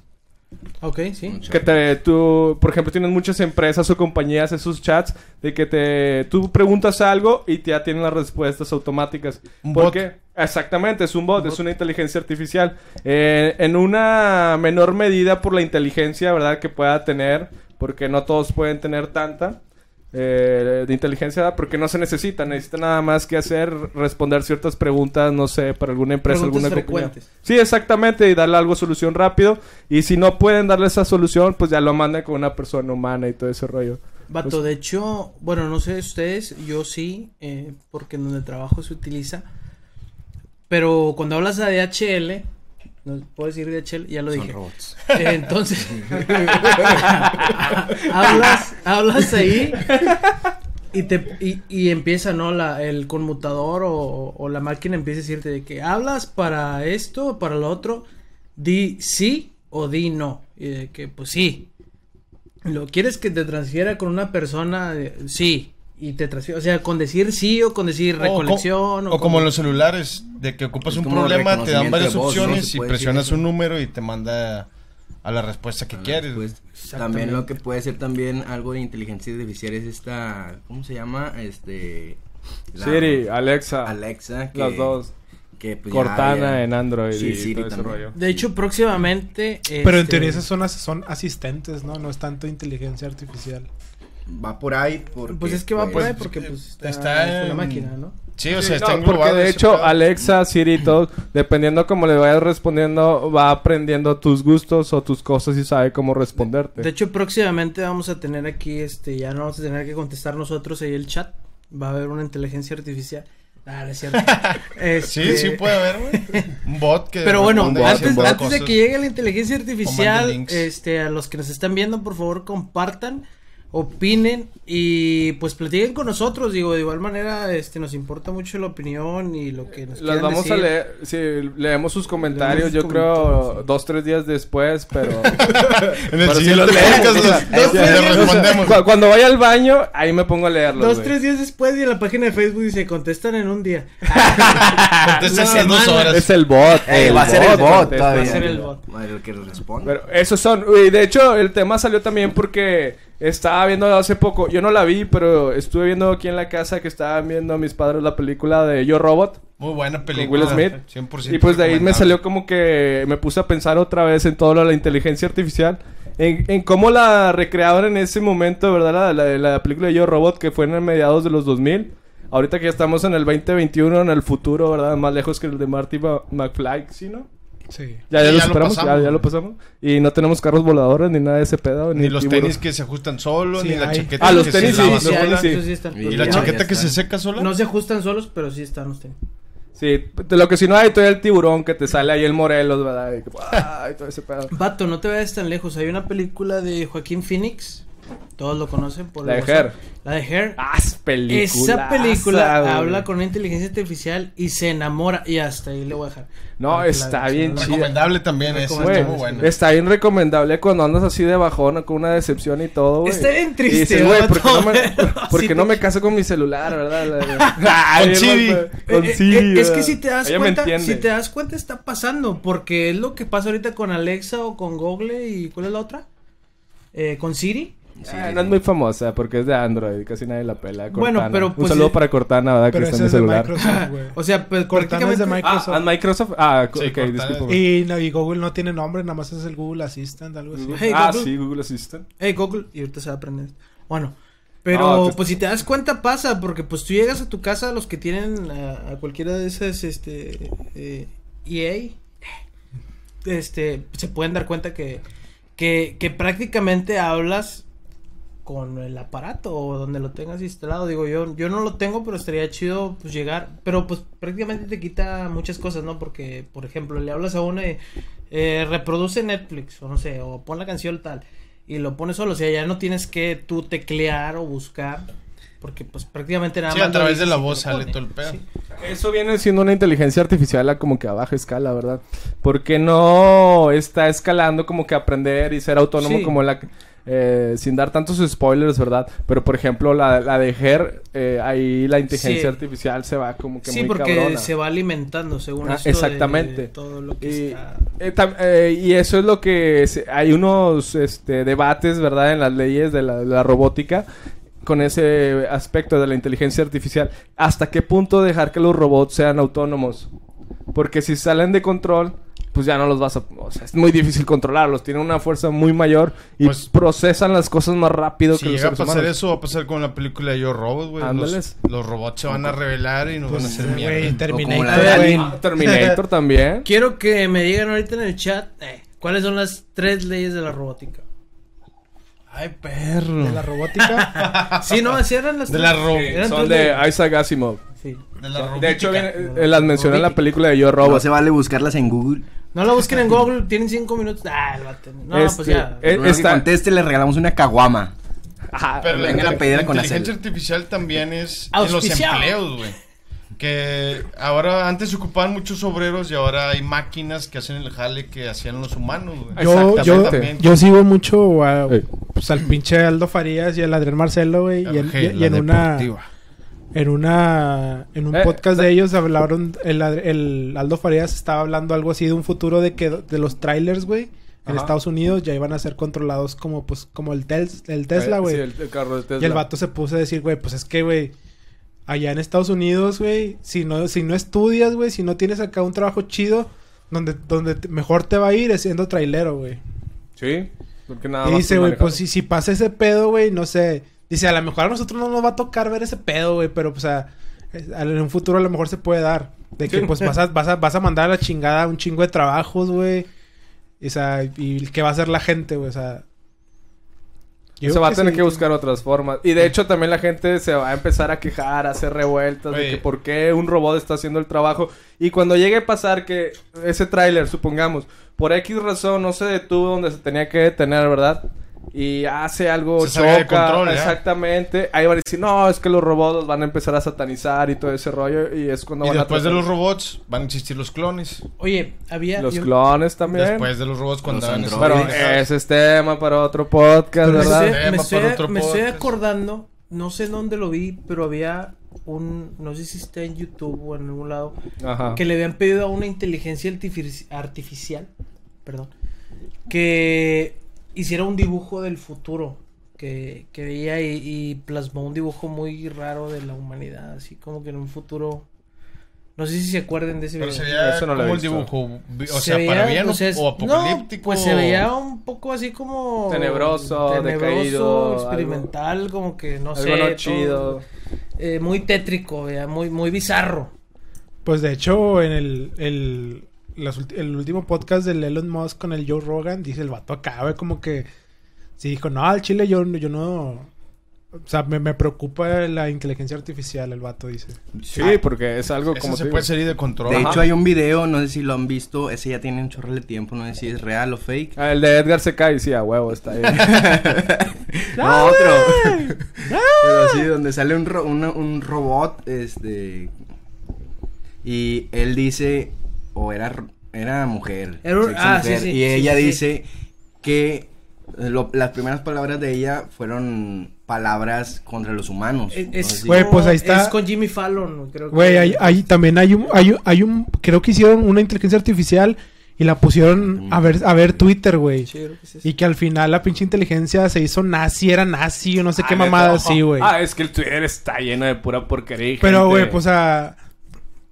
S4: Ok, sí.
S2: Que te, tú, por ejemplo, tienes muchas empresas o compañías en sus chats de que te, tú preguntas algo y te ya tienen las respuestas automáticas.
S3: Un bot.
S2: Porque, exactamente, es un bot, es una inteligencia artificial. Eh, en una menor medida por la inteligencia, ¿verdad? Que pueda tener, porque no todos pueden tener tanta. eh, de inteligencia ¿verdad? porque no se necesita necesita nada más que hacer responder ciertas preguntas no sé para alguna empresa
S4: Preguntas
S2: alguna compañía
S4: frecuentes.
S2: Sí, exactamente, y darle algo solución rápido. Y si no pueden darle esa solución, pues ya lo mandan con una persona humana y todo ese rollo.
S4: Vato, de hecho, bueno, no sé ustedes, yo sí, eh, porque en donde trabajo se utiliza. Pero cuando hablas a DHL, ¿no puedo decir DHL? Ya lo dije.
S5: robots.
S4: Eh, entonces, hablas, hablas ahí y te y, y empieza, ¿no? La, el conmutador o, o la máquina empieza a decirte de que hablas para esto, para lo otro, di sí o di no. Y de que pues sí. ¿Lo quieres que te transfiera con una persona? Eh, Sí. Y te transfiera, o sea, con decir sí o con decir
S3: O co-
S4: recolección.
S3: O, como en los celulares, de que ocupas
S5: Es
S3: un
S5: como
S3: problema, te dan
S5: reconocimiento
S3: varias
S5: de voz, ¿no?
S3: opciones y
S5: Se puede decir
S3: presionas
S5: eso.
S3: un número y te manda a la respuesta que quieres.
S5: Pues, también lo que puede ser también algo de inteligencia artificial es esta, ¿cómo se llama? Este... la-
S2: Siri, Alexa,
S5: Alexa. que-
S2: las dos.
S5: Que, pues, ya-
S2: Cortana
S5: ya-
S2: en Android
S5: Sí,
S2: y
S5: Siri
S2: todo ese
S5: también.
S2: rollo.
S4: De hecho, próximamente.
S6: Pero en
S4: este,
S6: teoría esas son, as- son asistentes, ¿no? No es tanto inteligencia artificial.
S5: Va por ahí porque...
S4: Pues es que va por ahí
S5: pues,
S4: porque pues está,
S3: está
S4: es una
S3: en-
S4: máquina, ¿no?
S3: Sí, o
S2: Sí,
S3: sea,
S2: no,
S3: está
S2: porque
S3: englobado
S2: de
S3: ese
S2: hecho
S3: pedo.
S2: Alexa, Siri y todo, dependiendo cómo le vayas respondiendo, va aprendiendo tus gustos o tus cosas y sabe cómo responderte.
S4: De hecho, próximamente vamos a tener aquí, este, ya no vamos a tener que contestar nosotros ahí el chat. Va a haber una inteligencia artificial. Ah, no es cierto.
S3: Sí,
S4: Este,
S3: sí puede haber, güey. Un bot que.
S4: Pero bueno,
S3: responde
S4: antes,
S3: diciendo
S4: antes de
S3: cosas.
S4: que llegue la inteligencia
S3: O mande
S4: artificial,
S3: links.
S4: este, a los que nos están viendo, por favor, compartan, opinen y pues platiquen con nosotros. Digo, de igual manera, este, nos importa mucho la opinión y lo que nos
S2: Las
S4: quieran
S2: vamos a
S4: decir.
S2: leer, sí, leemos sus comentarios,
S4: sus
S2: yo creo
S4: comentarios,
S2: dos, tres días después, pero...
S3: En el
S2: Pero sí
S3: siguiente
S2: los leemos,
S3: podcast
S2: o sea,
S3: los- los-
S2: ya-
S3: les
S2: ya-
S3: respondemos.
S2: cu- Cuando vaya al baño, ahí me pongo a leerlo.
S4: Dos, tres días después y en la página de Facebook dice, contestan en un día.
S3: Contestas en dos horas.
S2: Es el bot.
S5: Eh, va a ser el bot
S2: contesta.
S5: todavía.
S4: Va a ser el bot.
S5: El que responde.
S2: Pero esos son. Y de hecho, el tema salió también porque estaba viendo hace poco. Yo no la vi, pero estuve viendo aquí en la casa que estaban viendo mis padres la película de Yo Robot.
S3: Muy buena
S2: con
S3: película.
S2: Will Smith.
S3: 100%
S2: Y pues de ahí me
S3: recomendable.
S2: salió como que me puse a pensar otra vez en todo lo de la inteligencia artificial. En, en cómo la recrearon en ese momento, ¿verdad? La, la, la película de Yo Robot que fue en el mediados de los 2000. Ahorita que ya estamos en el 2021, en el futuro, ¿verdad? Más lejos que el de Marty Ma- McFly, ¿sí, no?
S6: Sí.
S2: Ya, ya, lo
S3: Sí, ya lo
S2: superamos, ya-
S3: pasamos.
S2: ya, lo pasamos. Y no tenemos carros voladores ni nada de ese pedo. Ni,
S3: Ni los
S2: tiburón.
S3: tenis que se ajustan solos,
S6: Sí,
S3: ni la
S6: hay.
S3: chaqueta
S2: Ah, los
S3: que
S2: tenis
S3: se
S2: sí,
S3: lava
S2: sí,
S3: sola,
S2: hay,
S4: hay,
S2: los sí.
S4: esos están.
S5: Y
S3: Y la
S5: Ya,
S3: chaqueta
S5: ya
S3: que se
S5: están.
S3: seca sola.
S4: No se ajustan solos, pero sí están ustedes.
S2: Sí, de lo que si no hay todavía el tiburón que te sale ahí el Morelos, ¿verdad? Y, que, ¡ay! todo ese pedo.
S4: Vato, no te vayas tan lejos. Hay una película de Joaquín Phoenix. Todos lo conocen por
S2: La
S4: el
S2: de
S4: WhatsApp.
S2: Her.
S4: La de Her.
S2: ¡Ah, es película!
S4: Esa película habla con una inteligencia artificial y se enamora. Y hasta ahí le voy a dejar.
S2: No,
S4: Para que la-
S2: está bien
S4: se-
S2: chida.
S3: Recomendable también, es
S4: Recomendable,
S3: muy
S4: sí.
S3: bueno.
S2: Está bien recomendable cuando andas así de bajón, con una decepción y todo, güey.
S4: Está bien
S2: Y
S4: triste,
S2: dices, güey, ¿por qué no me,
S4: vato,
S2: por- por
S4: sí
S2: qué no
S4: te-
S2: me caso con mi celular, verdad? La- la- Ay,
S3: Con Siri.
S2: hermano,
S4: Eh,
S2: Con
S4: eh,
S2: Siri,
S4: eh, es que
S2: ¿verdad?
S4: si te das
S2: Ella me
S4: cuenta,
S2: entiende.
S4: si te das cuenta está pasando, porque es lo que pasa ahorita con Alexa o con Google y ¿cuál es la otra? Eh, con Siri.
S2: Ah, no es muy famosa porque es de Android, casi nadie la pela.
S4: Bueno,
S2: Cortana.
S4: pero,
S2: Un
S4: pues,
S2: saludo
S4: eh,
S2: para Cortana, ¿verdad?
S6: Pero
S2: Ah, que está
S6: ese
S2: en mi
S6: es de
S2: celular.
S6: Microsoft, güey.
S4: O sea, pues
S6: Cortana es de
S4: prácticamente-
S2: Ah,
S6: Microsoft.
S2: ¿a Microsoft. Ah, co-
S3: Sí,
S2: ok,
S3: Cortana.
S2: disculpa.
S6: y, no- y Google no tiene nombre, nada más es el Google Assistant, algo así.
S4: pues, Hey,
S2: ah,
S4: Google.
S2: sí, Google Assistant.
S4: Hey Google, y ahorita se va a aprender. Bueno,
S2: No,
S4: pero
S2: te-
S4: pues si te das cuenta pasa, porque pues tú llegas a tu casa, los que tienen a, a cualquiera de esas, este, eh, EA, este, se pueden dar cuenta que, que, que prácticamente hablas con el aparato o donde lo tengas instalado. Digo, yo, yo no lo tengo, pero estaría chido pues llegar. Pero pues prácticamente te quita muchas cosas, ¿no? Porque, por ejemplo, le hablas a uno y eh, reproduce Netflix, o no sé, o pon la canción tal. Y lo pones solo, o sea, ya no tienes que tú teclear o buscar. Porque pues prácticamente nada
S3: Sí,
S4: más
S3: a
S4: lo
S3: través de
S4: dices
S3: la
S4: y te
S3: voz
S4: lo
S3: sale
S4: pone.
S3: todo el pedo.
S4: Sí.
S2: Eso viene siendo una inteligencia artificial a como que a baja escala, ¿verdad? Porque no está escalando como que aprender y ser autónomo
S4: Sí.
S2: como la... eh, sin dar tantos spoilers, ¿verdad? Pero por ejemplo, la, la de Her, eh, ahí la inteligencia
S4: Sí.
S2: artificial se va como que
S4: Sí,
S2: muy
S4: porque
S2: cabrona.
S4: se va alimentando según
S2: Ah,
S4: esto de-
S2: exactamente.
S4: de todo lo que
S2: Y,
S4: está...
S2: eh, tam- eh, y eso es lo que se- hay unos este, debates, ¿verdad? En las leyes de la, de la robótica con ese aspecto de la inteligencia artificial. ¿Hasta qué punto dejar que los robots sean autónomos? Porque si salen de control, pues ya no los vas a... o sea, es muy difícil controlarlos. Tienen una fuerza muy mayor y
S3: Pues-
S2: procesan las cosas más rápido que
S3: Si
S2: los
S3: llega a
S2: seres
S3: pasar
S2: humanos.
S3: eso, va a pasar con la película de Yo Robot, güey.
S2: Ándales. Pues,
S3: Los, los robots se van a revelar y nos van a hacer
S6: Pues,
S3: mierda.
S6: Güey,
S5: como la
S6: Terminator,
S5: de
S6: güey.
S5: Alien.
S2: Ah, Terminator también.
S4: Quiero que me digan ahorita en el chat eh, cuáles son las tres leyes de la robótica.
S3: Ay, perro.
S6: De la robótica.
S4: Sí, no, así eran las
S3: De
S4: tres.
S3: la ro-
S4: Eran
S2: Son
S4: tres
S2: de
S4: leyes.
S2: Isaac Asimov.
S4: Sí.
S3: De la
S2: De hecho,
S3: robótica.
S2: viene- eh, las mencioné en la película de Yo Robot.
S5: No se vale buscarlas en Google.
S4: No la busquen en Google, tienen cinco minutos. Ah, el vato. No,
S2: Este,
S4: pues ya.
S2: eh,
S5: El primero que
S2: está-
S5: conteste le regalamos una caguama.
S2: Ajá,
S3: Pero la,
S5: Vengan a
S3: inte-
S5: pedir a
S3: la
S5: Conacel.
S3: inteligencia artificial también es en los
S4: Auspiciado.
S3: empleos, güey. Que ahora, antes ocupaban muchos obreros y ahora hay máquinas que hacen el jale que hacían los humanos, güey.
S6: Yo,
S2: Exactamente.
S6: yo,
S3: También.
S6: yo sigo mucho a-
S2: Ey.
S6: pues, al pinche Aldo Farías y al Adrián Marcelo, güey. Y, en- y- y en
S4: Ah.
S6: una. En una. En un
S2: Eh,
S6: podcast de ellos hablaron. El, Adr- el Aldo Farías estaba hablando algo así de un futuro de que de los trailers, güey. En
S2: Ajá.
S6: Estados Unidos ya iban a ser controlados como pues como el, tel- el Tesla,
S2: Eh,
S6: güey.
S2: sí, el, el carro de Tesla.
S6: Y el vato se puso a decir, güey, pues es que, güey, allá en Estados Unidos, güey, si no, si no estudias, güey, si no tienes acá un trabajo chido, donde, donde te- mejor te va a ir es siendo trailero, güey.
S2: Sí. Porque nada
S6: Y
S2: más
S6: dice,
S2: tú
S6: güey,
S2: manejas.
S6: pues si, si pasa ese pedo, güey, no sé. Dice, a lo mejor a nosotros no nos va a tocar ver ese pedo, güey, pero pues a, a- en un futuro a lo mejor se puede dar. De que
S2: Sí.
S6: pues vas a, vas, a, vas a mandar a la chingada un chingo de trabajos, güey. Y, o sea, y qué va a hacer la gente, güey, o sea. yo
S2: se va a
S6: que
S2: tener
S6: sí.
S2: que buscar otras formas. Y de hecho, también la gente se va a empezar a quejar, a hacer revueltas de
S3: Oye.
S2: que por qué un robot está haciendo el trabajo. Y cuando llegue a pasar que ese tráiler, supongamos, por X razón no se detuvo donde se tenía que detener, ¿verdad? Y hace algo
S3: Se sale de
S2: choca,
S3: control, ¿eh?
S2: exactamente. Ahí van a decir, no, es que los robots los van a empezar a satanizar y todo ese rollo. Y es cuando
S3: y
S2: van
S3: después
S2: a
S3: de
S2: tratar-
S3: los robots van a existir los clones.
S4: Oye, había.
S2: los
S4: yo-
S2: clones también.
S3: Después de los robots cuando
S5: Los
S3: hagan
S5: androides.
S2: Pero eh,
S3: esas pendejadas.
S2: ese es este tema para otro podcast,
S4: me
S2: ¿verdad?
S4: estoy-
S3: Tema
S4: Me,
S3: para
S4: estoy,
S3: otro
S4: me estoy
S3: podcast.
S4: acordando, no sé dónde lo vi, pero había un. No sé si está en YouTube o en algún lado.
S2: Ajá.
S4: Que le habían pedido a una inteligencia artifici- artificial. Perdón. Que hiciera un dibujo del futuro. Que, que veía y, y plasmó un dibujo muy raro de la humanidad. Así como que en un futuro. No sé si se acuerden de ese
S3: Pero
S4: video.
S3: se veía
S2: Eso no lo he
S3: como el
S2: visto.
S3: dibujo. vi- O
S4: Se
S3: sea, para
S4: veía,
S3: bien o-
S4: pues, es-
S3: o
S4: no,
S3: apocalíptico.
S4: pues se veía un poco así como.
S2: Tenebroso, decaído,
S4: experimental, como que no
S2: Algo
S4: sé.
S2: no
S4: todo,
S2: chido.
S4: eh, muy tétrico, vea, muy, muy bizarro.
S6: Pues de hecho, en el, el, las ulti- el último podcast del Elon Musk con el Joe Rogan, dice el vato acá, güey, como que sí dijo, no, al Chile yo, yo no. O sea, me, me preocupa la inteligencia artificial, el vato dice.
S2: Sí, porque es algo
S3: Eso
S2: como
S3: se
S2: te
S3: puede
S2: digo.
S3: salir de control.
S5: De
S3: Ajá.
S5: hecho, hay un video, no sé si lo han visto, ese ya tiene un chorro de tiempo, no sé si es real o fake.
S2: Ah, El de Edgar se cae, sí, a huevo, está ahí.
S5: no, otro. Pero sí, donde sale un, ro- una- un robot, este. Y él dice, o era, r- era mujer.
S4: Era un-
S5: sexo
S4: ah, sí, sí,
S5: y
S4: sí,
S5: ella
S4: sí, sí.
S5: dice que lo- las primeras palabras de ella fueron palabras contra los humanos.
S4: Es-
S5: ¿no?
S4: es
S5: Sí.
S6: Güey,
S4: como-
S6: pues ahí está.
S4: Es con Jimmy Fallon, creo que.
S6: Güey, hay, hay- también hay un, hay, un- hay un. Creo que hicieron una inteligencia artificial y la pusieron a ver, a ver Twitter, güey.
S4: Sí, creo que es ese.
S6: Y que al final la pinche inteligencia se hizo nazi, era nazi, o no sé qué
S2: Ah,
S6: mamada
S2: neta.
S6: así, güey.
S2: Ah, es que el Twitter está lleno de pura porquería. y
S6: Pero,
S2: gente-
S6: güey, pues a.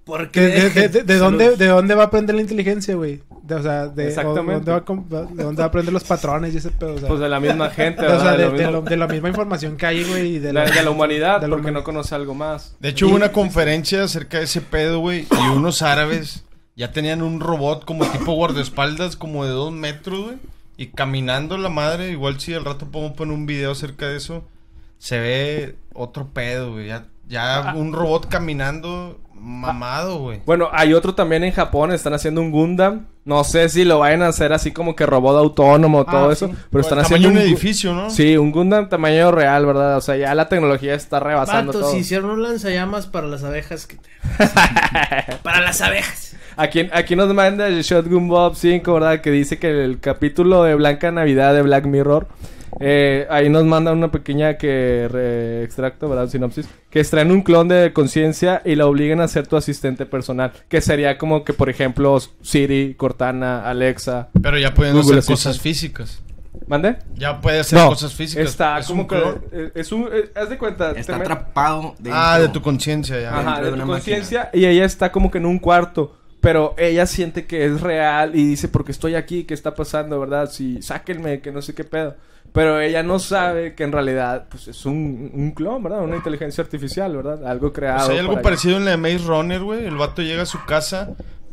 S4: Porque
S6: ¿Qué- de, de- de- de
S4: se
S6: dónde,
S4: los-
S6: ¿De dónde va a aprender la inteligencia, güey? De- o sea, de, o-
S2: Exactamente.
S6: dónde va a com- va- de dónde va a aprender los patrones y ese pedo? O sea,
S2: Pues de la misma gente,
S6: o
S2: ¿verdad?
S6: sea, de,
S2: lo
S6: de
S2: mismo-
S6: lo- de la misma información que hay, güey. y
S2: de
S6: De
S2: la, de la humanidad,
S6: de la
S2: porque
S6: humanidad.
S2: no conoce algo más.
S3: De hecho, hubo una conferencia acerca de ese pedo, güey, y unos árabes ya tenían un robot como tipo guardaespaldas, como de dos metros, güey, y caminando la madre, igual si al rato pongo poner un video acerca de
S4: Ah.
S3: eso, se ve otro pedo, güey, ya, ya un robot caminando mamado, güey.
S2: Bueno, hay otro también en Japón, están haciendo un Gundam. No sé si lo vayan a hacer así como que robot autónomo,
S6: Ah,
S2: todo eso, pero están
S3: Tamaño
S2: haciendo
S3: un
S2: Gu-
S3: edificio, ¿no?
S2: Sí, un Gundam tamaño real, ¿verdad? O sea, ya la tecnología está rebasando
S4: Patos,
S2: todo.
S4: hicieron un lanzallamas para las abejas. que te- para las abejas.
S2: Aquí, aquí nos manda el Shotgun Bob 5, ¿verdad? Que dice que el capítulo de Blanca Navidad de Black Mirror. eh, ahí nos manda una pequeña que re- extracto, ¿verdad? Sinopsis. Que extraen un clon de conciencia y la obligan a ser tu asistente personal. Que sería como que, por ejemplo, Siri, Cortana, Alexa.
S3: Pero ya pueden hacer
S2: Google
S3: cosas
S2: Assistant.
S3: físicas.
S2: ¿Mande?
S3: Ya puede hacer
S2: No,
S3: cosas físicas.
S2: Está
S3: Es
S2: como
S3: un
S2: que.
S3: clon.
S2: eh, Es un. eh, haz de cuenta.
S5: Está
S2: te met-
S5: atrapado
S3: Ah, de tu
S5: dentro.
S3: conciencia ya.
S2: Ajá,
S5: dentro
S2: de
S5: de
S2: tu
S5: una máquina.
S2: conciencia y ella está como que en un cuarto, pero ella siente que es real y dice, porque estoy aquí, ¿qué está pasando, verdad? Si sáquenme, que no sé qué pedo. Pero ella no sabe que en realidad pues, es un, un clon, ¿verdad? Una inteligencia artificial, ¿verdad? Algo
S3: O
S2: creado.
S3: sea, hay algo
S2: para-
S3: parecido en la de Maze Runner, güey. El vato llega a su casa,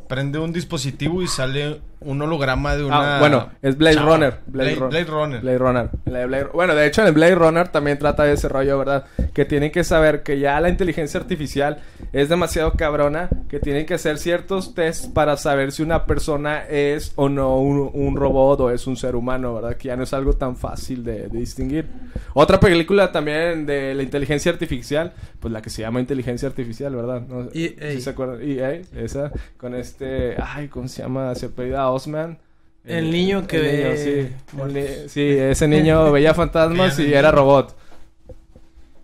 S3: prende un dispositivo y sale un holograma de una.
S2: Ah, bueno, es Blade
S3: chava.
S2: Runner.
S3: Blade,
S2: Runner.
S3: Blade Runner.
S2: Blade Runner. La de Blade Ru- Bueno, de hecho, en el Blade Runner también trata de ese rollo, ¿verdad? Que tienen que saber que ya la inteligencia artificial es demasiado cabrona, que tienen que hacer ciertos tests para saber si una persona es o no un, un robot o es un ser humano, ¿verdad? Que ya no es algo tan fácil de, de distinguir. Otra película también de la inteligencia artificial, pues la que se llama Inteligencia Artificial, ¿verdad? No,
S4: EA.
S2: ¿sí se acuerdan? EA, esa, con este, ay, ¿cómo se llama? Se apellida Osman.
S4: El niño que
S2: niño,
S4: ve
S2: sí. El
S4: muertos.
S2: ni- sí, ese niño veía fantasmas y era robot.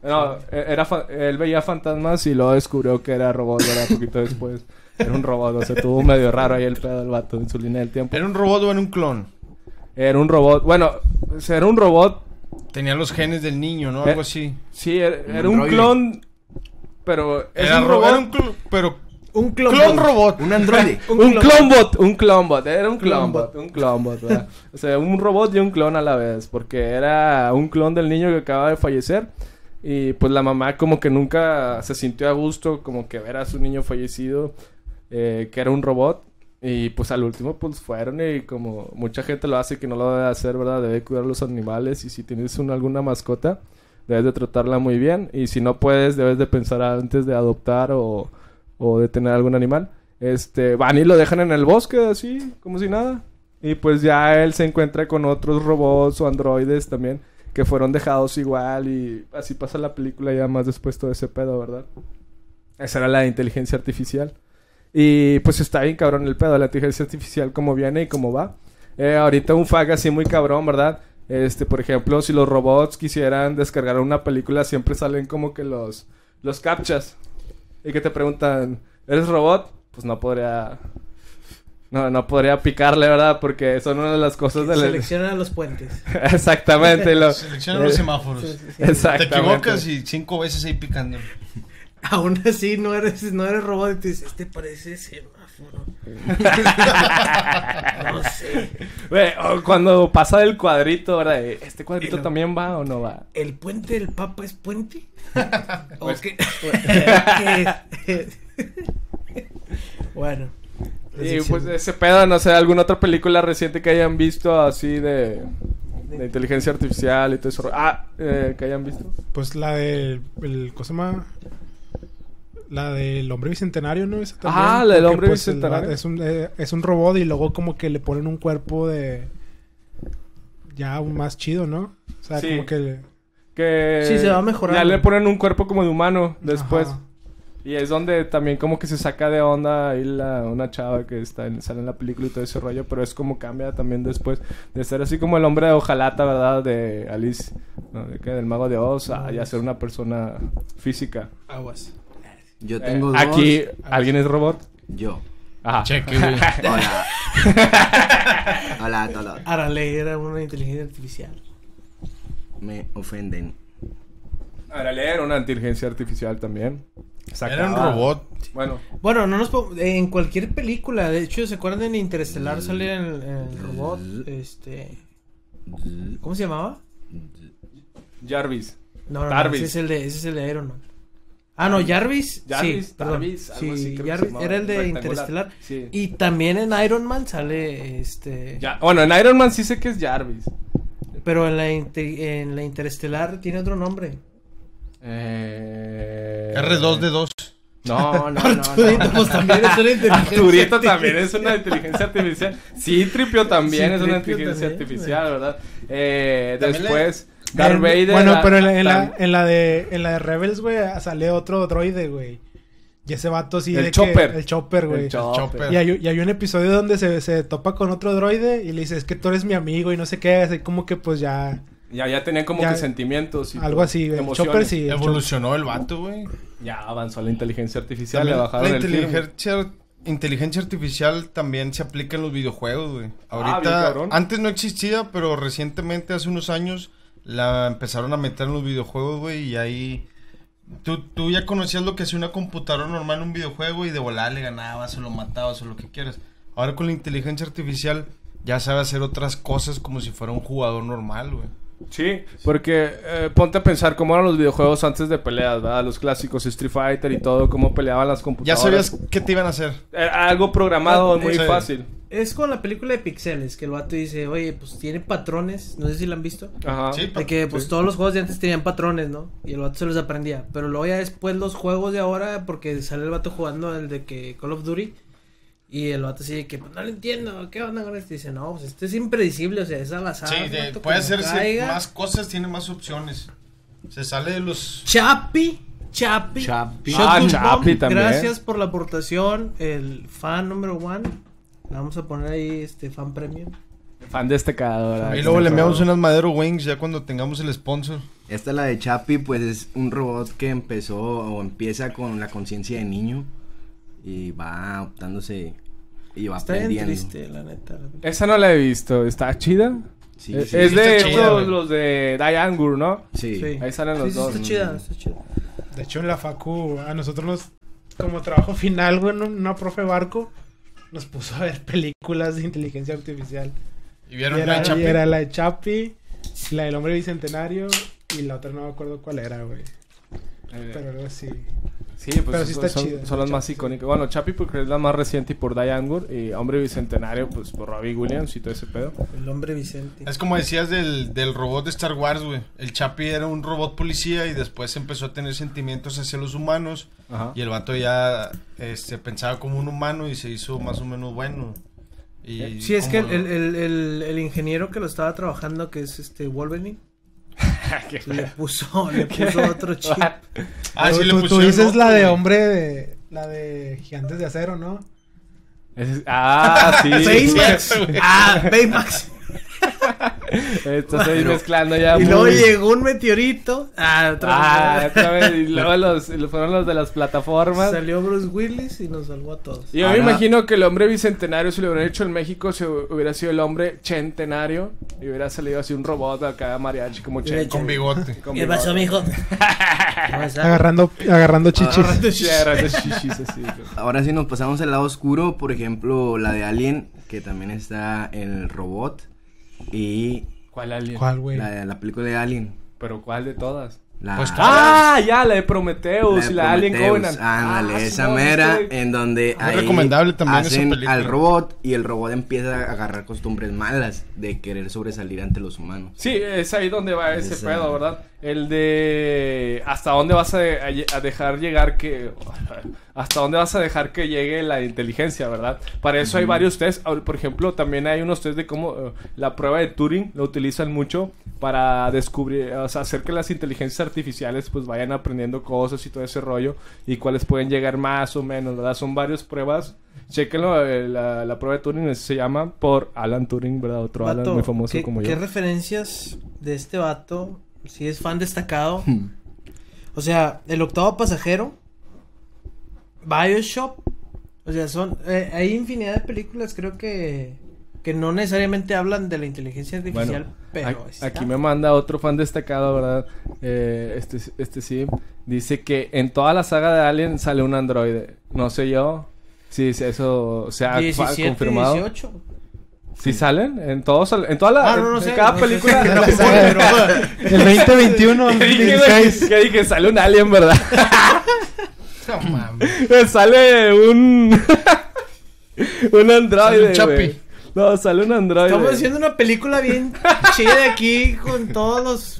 S2: No, e- era fa- él veía fantasmas y luego descubrió que era robot, ¿verdad? Poquito después. Era un robot, o sea, tuvo medio raro ahí el pedo del vato en su línea del tiempo.
S3: ¿Era un robot o era un clon?
S2: Era un robot, bueno, o sea, era un robot,
S3: Tenía los genes del niño, ¿no?
S2: Eh,
S3: Algo así.
S2: sí, era, era
S5: Un
S2: un
S5: androide.
S2: clon, pero es
S3: Era
S2: un
S3: ro-
S2: robot.
S3: era un clon, pero.
S4: Un clon.
S3: Clon robot.
S5: Un androide.
S2: Un clonbot, un clonbot, era un
S4: Clonbot.
S2: clonbot, un clonbot, ¿verdad? O sea, un robot y un clon a la vez, porque era un clon del niño que acaba de fallecer y pues la mamá como que nunca se sintió a gusto, como que ver a su niño fallecido, eh, que era un robot. Y pues al último pues fueron y como mucha gente lo hace que no lo debe hacer, ¿verdad? Debe cuidar los animales y si tienes un- alguna mascota debes de tratarla muy bien y si no puedes debes de pensar antes de adoptar o, o de tener algún animal. Este, van y lo dejan en el bosque así, como si nada. Y pues ya él se encuentra con otros robots o androides también que fueron dejados igual y así pasa la película ya más después todo ese pedo, ¿verdad? Esa era la de inteligencia artificial. Y pues está bien cabrón el pedo, la inteligencia artificial como viene y cómo va. Eh, ahorita un fag así muy cabrón, ¿verdad? Este, por ejemplo, si los robots quisieran descargar una película, siempre salen como que los, los captchas. Y que te preguntan, ¿eres robot? Pues no podría... No, no podría picarle, ¿verdad? Porque son una de las cosas de la...
S4: Selecciona los puentes.
S2: Exactamente. Lo... eh,
S3: Selecciona los
S6: Pues,
S3: semáforos. Te
S2: Exactamente.
S3: equivocas y cinco veces ahí picando.
S4: Aún así no eres, no eres robot y te dices, este parece semáforo. no sé.
S2: Güey, o cuando pasa del cuadrito, ¿verdad? Eh, ¿Este cuadrito también va o no va?
S4: ¿El puente del Papa es puente?
S6: Pues,
S4: ¿O qué? ¿Qué es? bueno.
S2: Y pues ese pedo, no sé, alguna otra película reciente que hayan visto así de, de inteligencia artificial y todo eso. Ah, eh, que hayan visto.
S6: Pues la del. El, ¿Cómo se llama? La del hombre bicentenario, ¿no? Esa también,
S2: Ah, la del
S6: porque,
S2: hombre
S6: pues, el
S2: bicentenario.
S6: vato es, un, eh, es un robot y luego, como que le ponen un cuerpo de. Ya aún más chido, ¿no? O sea,
S2: Sí.
S6: como que.
S2: Que
S4: Sí, se va mejorando.
S2: Ya le ponen un cuerpo como de humano después.
S6: Ajá.
S2: Y es donde también como que se saca de onda ahí la, una chava que está en, sale en la película y todo ese rollo, pero es como cambia también después de ser así como el hombre de Ojalata, ¿verdad? De Alice, ¿no? ¿De qué? Del mago de Oz, a ya ser una persona física.
S4: Aguas.
S5: Yo
S2: Eh,
S5: tengo dos.
S2: aquí, ¿alguien es robot?
S5: Yo.
S2: Ajá.
S3: Cheque, güey.
S5: Hola. Hola a todos.
S4: Arale era una inteligencia artificial.
S5: Me ofenden.
S2: Ahora leer una inteligencia artificial también.
S3: Era un
S2: Sacaba-
S3: robot.
S2: Bueno,
S4: Bueno, no nos po- en cualquier película, de hecho, ¿se acuerdan de Interestelar? Sale el, el robot, este... ¿Cómo se llamaba?
S2: Jarvis.
S4: No, no, no,
S2: Tarvis.
S4: ese es el de, ese es el de Aeronaut. Ah, no, Jarvis.
S2: Jarvis,
S4: sí, perdón.
S2: Tarvis, algo
S4: Sí,
S2: así creo que se
S4: Jarvis,
S2: llamaba,
S4: era el de
S2: rectangular.
S4: Interestelar.
S2: Sí.
S4: Y también en Iron Man sale este.
S2: Ya- bueno, en Iron Man sí sé que es Jarvis.
S4: Pero en la, inter- en la Interestelar tiene otro nombre.
S2: Eh,
S3: R2D2.
S2: No, no, no.
S4: Arturito,
S2: no.
S4: pues también es una inteligencia
S2: Arturito
S4: artificial.
S2: también es una inteligencia artificial. Sí, Tripio también es una
S4: Citripio
S2: inteligencia
S4: también,
S2: artificial, ¿verdad? Eh,
S3: También la-
S2: después, Darth
S6: En-
S2: Vader.
S6: Bueno,
S2: la-
S6: pero en la, en, la,
S2: tam-
S6: en la de, en la de Rebels, güey, sale otro droide, güey. Y ese vato sí.
S2: El
S6: de que-
S2: Chopper.
S6: el Chopper, güey.
S2: el Chopper.
S3: Chopper.
S6: Y hay, y hay un episodio donde se, se topa con otro droide y le dice, es que tú eres mi amigo y no sé qué. Así como que pues ya...
S2: Ya, ya tenían como
S6: Ya-
S2: que sentimientos. Y
S6: algo
S2: todo,
S6: así, güey. El
S2: emociones.
S6: Chopper sí. el
S3: Evolucionó el vato, güey.
S2: Ya avanzó la inteligencia artificial,
S3: También
S2: le bajaron
S3: la
S2: el film.
S3: inteligencia, inteligencia artificial también se aplica en los videojuegos, güey.
S2: bien
S3: Ahorita,
S2: cabrón.
S3: antes no existía, pero recientemente, hace unos años, la empezaron a meter en los videojuegos, güey, y ahí... Tú, tú ya conocías lo que hacía una computadora normal en un videojuego y de volar le ganabas o lo matabas o lo que quieras. Ahora con la inteligencia artificial ya sabe hacer otras cosas como si fuera un jugador normal, güey.
S2: Sí, porque eh, ponte a pensar cómo eran los videojuegos antes de peleas, ¿verdad? Los clásicos Street Fighter y todo, cómo peleaban las
S3: Ya
S2: computadoras.
S3: sabías qué te iban a hacer.
S2: Era algo
S6: Ah,
S2: programado
S3: Sí.
S2: muy fácil.
S4: Es con la película de Pixeles, que el vato dice, oye, pues tiene patrones, no sé si la han visto.
S2: Ajá.
S3: Sí,
S4: De que pues todos los juegos de antes tenían patrones, ¿no? Y el vato se los aprendía. Pero luego ya después los juegos de ahora, porque sale el vato jugando el de que Call of Duty. Y el vato así de que pues, no lo entiendo, ¿qué onda con este? Y dice, no, pues este es impredecible, o sea, es al azar.
S3: Sí, de-
S4: vato,
S3: puede
S4: como
S3: hacer si-
S4: caiga".
S3: más cosas, tiene más opciones. Se sale de los.
S4: Chapi, Chapi.
S5: Chapi.
S4: Shotgun
S2: Ah,
S4: Bomb,
S2: Chapi también.
S4: Gracias por la aportación, el fan número one. Le vamos a poner ahí este fan premium.
S2: Fan este destacadora.
S3: Y luego le enviamos unas Madero Wings ya cuando tengamos el sponsor.
S5: Esta la de Chapi, pues es un robot que empezó o empieza con la conciencia de niño y va optándose y va
S4: Está bien
S5: aprendiendo.
S4: triste, la neta. la película.
S2: Esa no la he visto. ¿Está chida?
S5: Sí,
S4: Eh,
S2: es
S5: sí,
S2: es
S5: sí,
S2: de
S3: está chida,
S2: estos,
S3: güey.
S2: los de Die Angur, ¿no?
S5: sí.
S4: Sí.
S2: Ahí salen
S4: Sí,
S2: los
S4: sí,
S2: dos.
S4: está chida, está chida.
S6: De hecho, en la facu, a nosotros nos... Como trabajo final, güey, en una profe barco nos puso a ver películas de inteligencia artificial.
S3: Y
S6: Y
S3: vieron
S6: era,
S3: la
S6: y
S3: Chapi.
S6: era la de Chapi, la del hombre bicentenario y la otra no me acuerdo cuál era, güey. Pero algo así.
S2: Eh, Sí, pues
S6: Pero sí
S2: son-
S6: está
S2: son,
S6: chida.
S2: son las más icónicas. Bueno, Chapi porque es la más reciente y por Die Angur. Y Hombre Bicentenario, pues por Robbie Williams y todo ese pedo.
S4: El hombre Vicente.
S3: Es como decías del, del robot de Star Wars, güey. El Chapi era un robot policía y después empezó a tener sentimientos hacia los humanos.
S2: Ajá.
S3: Y el vato ya este, pensaba como un humano y se hizo más o menos bueno. Y
S4: Sí, es que el,
S3: como-
S4: el, el, el- el ingeniero que lo estaba trabajando, que es este Wolverine, le puso, le puso otro chip.
S3: Ah,
S6: Tú-
S3: sí, le
S6: tú, tú
S3: pusieron
S6: dices
S3: otro,
S6: la de
S3: güey.
S6: hombre de... La de gigantes de acero, ¿no?
S2: Es- ah, sí.
S4: Baymax. ah, Baymax.
S2: Estás ahí mezclando ya.
S4: Y luego
S2: movies.
S4: llegó un meteorito. Ah, otra
S2: Ah,
S4: vez.
S2: otra vez. Y luego los, fueron los de las plataformas.
S4: Salió Bruce Willis y nos salvó a todos.
S2: Y yo me
S5: Ahora-
S2: imagino que el hombre bicentenario, si lo hubieran hecho en México, se hubiera sido el hombre centenario. Y hubiera salido así un robot acá mariachi como Chen.
S3: Con bigote.
S2: con
S4: ¿Qué
S2: bigote.
S4: pasó, mijo? ¿Qué pasó?
S6: Agarrando, agarrando chichis.
S2: Sí, agarrando chichis así.
S5: Ahora sí nos pasamos al lado oscuro, por ejemplo, la de Alien, que también está el robot y
S2: ¿Cuál alien?
S6: ¿Cuál, güey?
S5: la, de- la película de Alien.
S2: ¿Pero cuál de todas?
S5: La,
S3: Pues,
S5: la
S2: ¡Ah! Ya, la de Prometheus
S5: de
S2: y la Alien
S5: Prometheus.
S2: Covenant.
S5: Ándale,
S2: Ah, sí,
S5: esa
S2: no,
S5: mera
S2: viste.
S5: en donde
S3: Muy recomendable también esa
S5: hacen
S3: película.
S5: al robot y el robot empieza a agarrar costumbres malas de querer sobresalir ante los humanos.
S2: Sí, es ahí donde va ese
S5: Esa.
S2: pedo, ¿verdad? El de hasta dónde vas a, de- a lle- a dejar llegar que hasta dónde vas a dejar que llegue la inteligencia, ¿verdad? Para eso hay varios test, Ahor- por ejemplo, también hay unos test de cómo eh, la prueba de Turing lo utilizan mucho para descubrir, o sea, hacer que las inteligencias artificiales pues vayan aprendiendo cosas y todo ese rollo y cuáles pueden llegar más o menos, ¿verdad? Son varias pruebas. Chequenlo, eh, la, la prueba de Turing eh, se llama por Alan Turing, ¿verdad? Otro
S4: Vato,
S2: Alan muy famoso
S4: ¿qué,
S2: como yo.
S4: ¿Qué referencias de este vato? Si es fan destacado.
S5: Hmm.
S4: o sea, el octavo pasajero. Bioshock. O sea, son. eh, hay infinidad de películas, creo que. Que no necesariamente hablan de la inteligencia artificial, pero.
S2: a-
S4: está.
S2: aquí me manda otro fan destacado, ¿verdad? Eh, este, este sí. Dice que en toda la saga de Alien sale un androide. No sé yo si si eso se ha fa-
S4: 17,
S2: confirmado.
S4: 18.
S2: ¿Sí salen? En todos sal- en toda la
S4: Ah, no, no
S2: en
S4: sé,
S2: cada
S4: no sé.
S2: película.
S4: No
S6: sé, El 2021,
S2: Que dije, güey,
S6: 16.
S2: que dije, sale un alien, ¿verdad? Eh,
S3: No mames.
S2: sale un un androide,
S3: Sale un chapi.
S2: güey. No, sale un androide.
S4: Estamos haciendo una película bien chida aquí con todos los.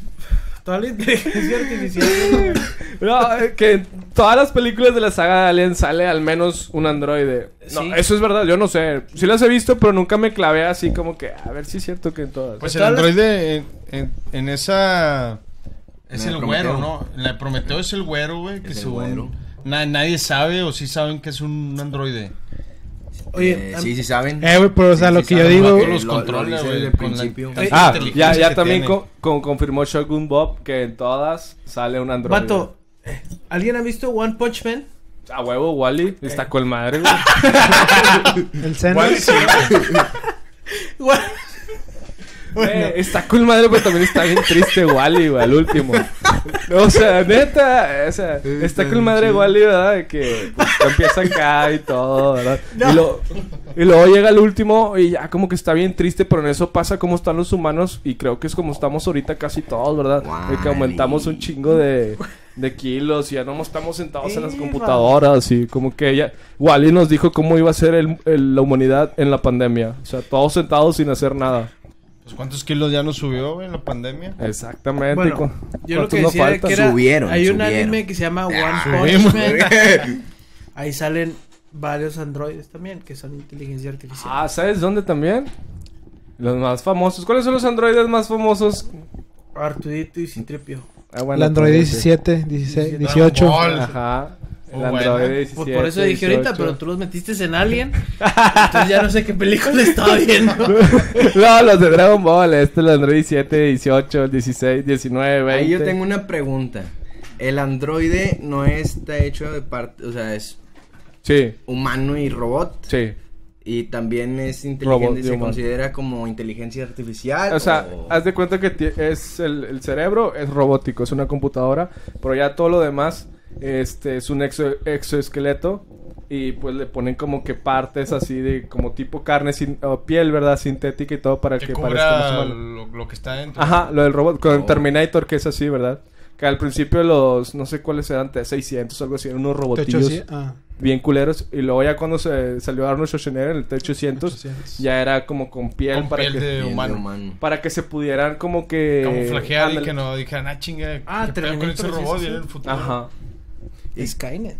S4: Toda la inteligencia artificial.
S2: No, eh, que en todas las películas de la saga de Alien sale al menos un androide. No,
S4: Sí.
S2: eso es verdad, yo no sé. Sí las he visto, pero nunca me clavé así como que, a ver si es cierto que en todas.
S3: Pues el
S4: Está la-
S3: androide en, en- en esa. Es
S5: En
S3: el
S5: la
S3: güero, ¿no?
S5: Prometeo.
S3: En La de Prometeo es el güero, güey. Que
S5: Es el
S3: según-
S5: güero.
S3: na- nadie sabe o sí saben que es un androide.
S4: Oye,
S5: Eh,
S4: a-
S5: sí, sí saben.
S6: Eh, güey, pero, o sea,
S5: Sí,
S6: lo
S5: sí
S6: que yo
S5: saben,
S6: digo-
S5: porque
S3: Los
S5: lo- lo
S3: controla,
S5: dice
S3: güey,
S5: desde el
S3: con la-
S5: principio.
S3: Eh,
S2: ah, ya,
S3: inteligencia
S2: ya
S3: que
S2: también
S3: tiene.
S2: co- con- confirmó Shogun Bob que en todas sale un androide.
S4: vato, eh, ¿alguien ha visto One Punch Man?
S2: A huevo, Wally. Está con madre, güey.
S6: El Senna.
S3: ¿Cuál sí, güey?
S2: Eh, está cool madre, pero también está bien triste Wally, güey, al último. O sea, neta, eh, o sea, está cool madre Wally, ¿verdad? De que pues, empieza acá y todo, ¿verdad? Y, lo- y luego llega el último y ya como que está bien triste, pero en eso pasa como están los humanos y creo que es como estamos ahorita casi todos, ¿verdad? De que aumentamos un chingo de, de kilos y ya no estamos sentados en las
S4: Eva.
S2: computadoras y como que ya... Wally nos dijo cómo iba a ser el- el- la humanidad en la pandemia. O sea, todos sentados sin hacer nada.
S3: Pues, ¿Cuántos kilos ya nos subió, güey, en la pandemia?
S2: Exactamente. cu-
S4: Bueno, yo lo
S2: ¿cuántos
S4: que
S2: no
S4: decía era
S2: faltan?
S4: que era,
S5: Subieron,
S4: hay un
S5: subieron.
S4: anime que se llama One Punch Man. Ahí salen varios androides también que son inteligencia artificial.
S2: Ah, ¿sabes dónde también? Los más famosos. ¿Cuáles son los androides más famosos?
S4: Artudito y Citripio.
S2: Ah, bueno,
S6: El Android
S2: también,
S6: 17, 16,
S4: Dragon
S6: 18.
S3: Ball.
S5: Ah,
S2: Ajá. El
S3: Oh,
S2: androide
S3: bueno.
S2: 17.
S4: Pues por eso dije ahorita,
S2: 18.
S4: pero tú los metiste en Alien. Entonces ya no sé qué película estaba viendo.
S2: no, los de Dragon Ball. Este, el androide 17, 18, 16, 19, 20.
S5: Ahí yo tengo una pregunta. El androide no está hecho de parte, o sea, es
S2: Sí,
S5: humano y robot.
S2: sí.
S5: Y también
S2: Robot
S5: es
S2: y
S5: inteligente, se
S2: humano.
S5: considera como inteligencia artificial.
S2: O sea,
S5: o-
S2: haz de cuenta que ti- es el, el cerebro es robótico, es una computadora, pero ya todo lo demás este es un exo- exoesqueleto y pues le ponen como que partes así de como tipo carne sin o piel, ¿verdad? Sintética y todo para que,
S3: Que
S2: parezca más
S3: cubra
S2: humano. Ah,
S3: lo, lo que está dentro.
S2: Ajá, lo del robot con
S5: Oh.
S2: Terminator que es así, ¿verdad? Que al principio los no sé cuáles eran, te- 600 o algo así, eran unos
S6: Techo
S2: robotillos
S6: sí, ah,
S2: bien culeros y luego ya cuando se salió Arnold Schwarzenegger en el T800
S6: 800.
S2: ya era como con piel
S3: Con
S2: para
S3: piel
S2: que
S3: de
S5: bien de
S3: humano.
S5: humano.
S2: para que se pudieran como que...
S3: Camuflajear y
S2: ándale.
S3: que no dijeran, ah, chinga.
S4: Ah,
S3: ¿qué pedo con ese
S4: Terminator sí es
S3: robot
S4: así.
S3: y en el futuro.
S2: Ajá.
S4: Skynet.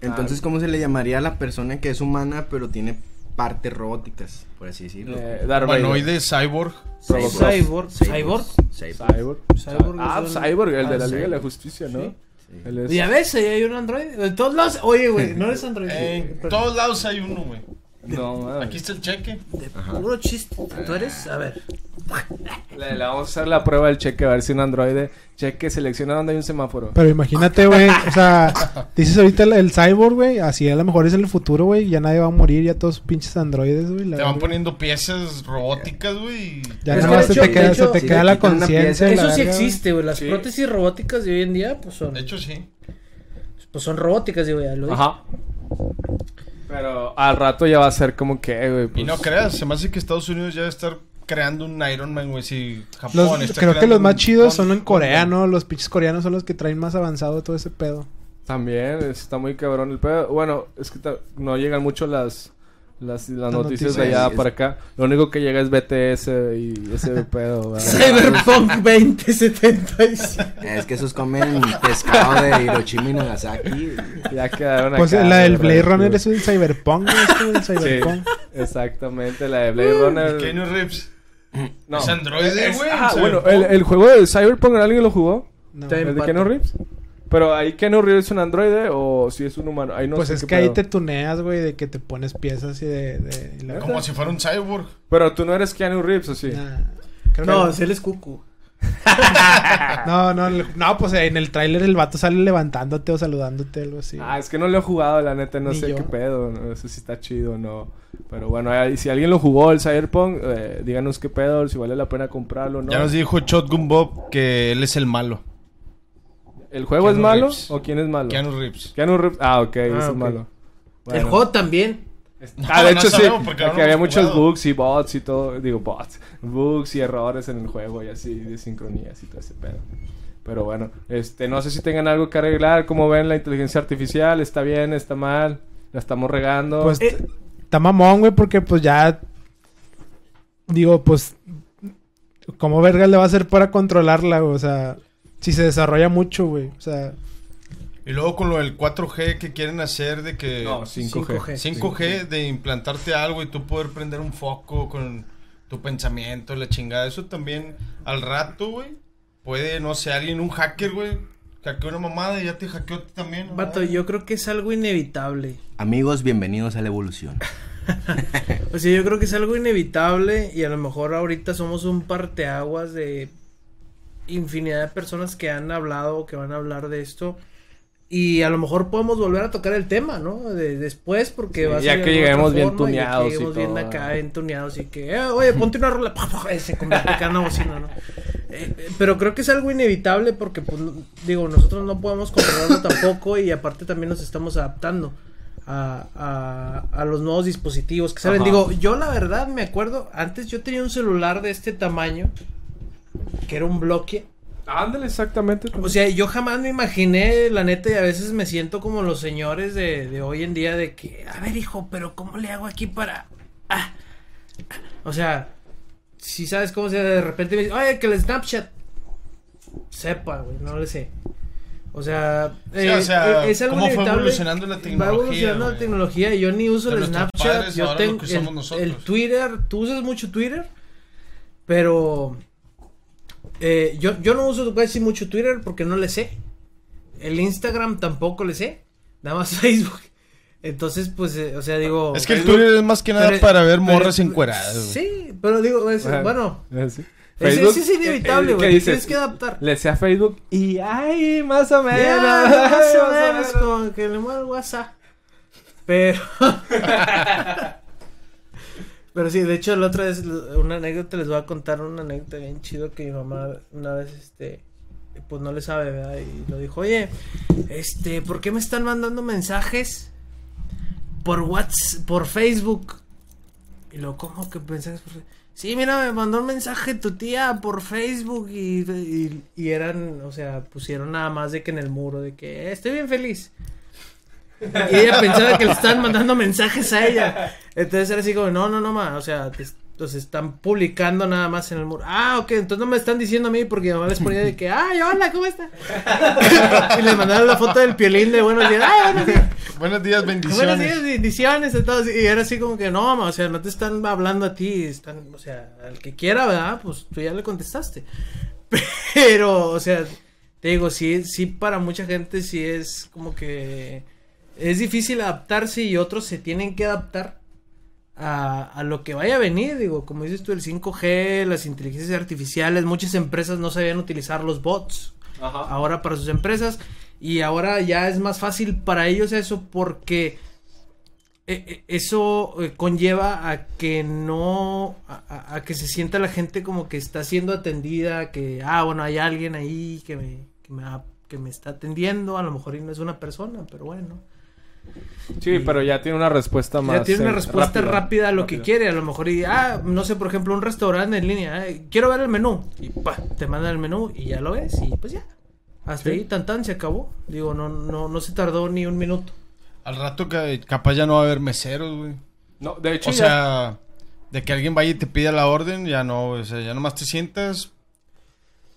S5: Entonces, ¿cómo se le llamaría a la persona que es humana pero tiene partes robóticas, por así decirlo?
S2: Eh, Darth Vader.
S3: Humanoide, cyborg.
S4: Cyborg.
S5: Cyborg. Cyborg.
S4: pues,
S5: Cyborg.
S2: Cyborg.
S4: Cyborg
S2: Ah,
S4: es un-
S2: Cyborg, el de la
S5: Ah,
S2: Liga de la
S5: Cyborg.
S2: Justicia, ¿no?
S4: Sí.
S2: Él es-
S4: Y a veces ahí hay un androide. De todos lados. Oye, güey, no eres androide.
S3: Eh, En
S4: Eh, Pero-
S3: todos lados hay uno, güey.
S2: No, mames.
S3: Aquí está el cheque.
S4: de puro chiste. Tú eres. A ver.
S2: Le, le vamos a hacer la prueba del cheque, a ver si un androide... Cheque, selecciona donde hay un semáforo.
S6: Pero imagínate, güey. O sea, dices ahorita el, el cyborg, güey. Así a lo mejor es en el futuro, güey. Ya nadie va a morir. Ya todos pinches androides, güey. la
S3: Te van
S6: verga.
S3: poniendo piezas robóticas, güey. y-
S6: Ya
S5: Es
S6: nada más
S5: que
S6: se
S5: de
S6: te
S5: hecho-
S6: queda,
S5: de
S6: se
S5: hecho,
S6: te
S5: si
S6: queda
S5: le
S6: la
S5: quitan una pieza-
S6: conciencia. la
S4: Eso sí
S6: verga, güey.
S4: existe, güey. Las
S2: Sí.
S4: prótesis robóticas de hoy en día, pues son,
S3: De hecho, sí.
S4: pues son robóticas, digo, ya lo dije.
S2: Ajá. Pero al rato ya va a ser como que, güey,
S3: Y
S2: pues,
S3: no creas, se me hace que Estados Unidos ya debe estar creando un Iron Man, güey. Si Japón
S6: Los-
S3: está
S6: creo que
S3: creando
S6: los más
S3: un-
S6: chidos
S3: un-
S6: son en
S3: un-
S6: Corea, ¿no? Los pinches coreanos son los que traen más avanzado todo ese pedo.
S2: También está muy cabrón el pedo. Bueno, es que ta- no llegan mucho las... Las, las
S6: Las
S2: noticias
S6: noticias.
S2: de allá
S5: Sí, es-
S2: para acá. Lo único que llega es BTS y ese pedo. ¿verdad?
S4: Cyberpunk 2077.
S5: Es que esos comen pescado de Hiroshima y Nagasaki.
S2: Ya quedaron
S6: Pues
S2: acá,
S6: la del
S2: güey,
S6: Blade
S2: rápido.
S6: Runner es un cyberpunk, güey, es como el cyberpunk.
S2: Sí, exactamente, la de
S3: Uh,
S2: Blade Runner.
S3: Keanu Reeves.
S2: No.
S3: Es androide,
S2: Es-
S3: güey.
S2: ah,
S3: o sea,
S2: bueno, el, el juego de Cyberpunk, ¿alguien lo jugó?
S6: No.
S4: Está
S2: ¿El de
S4: Empate.
S2: Keanu Reeves? Pero ahí Keanu Reeves es un androide o si es un humano. Ahí no
S6: pues
S2: sé
S6: es
S2: qué
S6: que ahí
S2: pedo.
S6: te tuneas, güey, de que te pones piezas y de... de- y la-
S3: Como si fuera un cyborg.
S2: Pero tú no eres Keanu Reeves, ¿o sí?
S6: Nah, creo que-
S4: No, si él es cucu.
S6: No, no, le- no, pues en el tráiler el vato sale levantándote o saludándote, algo así.
S2: Ah, es que no lo he jugado, la neta, no
S6: Ni
S2: sé
S6: yo.
S2: qué pedo. No sé si está chido o no. Pero bueno, ahí- si alguien lo jugó el Cyberpunk, eh, díganos qué pedo, si vale la pena comprarlo o no.
S3: Ya nos dijo Shotgun Bob que él es el malo.
S2: ¿El juego
S3: Keanu
S2: es malo
S3: Reeves.
S2: o quién es malo?
S3: Keanu Reeves.
S2: Keanu Reeves. Ah, ok, ese es
S4: ok.
S2: malo.
S4: El
S2: Bueno.
S4: juego también.
S2: Ah, de
S3: No, no
S2: hecho sí,
S3: sabemos porque no
S2: porque
S3: lo
S2: había
S3: hemos
S2: muchos
S3: jugado.
S2: bugs y bots y todo, digo bots, bugs y errores en el juego y así de sincronías y todo ese pedo. Pero bueno, este, no sé si tengan algo que arreglar, como ven la inteligencia artificial, está bien, está mal, la estamos regando.
S6: Pues
S4: Eh.
S6: está mamón, güey, porque pues ya... Digo, pues... ¿Cómo verga le va a hacer para controlarla, güey? O sea, si se desarrolla mucho, güey. O sea,
S3: Y luego con lo del 4G que quieren hacer de que...
S4: eh,
S2: No, 5G.
S4: 5G.
S3: 5G de implantarte algo y tú poder prender un foco con tu pensamiento, la chingada. Eso también al rato, güey. Puede, no sé, alguien, un hacker, güey. Hackeó una mamada y ya te hackeó a ti también. ¿no?
S4: Vato, yo creo que es algo inevitable.
S5: Amigos, bienvenidos a la evolución.
S4: O sea, yo creo que es algo inevitable y a lo mejor ahorita somos un parteaguas de infinidad de personas que han hablado o que van a hablar de esto. Y a lo mejor podemos volver a tocar el tema, ¿no? De, después, porque
S2: Sí,
S4: va a
S2: ya
S4: ser
S2: que
S4: de
S2: lleguemos
S4: otra
S2: bien
S4: forma y ya
S2: tuneados y
S4: que lleguemos bien
S2: todo.
S4: acá, bien tuneados y que, eh, oye, ponte una rola, pa, pa, se convierte acá en una bocina, ¿no? Eh, eh, pero creo que es algo inevitable porque, pues, no- digo, nosotros no podemos controlarlo tampoco y aparte también nos estamos adaptando a, a- a los nuevos dispositivos que salen.
S2: Ajá.
S4: Digo, yo la verdad me acuerdo, antes yo tenía un celular de este tamaño, que era un bloque.
S2: Ándale, exactamente.
S4: O sea, yo jamás me imaginé, la neta, y a veces me siento como los señores de, de hoy en día de que, a ver, hijo, pero ¿cómo le hago aquí para...? Ah. O sea, si sabes cómo se de repente me dice, oye, que el Snapchat... Sepa, güey, no le sé. O sea, eh,
S3: Sí, o sea, cómo fue
S4: inevitable.
S3: evolucionando la
S4: Va
S3: tecnología,
S4: evolucionando la
S3: güey.
S4: tecnología. Yo ni uso
S3: De
S4: el
S3: nuestros
S4: Snapchat.
S3: padres,
S4: yo
S3: ahora lo
S4: tengo
S3: que usamos
S4: el,
S3: nosotros.
S4: el Twitter. ¿Tú usas mucho Twitter? Pero eh, yo, yo no uso casi mucho Twitter porque no le sé. El Instagram tampoco le sé. Nada más Facebook. Entonces, pues, eh, o sea, digo.
S3: Es que el
S4: Facebook-
S3: Twitter es más que nada
S4: pero-
S3: para ver
S4: pero-
S3: morras encueradas, güey.
S4: Sí, pero digo, es-
S2: Ajá.
S4: bueno.
S2: eh, Sí.
S4: Ese-
S2: Facebook,
S4: ese es inevitable,
S2: eh, eh,
S4: güey,
S2: ¿qué
S4: te
S2: dices?
S4: tienes que adaptar.
S2: Le decía a Facebook y ay, más o menos.
S4: Ya,
S2: ay,
S4: más o
S2: más o
S4: menos,
S2: menos.
S4: como que le muevo el WhatsApp. Pero. Pero sí, de hecho, la otra vez, una anécdota, les voy a contar una anécdota bien chido que mi mamá una vez, este, pues no le sabe, ¿verdad? Y lo dijo, oye, este, ¿por qué me están mandando mensajes por WhatsApp, por Facebook? Y lo, ¿cómo que mensajes por Fe- Sí, mira, me mandó un mensaje tu tía por Facebook y, y, y eran, o sea, pusieron nada más de que en el muro, de que "Eh, estoy bien feliz. Y ella pensaba que le estaban mandando mensajes a ella. Entonces era así como, no, no, no, ma, o sea, te, los están publicando nada más en el muro. Ah, ok, entonces no me están diciendo a mí porque mi mamá les ponía de que, ay, hola, ¿cómo está? y le mandaron la foto del piolín de buenos días, ay, buenos días.
S3: Buenos días, bendiciones.
S4: Buenos días, bendiciones, entonces, y era así como que, no, ma, o sea, no te están hablando a ti, están, o sea, al que quiera, ¿verdad? Pues tú ya le contestaste. Pero, o sea, te digo, sí, sí, para mucha gente sí es como que es difícil adaptarse y otros se tienen que adaptar a, a lo que vaya a venir, digo, como dices tú, el 5G, las inteligencias artificiales, muchas empresas no sabían utilizar los bots ahora para sus empresas y ahora ya es más fácil para ellos eso porque eh, eh, eso eh, conlleva a que no a, a- a que se sienta la gente como que está siendo atendida que ah bueno hay alguien ahí que me que me, va- que me está atendiendo a lo mejor y no es una persona pero bueno
S2: Sí, pero ya tiene una respuesta más.
S4: ya tiene una
S2: eh,
S4: respuesta rápida, a lo que
S2: rápida.
S4: quiere a lo mejor y ah no sé por ejemplo un restaurante en línea eh, quiero ver el menú y pa te mandan el menú y ya lo ves y pues ya hasta
S2: Sí.
S4: ahí tan tan se acabó digo no no no se tardó ni un minuto
S3: Al rato que capaz ya no va a haber meseros, güey.
S2: No, de hecho,
S3: O sea, de que alguien vaya y te pida la orden, ya no, o sea, ya nomás te sientas,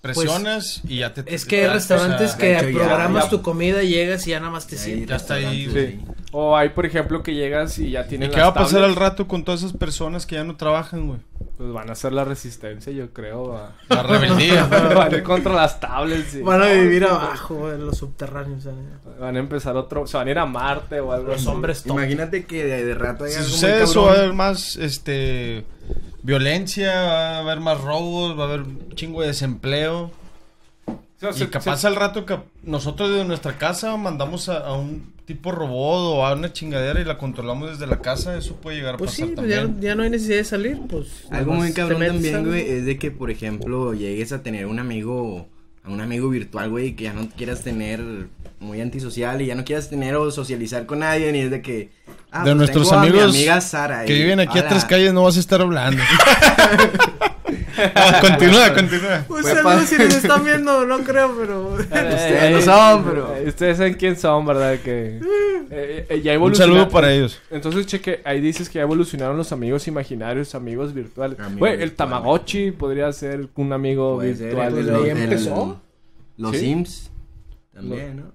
S3: presionas y ya te...
S4: Pues, es que hay
S3: ya, o
S4: restaurantes
S3: sea,
S4: que
S5: Ah, de hecho, ya-
S4: programas
S5: ya-
S4: tu comida llegas y ya nada más te sientas
S3: Ya está ahí,
S2: ya- sí. O hay, por ejemplo, que llegas y ya
S3: ¿Y
S2: tienen.
S3: qué va a
S2: las
S3: pasar al
S2: tablas,
S3: rato con todas esas personas que ya no trabajan, güey?
S2: Pues van a hacer la resistencia, yo creo. a-
S3: La rebeldía.
S2: van a ir contra las tablas. y-
S4: van a vivir abajo en los subterráneos ¿eh? ¿sabes?
S2: Van a empezar otro. Se van a ir a Marte o algo
S4: los
S2: así.
S4: hombres top.
S5: Imagínate que de, de rato hay
S3: si
S5: algo muy
S3: sucede eso, va a
S5: cabrón.
S3: haber más, este... Violencia, va a haber más robos, va a haber un chingo de desempleo.
S2: O sea,
S3: Y
S2: se-
S3: capaz
S2: se-
S3: al rato que nosotros de nuestra casa mandamos a, a un tipo robot o a una chingadera y la controlamos desde la casa, eso puede llegar a
S4: pues
S3: pasar
S4: sí pues ya,
S3: también.
S4: ya no hay necesidad de salir pues nada
S5: Algo
S4: más
S5: muy
S4: te
S5: cabrón
S4: metes
S5: también,
S4: al-
S5: güey, eh, es de que, por ejemplo, llegues a tener un amigo, a un amigo virtual, güey, que ya no quieras tener muy antisocial y ya no quieras tener o socializar con nadie, ni es de que... ah,
S3: de
S5: pues,
S3: nuestros
S5: tengo a mi
S3: amigos
S5: amiga Sara,
S3: que
S5: y-
S3: viven aquí a
S5: hola.
S3: tres calles no vas a estar hablando. Ah, continúa, continúa.
S4: un saludo Pues si nos están viendo no creo pero
S5: Ustedes no son, pero-
S2: eh, Ustedes saben quién son, ¿verdad? Que. eh, eh, ya
S3: Un
S2: evolucionaron.
S3: saludo para ellos.
S2: Entonces, cheque, ahí dices que ya evolucionaron los amigos imaginarios, amigos virtuales.
S5: Amigos
S2: Güey, el
S5: virtuales.
S2: Tamagotchi podría ser un amigo
S5: Pues Puede ser,
S2: virtual.
S5: el-
S4: ahí
S5: el-
S4: empezó.
S5: Los
S2: Sí.
S5: Sims. También, ¿no?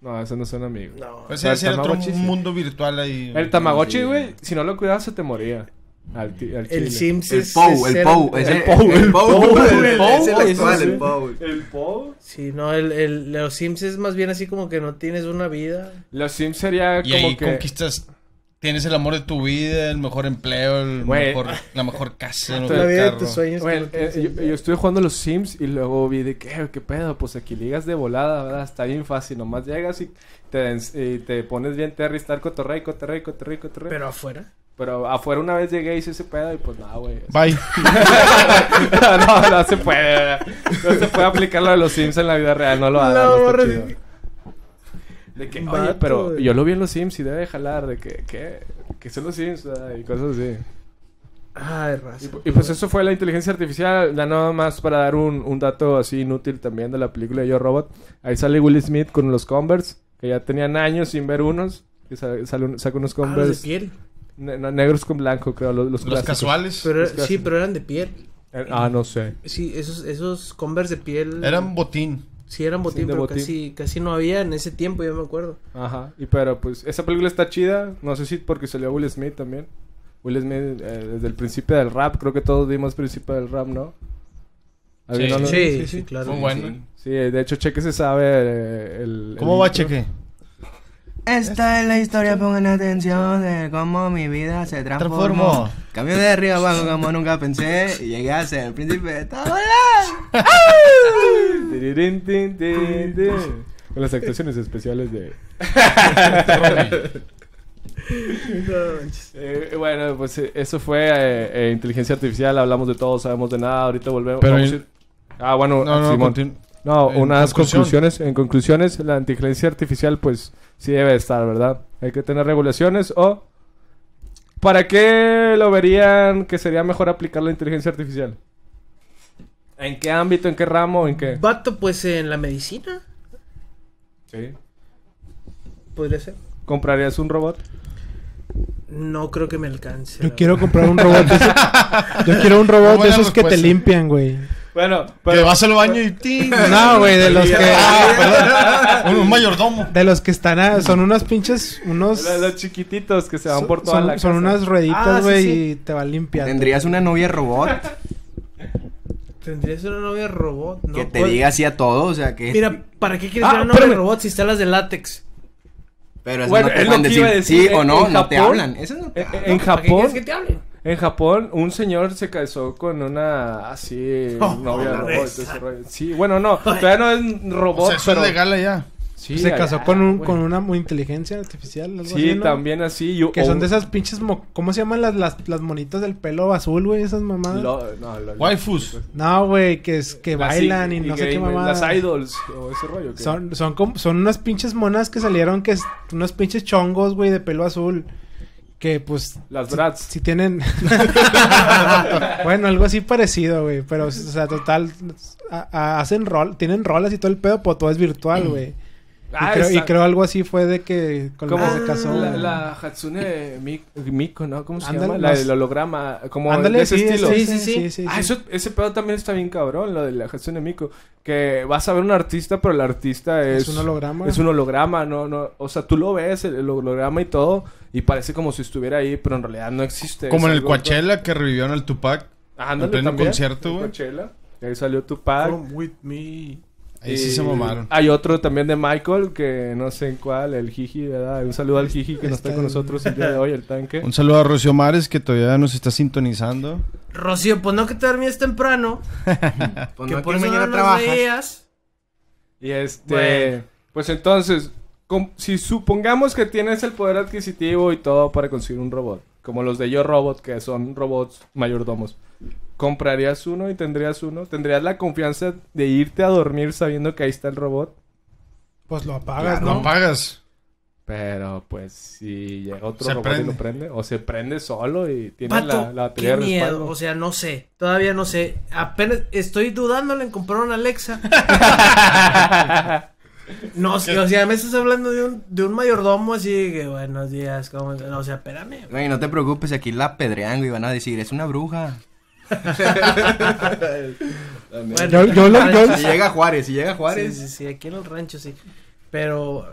S2: No, esos no son amigos.
S4: No.
S3: Pues
S2: O sea, el
S3: ese era otro
S2: Tamagotchi, sí.
S3: mundo virtual ahí. güey.
S2: El Tamagotchi,
S5: Sí.
S2: güey, si no lo cuidabas se te moría. Al ti- al chile.
S4: El Sims
S5: El
S4: es.
S5: POW,
S4: es
S5: el
S4: ser-
S5: POW. ese-
S2: el POW, el POW, el POW,
S5: Es el
S2: güey,
S5: actual,
S2: sí, sí.
S5: el POW.
S2: El po.
S4: Sí, no, el, el- los Sims es más bien así como que no tienes una vida.
S2: Los Sims sería
S3: Y
S2: como
S3: ahí
S2: que.
S3: conquistas. Tienes el amor de tu vida, el mejor empleo, el
S2: Güey.
S3: mejor, la mejor casa, el mejor
S4: La vida de
S3: carro.
S4: tus sueños. que
S2: Güey,
S4: no tienes
S2: eh,
S4: en-
S2: yo, yo estuve jugando los Sims y luego vi de que, qué pedo, pues aquí ligas de volada, ¿verdad? Está bien fácil, nomás llegas y te, ens- y te pones bien Terry, estar cotorrey, cotorrey, cotorrey, cotorrey. Pero,
S4: Pero afuera.
S2: afuera una vez llegué y hice ese pedo y pues nada, güey.
S3: Bye.
S2: no, no se puede, ¿verdad? No se puede aplicar lo de los Sims en la vida real, no lo hagan.
S4: La
S2: no está
S4: borra-
S2: chido. De que, oye,
S4: Vato,
S2: pero
S4: güey.
S2: yo lo vi en los Sims y debe de jalar, de que, ¿qué? Que son los Sims, ¿verdad? y cosas así.
S4: Ay, raza.
S2: Y pues eso fue la inteligencia artificial. Ya nada más para dar un, un dato así inútil también de la película de Yo Robot. Ahí sale Will Smith con los Converse, que ya tenían años sin ver unos. Que sa- sale un- saca unos
S4: Ah, los de
S2: Converse
S4: piel.
S2: ne- no, negros con blanco, creo, los, los
S3: Los
S2: clásicos.
S3: casuales.
S4: Pero,
S2: Los que
S4: sí,
S2: hacen.
S4: pero eran de piel.
S2: Eh, ah, no sé.
S4: Sí, esos, esos Converse de piel.
S3: Eran botín.
S4: Sí, eran botín,
S2: Sí, de
S4: pero
S2: botín.
S4: Casi, casi no había en ese tiempo, yo me acuerdo.
S2: Ajá. Y pero pues esa película está chida. No sé si porque salió Will Smith también. Will Smith eh, desde el principio del rap. Creo que todos vimos el principio del rap, ¿no? ¿Alguien
S3: Sí.
S2: Ah, no lo-
S4: sí,
S6: sí,
S4: sí,
S6: sí.
S4: claro.
S3: Muy bueno.
S2: Sí, de hecho Cheque se sabe eh, el...
S3: ¿Cómo
S2: el
S3: va,
S2: intro.
S3: Cheque?
S5: Esta es la historia, pongan atención de cómo mi vida se transformó.
S3: Transformó.
S5: Cambio de río abajo como nunca pensé y llegué a ser el príncipe de todo
S2: Tirirín, tin, tin, tin. Con las actuaciones especiales de... Eh, bueno, pues eh, eso fue eh, eh, inteligencia artificial, hablamos de todo, sabemos de nada, ahorita volvemos.
S3: Pero
S2: vamos
S3: en-
S2: a ir- Ah, bueno,
S3: No,
S2: ah,
S3: no,
S2: Simón.
S3: continu-
S2: No,
S3: en
S2: unas
S3: conclusión.
S2: conclusiones. En conclusiones, la inteligencia artificial pues sí debe de estar, ¿verdad? Hay que tener regulaciones o... ¿Para qué lo verían que sería mejor aplicar la inteligencia artificial? ¿En qué ámbito? ¿En qué ramo? ¿En qué?
S4: Vato, pues en la medicina,
S2: Sí.
S4: podría ser.
S2: ¿Comprarías un robot?
S4: No creo que me alcance.
S6: Yo
S4: la
S6: quiero comprar un robot de esos. Yo quiero un robot de
S3: Buena
S6: esos que te
S3: respuesta.
S6: limpian, güey.
S2: Bueno,
S3: que
S2: pero...
S3: vas al baño y ti.
S6: No, güey, de los que.
S3: un, un mayordomo.
S6: De los que están. a- son unas pinches. Unos.
S2: Los, los chiquititos que se van
S6: Son,
S2: por toda
S6: son-
S2: la casa.
S6: son unas
S2: Ah,
S6: rueditas,
S2: sí,
S6: güey,
S2: sí.
S6: y te va limpiando.
S5: ¿Tendrías una novia robot
S4: verdad. ¿Tendrías una novia robot? No,
S5: que te
S4: pues-
S5: diga así a todo? O sea que.
S4: Mira, ¿para qué quieres
S2: Ah,
S4: una novia
S2: espérame.
S4: robot si están las de látex?
S5: pero eso
S2: Bueno,
S5: no te
S2: es lo
S5: pueden
S2: que iba
S5: decir,
S2: a
S5: sí
S2: decir,
S5: o
S2: en-
S5: no,
S2: en
S5: no te
S2: Japón-
S5: hablan. Eso no te
S2: ¿E-, En-
S5: hablan.
S2: En
S4: ¿Para qué
S2: Japón,
S4: quieres que te hablen?
S2: en Japón, un señor se casó con una así novia
S5: la
S2: robot.
S4: reza.
S2: ese rollo. Sí, bueno, no, todavía no es robot,
S3: O sea, eso es
S2: pero
S3: legal allá.
S2: Sí,
S6: Pues se
S2: allá,
S6: casó con, un,
S2: güey.
S6: con una muy inteligencia artificial. algo
S2: Sí,
S6: así, ¿no?
S2: también así. yo-
S6: Que
S2: o
S6: son
S2: un-
S6: de esas pinches. mo- ¿Cómo se llaman las, las, las monitas del pelo azul, güey? Esas mamadas.
S2: lo- no, lo-
S3: Waifus.
S6: No, güey, que, es, que
S2: las-
S6: bailan y, no sé
S2: que-
S6: qué mamadas.
S2: Las idols o ese rollo. que-
S6: Son, son, como- son unas pinches monas que salieron, que es, unos pinches chongos, güey, de pelo azul. Que pues.
S2: Las
S6: si-
S2: brats.
S6: Si, tienen. bueno, algo así parecido, güey. Pero, o sea, total. a- a- hacen rol, tienen rolas y todo el pedo, pero todo es virtual, güey.
S2: Mm. Ah,
S6: y, creo, y
S2: esa-
S6: creo algo así fue de que. Con
S2: como
S6: la que se casó.
S2: la,
S6: güey.
S2: la Hatsune Mi- Miko, ¿no? ¿Cómo se
S6: Ándale,
S2: llama? La
S6: las-
S2: del holograma. Como
S6: Ándale,
S2: de ese
S6: sí,
S2: estilo.
S6: sí, sí,
S4: Sí,
S6: sí,
S4: sí,
S6: sí,
S2: Ah,
S6: sí.
S2: eso- ese pedo también está bien cabrón, lo de la Hatsune Miku. Que vas a ver un artista, pero el artista es...
S6: Es un holograma.
S2: Es un holograma, no, no... O sea, tú lo ves, el, el holograma y todo, y parece como si estuviera ahí, pero en realidad no existe.
S3: Como
S2: Es
S3: en el
S2: algo- pues.
S3: Coachella que revivieron al Tupac.
S2: Ah, ándale,
S3: en pleno
S2: también,
S3: concierto,
S2: en
S3: güey.
S2: Coachella. Ahí salió Tupac.
S1: Come with me.
S3: Ahí sí se
S2: Y
S3: mamaron.
S2: Hay otro también de Michael, que no sé en cuál, el Jiji, ¿verdad? Un saludo al Jiji que no está
S6: Está
S2: con
S6: el-
S2: nosotros el día de hoy, el tanque.
S3: Un saludo a Rocío Mares que todavía nos está sintonizando.
S4: Rocío, pues no que te dormías temprano.
S5: Pues
S4: que
S5: no,
S4: por
S5: que
S4: eso no
S5: mañana
S4: nos
S5: trabajas.
S4: veías.
S2: Y este,
S4: Bueno.
S2: pues entonces, com- si supongamos que tienes el poder adquisitivo y todo para conseguir un robot, como los de Yo Robot, que son robots mayordomos, ¿comprarías uno y tendrías uno? ¿Tendrías la confianza de irte a dormir sabiendo que ahí está el robot?
S6: Pues lo apagas,
S3: No
S6: ¿no?
S3: pagas.
S2: Pero pues si llega otro
S3: Se
S2: robot y lo prende, o se prende solo y tiene
S4: Vato,
S2: la, la batería
S4: qué
S2: de respaldo.
S4: miedo. O sea, no sé. Todavía no sé. Apenas estoy dudándole en comprar una Alexa. no sé. O sea, me estás hablando de un, de un mayordomo así que buenos días. ¿cómo estás?". No, o sea, espérame.
S5: Güey, no te preocupes, aquí la pedrean, güey, van a decir, es una bruja.
S4: Bueno,
S6: Yo- yo lo- yo-
S5: Si llega Juárez, si llega
S4: Sí,
S5: Juárez.
S4: sí, sí, aquí en el rancho sí. Pero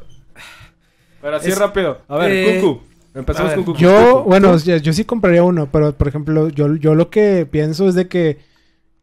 S2: Pero así
S4: Es-
S2: rápido. A ver,
S4: Eh,
S2: Cucu. Empezamos
S4: a ver.
S2: con Cucu.
S6: Yo,
S2: Cucu.
S6: bueno, ya- yo sí compraría uno, pero por ejemplo, yo, yo lo que pienso es de que,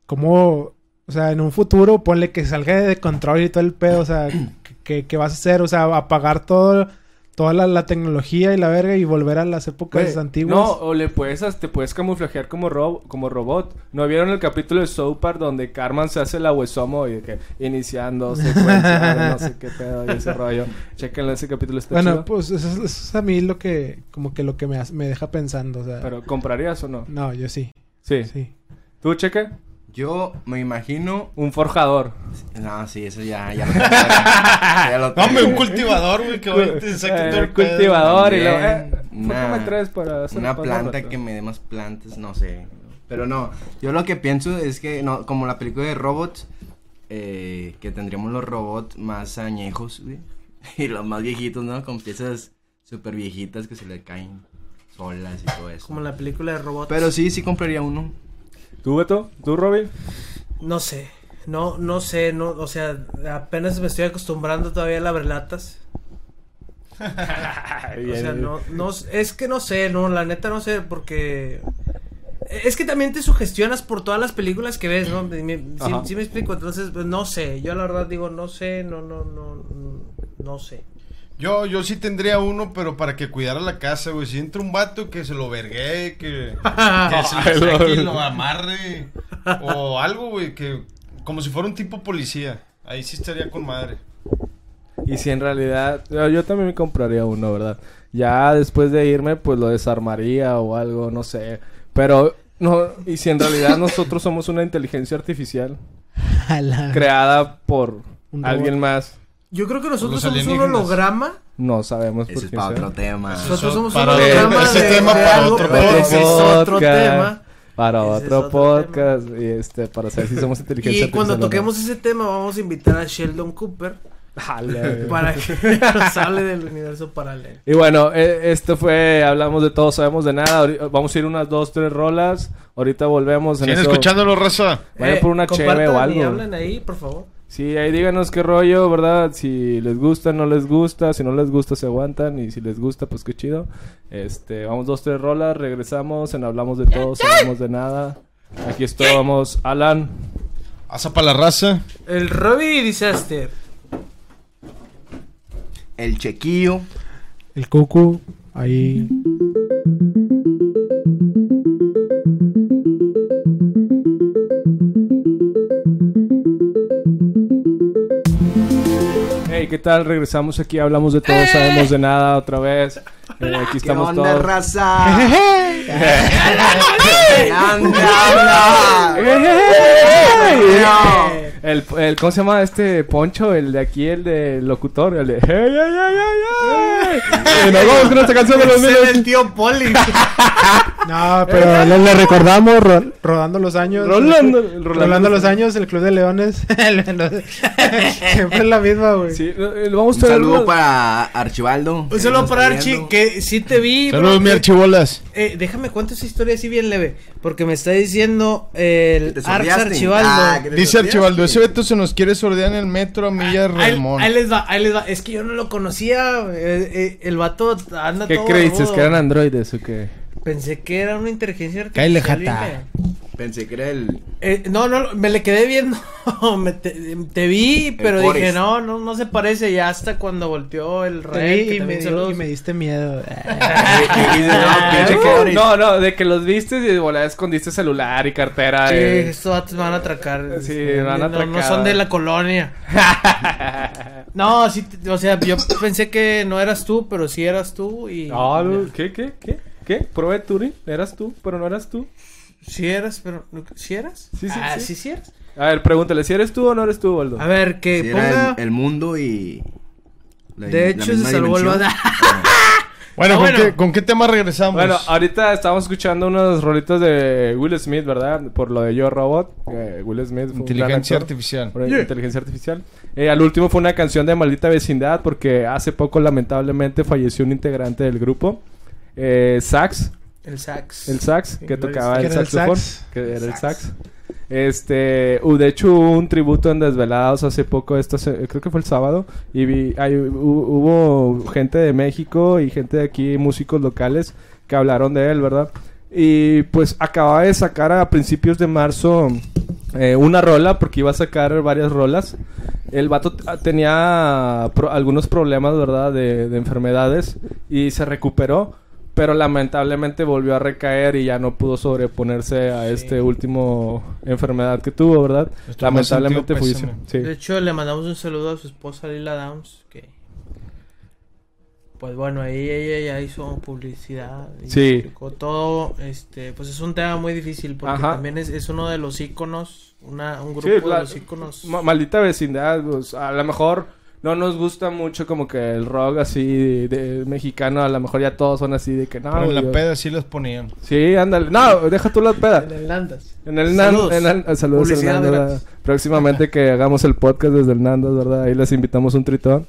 S6: como, o sea, en un futuro, ponle que salga de control y todo el pedo, o sea, que, que vas a hacer, o sea, apagar todo, toda la, la tecnología y la verga y volver a las épocas
S2: Güey,
S6: antiguas.
S2: No, o le puedes, as- te puedes camuflajear como, rob- como robot. ¿No vieron el capítulo de South Park donde Carmen se hace la huesomo y de que iniciando secuencia, de no sé qué pedo y ese rollo? Chequenlo, ese capítulo está
S6: bueno,
S2: chido.
S6: pues eso, es- eso es a mí lo que, como que lo que me, hace- me deja pensando, o sea,
S2: Pero ¿comprarías o no?
S6: no, yo sí,
S2: Sí.
S6: sí.
S2: ¿Tú, Cheque?
S5: Yo me imagino.
S2: Un forjador.
S5: No, sí, eso ya, ya lo tengo. ya lo
S3: No, hombre, un
S5: tengo.
S3: cultivador, güey, que hoy te saque
S2: Eh,
S3: todo el
S2: un
S3: pedo.
S2: cultivador y luego...
S5: También,
S2: Eh,
S5: una-
S2: fúlcame tres para hacer
S5: Una
S2: pasar
S5: planta
S2: rato.
S5: que me dé más plantas, no sé. Pero no, yo lo que pienso es que, no, como la película de robots, eh, que tendríamos los robots más añejos, güey. Y los más viejitos, ¿no? Con piezas súper viejitas que se le caen solas y todo eso.
S4: Como la película de robots.
S5: Pero sí, sí compraría uno.
S2: ¿Tú, Beto? ¿Tú, Robin?
S4: No sé. No, no sé, no, o sea, apenas me estoy acostumbrando todavía a las berlatas. O sea, no, no, es que no sé, no, la neta no sé, porque es que también te sugestionas por todas las películas que ves, ¿no? Me- me- Sí,
S2: Ajá.
S4: sí me explico, entonces, pues, no sé, yo la verdad digo, no sé, no, no, no, no sé.
S3: Yo, yo sí tendría uno, pero para que cuidara la casa, güey. Si entra un vato que se lo vergué, que, que se lo saque y lo amarre. O algo, güey, que como si fuera un tipo policía. Ahí sí estaría con madre.
S2: Y si en realidad, yo, yo también me compraría uno, ¿verdad? Ya después de irme, pues lo desarmaría o algo, no sé. Pero, no, y si en realidad nosotros somos una inteligencia artificial
S6: A la-
S2: creada por
S6: Un
S2: alguien más,
S4: Yo creo que nosotros
S3: Los
S4: somos un
S3: alienígenas.
S4: holograma.
S2: no sabemos por
S5: Ese es
S2: qué.
S5: para
S2: sea.
S5: otro tema.
S4: Nosotros somos
S3: para
S4: un
S3: otro-
S4: holograma
S3: ese
S4: de-
S3: tema
S4: de
S3: para
S4: algo,
S3: otro
S4: pero
S3: podcast.
S4: ese es otro
S2: Podcast.
S4: tema.
S2: Para
S4: Ese es
S2: otro,
S4: otro
S2: podcast, y este, para saber si somos inteligencia
S4: Y cuando
S2: artificial o no.
S4: toquemos ese tema vamos a invitar a Sheldon Cooper
S2: Jale.
S4: para que nos hable del universo paralelo.
S2: Y bueno, eh, esto fue, hablamos de todo, sabemos de nada. Ahori- Vamos a ir unas dos, tres rolas. Ahorita volvemos. en
S3: ¿Siguen
S2: eso-
S3: escuchándolo, raza?
S2: Vayan por una cheve o
S4: Eh, compartan Y
S2: algo.
S4: hablen ahí, por favor.
S2: Sí, ahí díganos qué rollo, ¿verdad? Si les gusta, no les gusta. Si no les gusta, se aguantan. Y si les gusta, pues qué chido. Este, vamos dos, tres rolas, regresamos en Hablamos de todo, sabemos de nada. Aquí estamos, Alan.
S3: Asa para la raza.
S4: El Robbie Disaster.
S5: El chequillo.
S6: El cucu, ahí...
S2: Hey, ¿qué tal? Regresamos aquí, hablamos de todo, sabemos de nada otra vez. Eh, aquí
S5: ¿Qué
S2: estamos
S5: onda,
S2: todos.
S5: raza? ¿Qué
S2: ¡Eh,
S5: onda, onda? ¡Eh,
S2: ¡Ey! eh, El, el- ¿Cómo se llama este poncho? El de aquí, el de locutor. El de. ¡Ey, ey, ey, ey, ey! Y nos vamos con esta canción de los
S4: Ese era
S2: miles.
S4: el tío Poli.
S6: No, pero le, le recordamos ro- rodando los años.
S2: Rolando-
S6: Rolando,
S2: Rolando
S6: los años, el Club de Leones. Siempre es la misma, güey.
S2: Sí, eh, eh, vamos
S5: Un
S2: a traer
S5: saludo
S2: algo-
S5: para Archibaldo.
S4: Un saludo
S5: Nos
S4: para
S5: está
S4: Archie,
S5: viendo.
S4: que sí te vi. bro.
S3: Saludos, mi archibolas.
S4: Eh, déjame cuento esa historia así bien leve. Porque me está diciendo el
S5: ¿Te
S4: Arx
S5: sordeaste?
S4: Archibaldo.
S5: Ah, que te
S3: Dice
S5: sordeaste.
S3: Archibaldo, ese Beto se nos quiere sordear en el metro a Milla
S2: Ah,
S4: Ahí,
S3: Ramón.
S4: ahí les va, ahí les va. Es que yo no lo conocía. eh, eh, el vato anda
S2: ¿Qué
S4: todo.
S2: creíces?
S4: barbudo.
S2: ¿Que eran androides o qué?
S4: Pensé que era una inteligencia artificial.
S3: Cáele,
S4: bien
S3: jata.
S4: fea.
S5: Pensé que era el.
S4: Eh, no, no, me le quedé viendo. me te, te vi, pero
S5: Boris.
S4: dije, no, no, no se parece. Ya hasta cuando volteó el rey. que
S6: y, me
S4: también
S6: dio-
S4: saludos.
S6: y me diste miedo.
S5: y dice, no,
S2: De
S5: pinche
S2: que-
S5: Boris.
S2: no, no, de que los viste y de volada escondiste celular y cartera.
S4: Sí,
S2: eh.
S4: estos vatos me van a atracar. este,
S2: Sí, me van a
S4: No, No,
S2: atracar.
S4: son de la colonia. no, sí, te- o sea, yo pensé que no eras tú, pero sí eras tú y...
S2: No, Ah, no, ¿qué, qué, qué? ¿Qué? Prueba de Turing. Eras tú, pero no eras tú.
S4: Sí eras, pero... no- ¿Sí eras?
S2: Sí, sí,
S4: Ah,
S2: sí.
S4: sí, sí eras.
S2: A ver, pregúntale si eres tú o no eres tú, Waldo.
S4: A ver, que
S5: Sí, era
S4: ponga...
S5: el, el mundo y. la-
S4: De
S5: la
S4: hecho, se
S5: misma
S4: salvó el
S5: dimensión.
S4: vato.
S3: Bueno,
S4: Ah,
S3: ¿con,
S4: bueno.
S3: Qué, con qué tema regresamos?
S2: Bueno, ah, ahorita estamos escuchando unos rolitos de Will Smith, ¿verdad? Por lo de Yo Robot. eh, Will Smith. fue un gran
S3: Inteligencia
S2: actor.
S3: artificial.
S2: Por Inteligencia artificial. Eh, al último fue una canción de Maldita Vecindad porque hace poco lamentablemente falleció un integrante del grupo. Eh, Sax,
S4: El sax.
S2: el sax, que
S4: Sí, claro que
S2: tocaba
S6: sí.
S2: el
S6: Que era el
S2: saxofón.
S6: sax.
S2: Que era el sax. Este, uh, de hecho hubo un tributo en Desvelados hace poco, esta se- creo que fue el sábado, y vi, ay, hu- hubo gente de México y gente de aquí, músicos locales, que hablaron de él, ¿verdad? Y pues acababa de sacar a principios de marzo eh, una rola, porque iba a sacar varias rolas. El vato t- ah, tenía pro- algunos problemas, ¿verdad? De, de enfermedades y se recuperó, pero lamentablemente volvió a recaer y ya no pudo sobreponerse a este último enfermedad que tuvo, ¿verdad?
S3: Nuestro más
S2: lamentablemente
S3: sentido
S2: fue...
S3: pésame.
S2: Sí.
S4: De hecho, le mandamos un saludo a su esposa Lila Downs, que... Pues bueno, ahí ella ya hizo publicidad. y
S2: Sí.
S4: explicó todo, este, pues es un tema muy difícil porque
S2: Ajá.
S4: también es, es uno de los íconos, una, un
S2: Sí,
S4: grupo
S2: la-
S4: de los íconos.
S2: Ma- Maldita vecindad, pues, a lo mejor no nos gusta mucho como que el rock así de, de mexicano, a lo mejor ya todos son así de que no.
S3: Pero en la
S2: Ah, güey,
S3: peda sí los ponían.
S2: Sí, ándale. No, deja tú la peda.
S4: En el Landas.
S2: En el Nando,
S4: Saludos.
S2: en el- eh, saludos al
S4: Publicidad
S2: Nando,
S4: gratis.
S2: ¿verdad? Próximamente que hagamos el podcast desde el Nando, ¿verdad? Ahí les invitamos un tritón.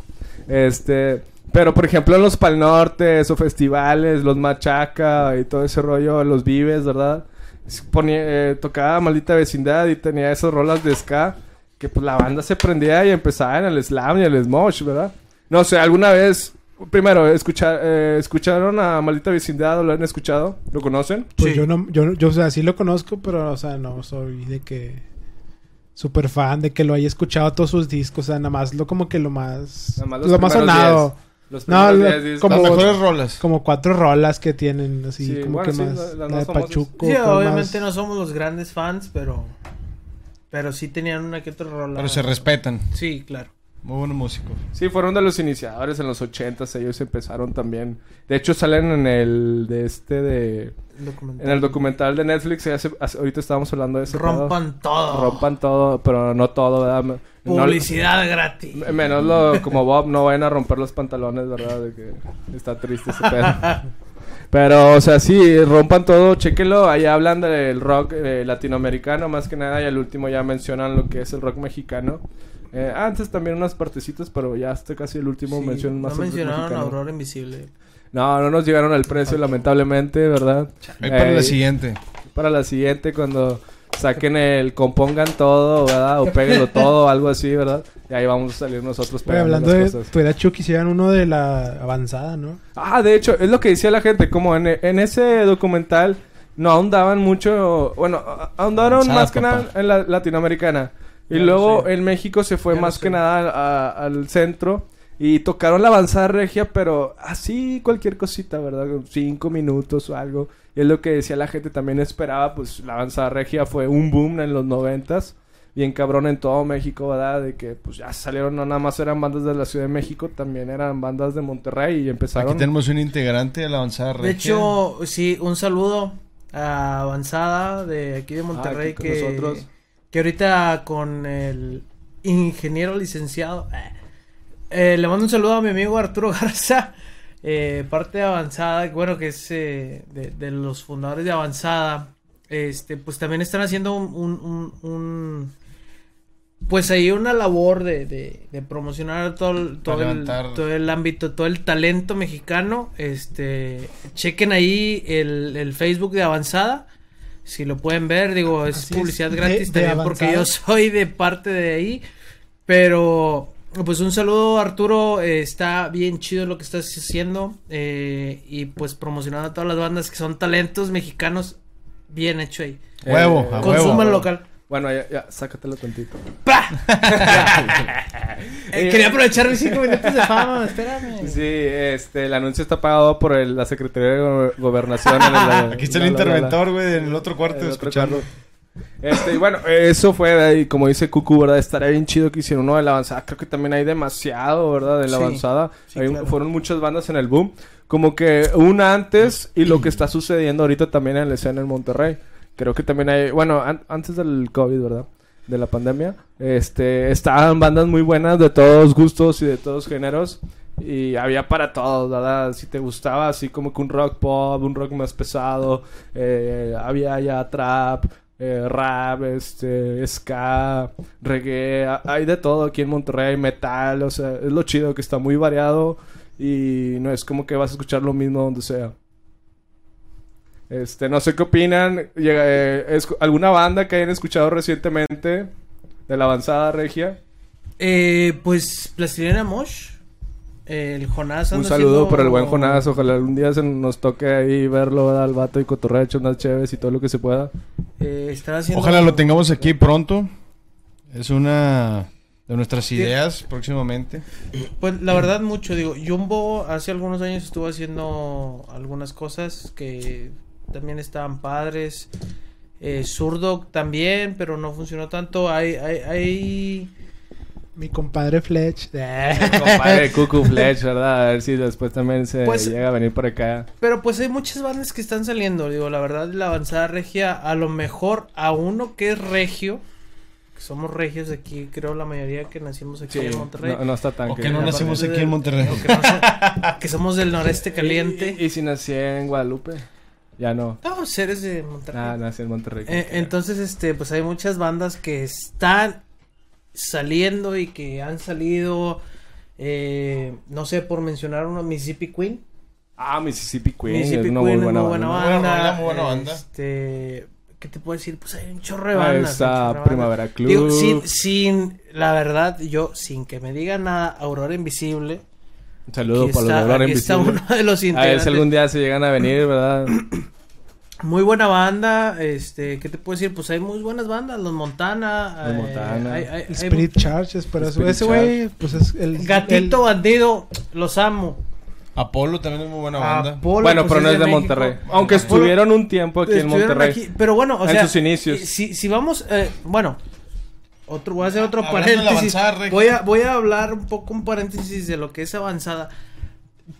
S2: Este, pero por ejemplo en los Pal Norte, o festivales, los Machaca y todo ese rollo, los Vives, ¿verdad? S- ponía- eh, tocaba Maldita Vecindad y tenía esas rolas de ska que pues la banda se prendía y empezaba en el slam y el smosh, ¿verdad? No sé, alguna vez, primero, escuchar, eh, ¿escucharon a Maldita Vecindad o lo han escuchado? ¿Lo conocen?
S6: Pues
S4: Sí.
S6: yo no, yo, yo, o sea, sí lo conozco, pero, o sea, no soy de que super fan, de que lo haya escuchado todos sus discos, o sea, nada más lo como que lo más,
S2: Nada más los
S6: lo más
S2: primeros
S6: sonado,
S2: Los
S6: No,
S2: primeros
S6: lo-
S2: diez discos.
S6: Como-
S3: Las mejores rolas.
S6: como cuatro rolas que tienen, así,
S2: Sí,
S6: como
S2: bueno,
S6: que
S2: sí,
S6: más,
S2: la- las
S6: la,
S2: más
S6: de
S2: famosas.
S6: Pachuco,
S4: Sí,
S6: ¿cuál
S4: obviamente
S6: más?
S4: no somos los grandes fans, pero... Pero sí tenían una que otra rola.
S3: Pero se respetan.
S4: Sí, claro.
S3: Muy buenos músicos.
S2: Sí, fueron de los iniciadores en los 80 ellos empezaron también. De hecho, salen en el de este de
S4: El documental.
S2: en el documental de Netflix, y hace- hace- ahorita estábamos hablando de ese
S4: Rompan todo.
S2: pedo. rompan todo, pero no todo, ¿verdad? Me- no-
S4: Publicidad gratis.
S2: me- menos lo como Bob no vayan a romper los pantalones, ¿verdad? De que está triste ese pedo. Pero, o sea, sí, rompan todo, chéquenlo. Ahí hablan del rock eh, latinoamericano más que nada y al último ya mencionan lo que es el rock mexicano. Eh, antes también unas partecitas, pero ya hasta casi el último
S4: Sí,
S2: mencionan más
S4: no
S2: el rock
S4: mencionaron a
S2: mexicano.
S4: Aurora Invisible.
S2: No, no nos llegaron al precio, lamentablemente, ¿verdad?
S3: Ahí para
S2: Eh,
S3: la siguiente.
S2: Para la siguiente, cuando saquen el compongan todo, ¿verdad? O péguenlo todo, algo así, ¿verdad? Y ahí vamos a salir nosotros
S6: Oye,
S2: pegando
S6: hablando
S2: las
S6: de
S2: cosas.
S6: tu Chucky, hicieron uno de la avanzada, ¿no?
S2: Ah, de hecho, es lo que decía la gente, como en, en ese documental no ahondaban mucho, bueno, a- ahondaron
S3: Avanzada,
S2: más que
S3: papá.
S2: nada en la latinoamericana. Y
S4: Ya lo
S2: luego
S4: sé.
S2: en México se fue
S4: Ya lo
S2: más
S4: sé.
S2: que nada a- al centro y tocaron la avanzada regia, pero así cualquier cosita, ¿verdad? Cinco minutos o algo. Y es lo que decía la gente, también esperaba, pues la avanzada regia fue un boom en los noventas bien cabrón en todo México, ¿verdad? De que pues ya salieron, no nada más eran bandas de la Ciudad de México, también eran bandas de Monterrey y
S3: Aquí
S2: empezaron.
S3: tenemos un integrante de la avanzada
S4: De
S3: regia.
S4: hecho, sí, un saludo a Avanzada de aquí de Monterrey
S2: aquí con
S4: que,
S2: nosotros.
S4: que ahorita con el ingeniero licenciado. eh, eh, le mando un saludo a mi amigo Arturo Garza, eh, parte de Avanzada, bueno, que es eh, de, de los fundadores de Avanzada. Este, pues también están haciendo un, un- un- un- pues ahí una labor de, de- de promocionar todo el, todo, el,
S3: levantar.
S4: todo el ámbito, todo el talento mexicano. Este, chequen ahí el, el Facebook de Avanzada. Si lo pueden ver, digo, es
S6: Así es,
S4: publicidad
S6: de-
S4: gratis
S6: de
S4: también porque
S6: Avanzada.
S4: yo soy de parte de ahí. Pero, pues un saludo Arturo, eh, está bien chido lo que estás haciendo eh, y pues promocionando a todas las bandas que son talentos mexicanos, bien hecho ahí.
S2: Eh,
S3: Huevo, a huevo.
S4: Consuman local.
S2: Bueno, ya, ya, sácatelo tantito.
S4: Eh, quería aprovechar mis cinco minutos de fama, espérame.
S2: Sí, este, el anuncio está pagado por el- la Secretaría de Go- Gobernación. en el-
S3: Aquí está el
S2: la- la- la- la-
S3: interventor, güey, en el otro cuarto.
S2: el otro
S3: escuchando.
S2: cuarto. Este, y bueno, eso fue, y como dice Cucu, ¿verdad? Estaría bien chido que hicieron uno de la avanzada. Creo que también hay demasiado, ¿verdad? De la
S4: Sí,
S2: avanzada.
S4: sí,
S2: Hay un-
S4: claro.
S2: Fueron muchas bandas en el boom. Como que una antes y lo que está sucediendo ahorita también en la escena en Monterrey. Creo que también hay, bueno, an- antes del COVID, ¿verdad? De la pandemia. Este, estaban bandas muy buenas de todos gustos y de todos géneros. Y había para todos, ¿verdad? Si te gustaba así como que un rock pop, un rock más pesado, eh, había ya trap, eh, rap, este, ska, reggae, a- hay de todo aquí en Monterrey, metal, o sea, es lo chido que está muy variado y no es como que vas a escuchar lo mismo donde sea. Este, no sé qué opinan. Llega- eh, escu- ¿Alguna banda que hayan escuchado recientemente de la avanzada regia?
S4: Eh, pues Plastilina Mosh. eh, el Jonás.
S2: Un
S4: anda
S2: saludo
S4: haciendo-
S2: para el buen Jonás. Ojalá algún día se nos toque ahí verlo ¿verdad? al vato y cotorrecho, unas chéves y todo lo que se pueda.
S4: Eh, está haciendo.
S3: Ojalá lo tengamos aquí pronto. Es una de nuestras ideas próximamente.
S4: Pues la verdad mucho, digo, Jumbo hace algunos años estuvo haciendo algunas cosas que también estaban padres. Eh, Zurdo también, pero no funcionó tanto. Hay, hay, hay...
S6: Mi compadre Fletch.
S2: Compadre Cuckoo Fletch, ¿verdad? A ver si después también se
S4: Pues-
S2: llega a venir para acá.
S4: Pero pues hay muchas bandas que están saliendo, digo, la verdad la avanzada regia, a lo mejor a uno que es regio, que somos regios aquí, creo la mayoría que nacimos aquí en Monterrey.
S2: No, no está tan
S3: O que
S2: querido.
S3: no nacimos
S4: Aparte
S3: aquí en
S4: de-
S3: Monterrey.
S4: o que, no sé- que somos del noreste caliente.
S2: ¿Y, y si nací en Guadalupe? Ya no.
S4: No, si eres de Monterrey.
S2: Ah, nací en Monterrey.
S4: Eh, entonces, este, pues hay muchas bandas que están saliendo y que han salido, eh, no sé, por mencionar uno, Mississippi Queen.
S2: Ah, Mississippi Queen.
S4: Mississippi
S2: es una
S4: Queen
S2: muy buena, banda.
S3: Buena rola, muy buena banda.
S4: Este, ¿qué te puedo decir? Pues hay un chorro de
S2: Ahí
S4: bandas.
S2: Ah, está
S4: un chorro de bandas.
S2: Primavera Club.
S4: Digo, sin, sin, la verdad, yo, sin que me diga nada, Aurora Invisible.
S2: Un saludo
S4: aquí
S2: para los de
S4: está-
S2: Aurora
S4: aquí está
S2: Invisible.
S4: uno de los
S2: A ver
S4: integrantes.
S2: si algún día se llegan a venir, ¿verdad?
S4: Muy buena banda, este, ¿qué te puedo decir? Pues hay muy buenas bandas, los Montana,
S2: Los
S4: eh,
S2: Montana.
S4: hay- hay- hay
S6: Spirit Charges, pero
S2: Spirit
S6: ese güey, pues es el.
S4: Gatito Bandido, los amo.
S3: Apolo también es muy buena banda.
S4: Apolo,
S2: bueno,
S4: pues,
S2: pero no es de
S4: México.
S2: Monterrey. Aunque
S4: Apolo, pues,
S2: estuvieron un tiempo aquí en
S4: estuvieron
S2: Monterrey.
S4: aquí, pero bueno, o
S2: En
S4: sea,
S2: sus inicios.
S4: eh, Si, si vamos, eh, bueno, otro, voy a hacer otro
S3: Hablando de la
S4: paréntesis.
S3: avanzada, Rey.
S4: voy, a, voy a hablar un poco un paréntesis de lo que es avanzada,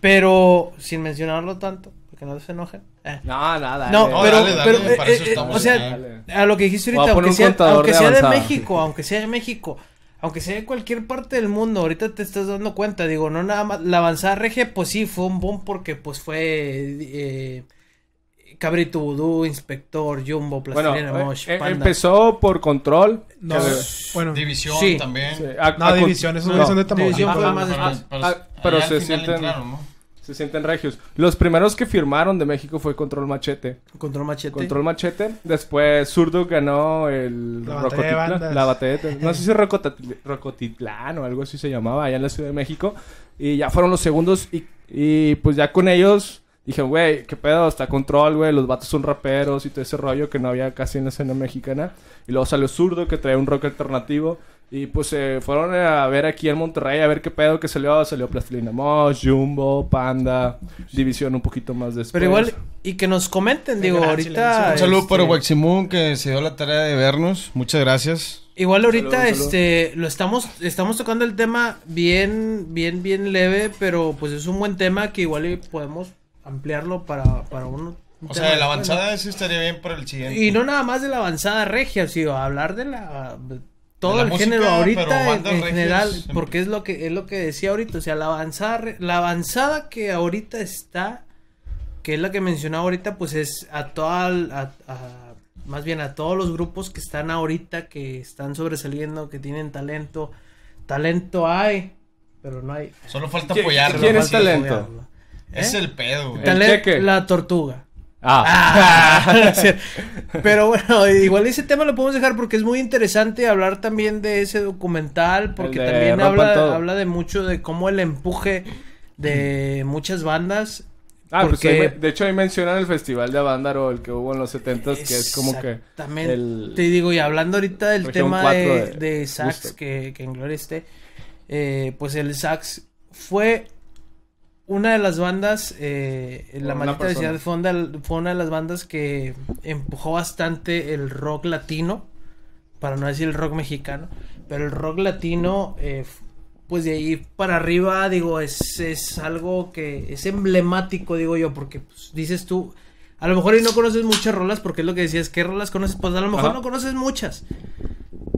S4: pero sin mencionarlo tanto, porque no se enojen. Eh.
S2: No, nada.
S4: No,
S3: No,
S4: pero,
S3: dale, dale,
S4: pero,
S3: para
S4: eh,
S3: eso
S4: eh,
S3: estamos
S4: o sea,
S2: acá.
S4: a lo que dijiste
S2: Voy a
S4: ahorita,
S2: poner
S4: aunque
S2: un
S4: sea,
S2: contador
S4: aunque
S2: de
S4: sea de
S2: avanzada.
S4: México, aunque sea de México, aunque sea de cualquier parte del mundo, ahorita te estás dando cuenta, digo, no nada más, la avanzada regia, pues sí, fue un boom porque pues fue eh, Cabrito Vudú, Inspector, Jumbo,
S2: Bueno,
S4: Plastilina
S2: eh,
S4: Mosh,
S2: eh,
S4: Panda.
S2: empezó por control.
S6: No,
S2: Que-
S6: bueno.
S3: División
S4: Sí.
S3: también.
S2: Sí, a-
S6: No,
S2: a-
S6: división, esos güeyes
S2: Ah, no,
S6: son de Tamaulipas.
S4: División fue
S2: Ajá.
S4: más
S3: Pero-
S4: después.
S3: pero-
S2: Ah, pero
S3: allá
S2: se
S3: al final
S2: sienten-
S3: entraron,
S4: Este,
S3: ¿no?
S2: Se sienten regios. Los primeros que firmaron de México fue Control Machete.
S4: Control Machete.
S2: Control Machete. Después Zurdo ganó el
S6: La batalla de
S2: Rocotitla-
S6: bandas.
S2: la batalla de- No sé si Rocotitl- Rocotitlán o algo así se llamaba allá en la Ciudad de México. Y ya fueron los segundos y, y, pues ya con ellos dije, güey, qué pedo, está Control, güey, los vatos son raperos y todo ese rollo que no había casi en la escena mexicana. Y luego salió Zurdo que traía un rock alternativo. Y pues se fueron a ver aquí en Monterrey a ver qué pedo que salió. Salió Plastilina Mosh, Jumbo, Panda, División un poquito más después.
S4: Pero igual, y que nos comenten, digo,
S6: Venga,
S4: ahorita...
S3: Un saludo
S4: este,
S3: para Waximun que se dio la tarea de vernos. Muchas gracias.
S4: Igual ahorita
S2: Saludos, saludos.
S4: este lo estamos estamos tocando el tema bien bien bien leve, pero pues es un buen tema que igual y podemos ampliarlo para para uno.
S3: O sea, de la avanzada sí estaría bien para el siguiente.
S4: Y no nada más de la avanzada regia, sino hablar de la de todo
S3: De la
S4: el
S3: música,
S4: género
S3: pero
S4: ahorita en,
S3: bandas
S4: en
S3: regias
S4: general,
S3: siempre.
S4: porque es lo que es lo que decía ahorita, o sea, la avanzada re- la avanzada que ahorita está que es la que mencionaba ahorita, pues es a toda, a- a- más bien a todos los grupos que están ahorita, que están sobresaliendo, que tienen talento. Talento hay, pero no hay.
S3: Solo falta
S2: ¿Qui-
S3: apoyarlo.
S2: quién es
S3: sí.
S2: talento?
S4: apoyarlo.
S3: Es
S4: ¿Eh?
S3: el pedo, güey.
S2: El
S4: Talen-
S2: cheque.
S4: la tortuga.
S2: Ah,
S4: Ah, sí. pero bueno, igual ese tema lo podemos dejar porque es muy interesante hablar también de ese documental, porque
S2: El de
S4: también
S2: Rompan
S4: habla,
S2: Todo.
S4: habla de mucho de cómo el empuje de muchas bandas.
S2: Ah, pues
S4: porque-
S2: ahí me- de hecho ahí mencionan el festival de Avándaro, el que hubo en los 70 que es como que...
S4: Exactamente.
S2: el-
S4: Te digo, y hablando ahorita del
S2: Región
S4: tema
S2: cuatro
S4: de,
S2: de
S4: de Sax,
S2: Woodstock.
S4: que, que en gloria esté, eh, pues el Sax fue una de las bandas, eh, en la
S2: Una
S4: maldita
S2: persona.
S4: vecindad fue una, fue una de las bandas que empujó bastante el rock latino, para no decir el rock mexicano, pero el rock latino, eh, pues de ahí para arriba, digo, es, es algo que es emblemático, digo yo, porque pues, dices tú, a lo mejor y no conoces muchas rolas, porque es lo que decías, ¿qué rolas conoces? Pues a lo mejor
S2: Ajá.
S4: no conoces muchas,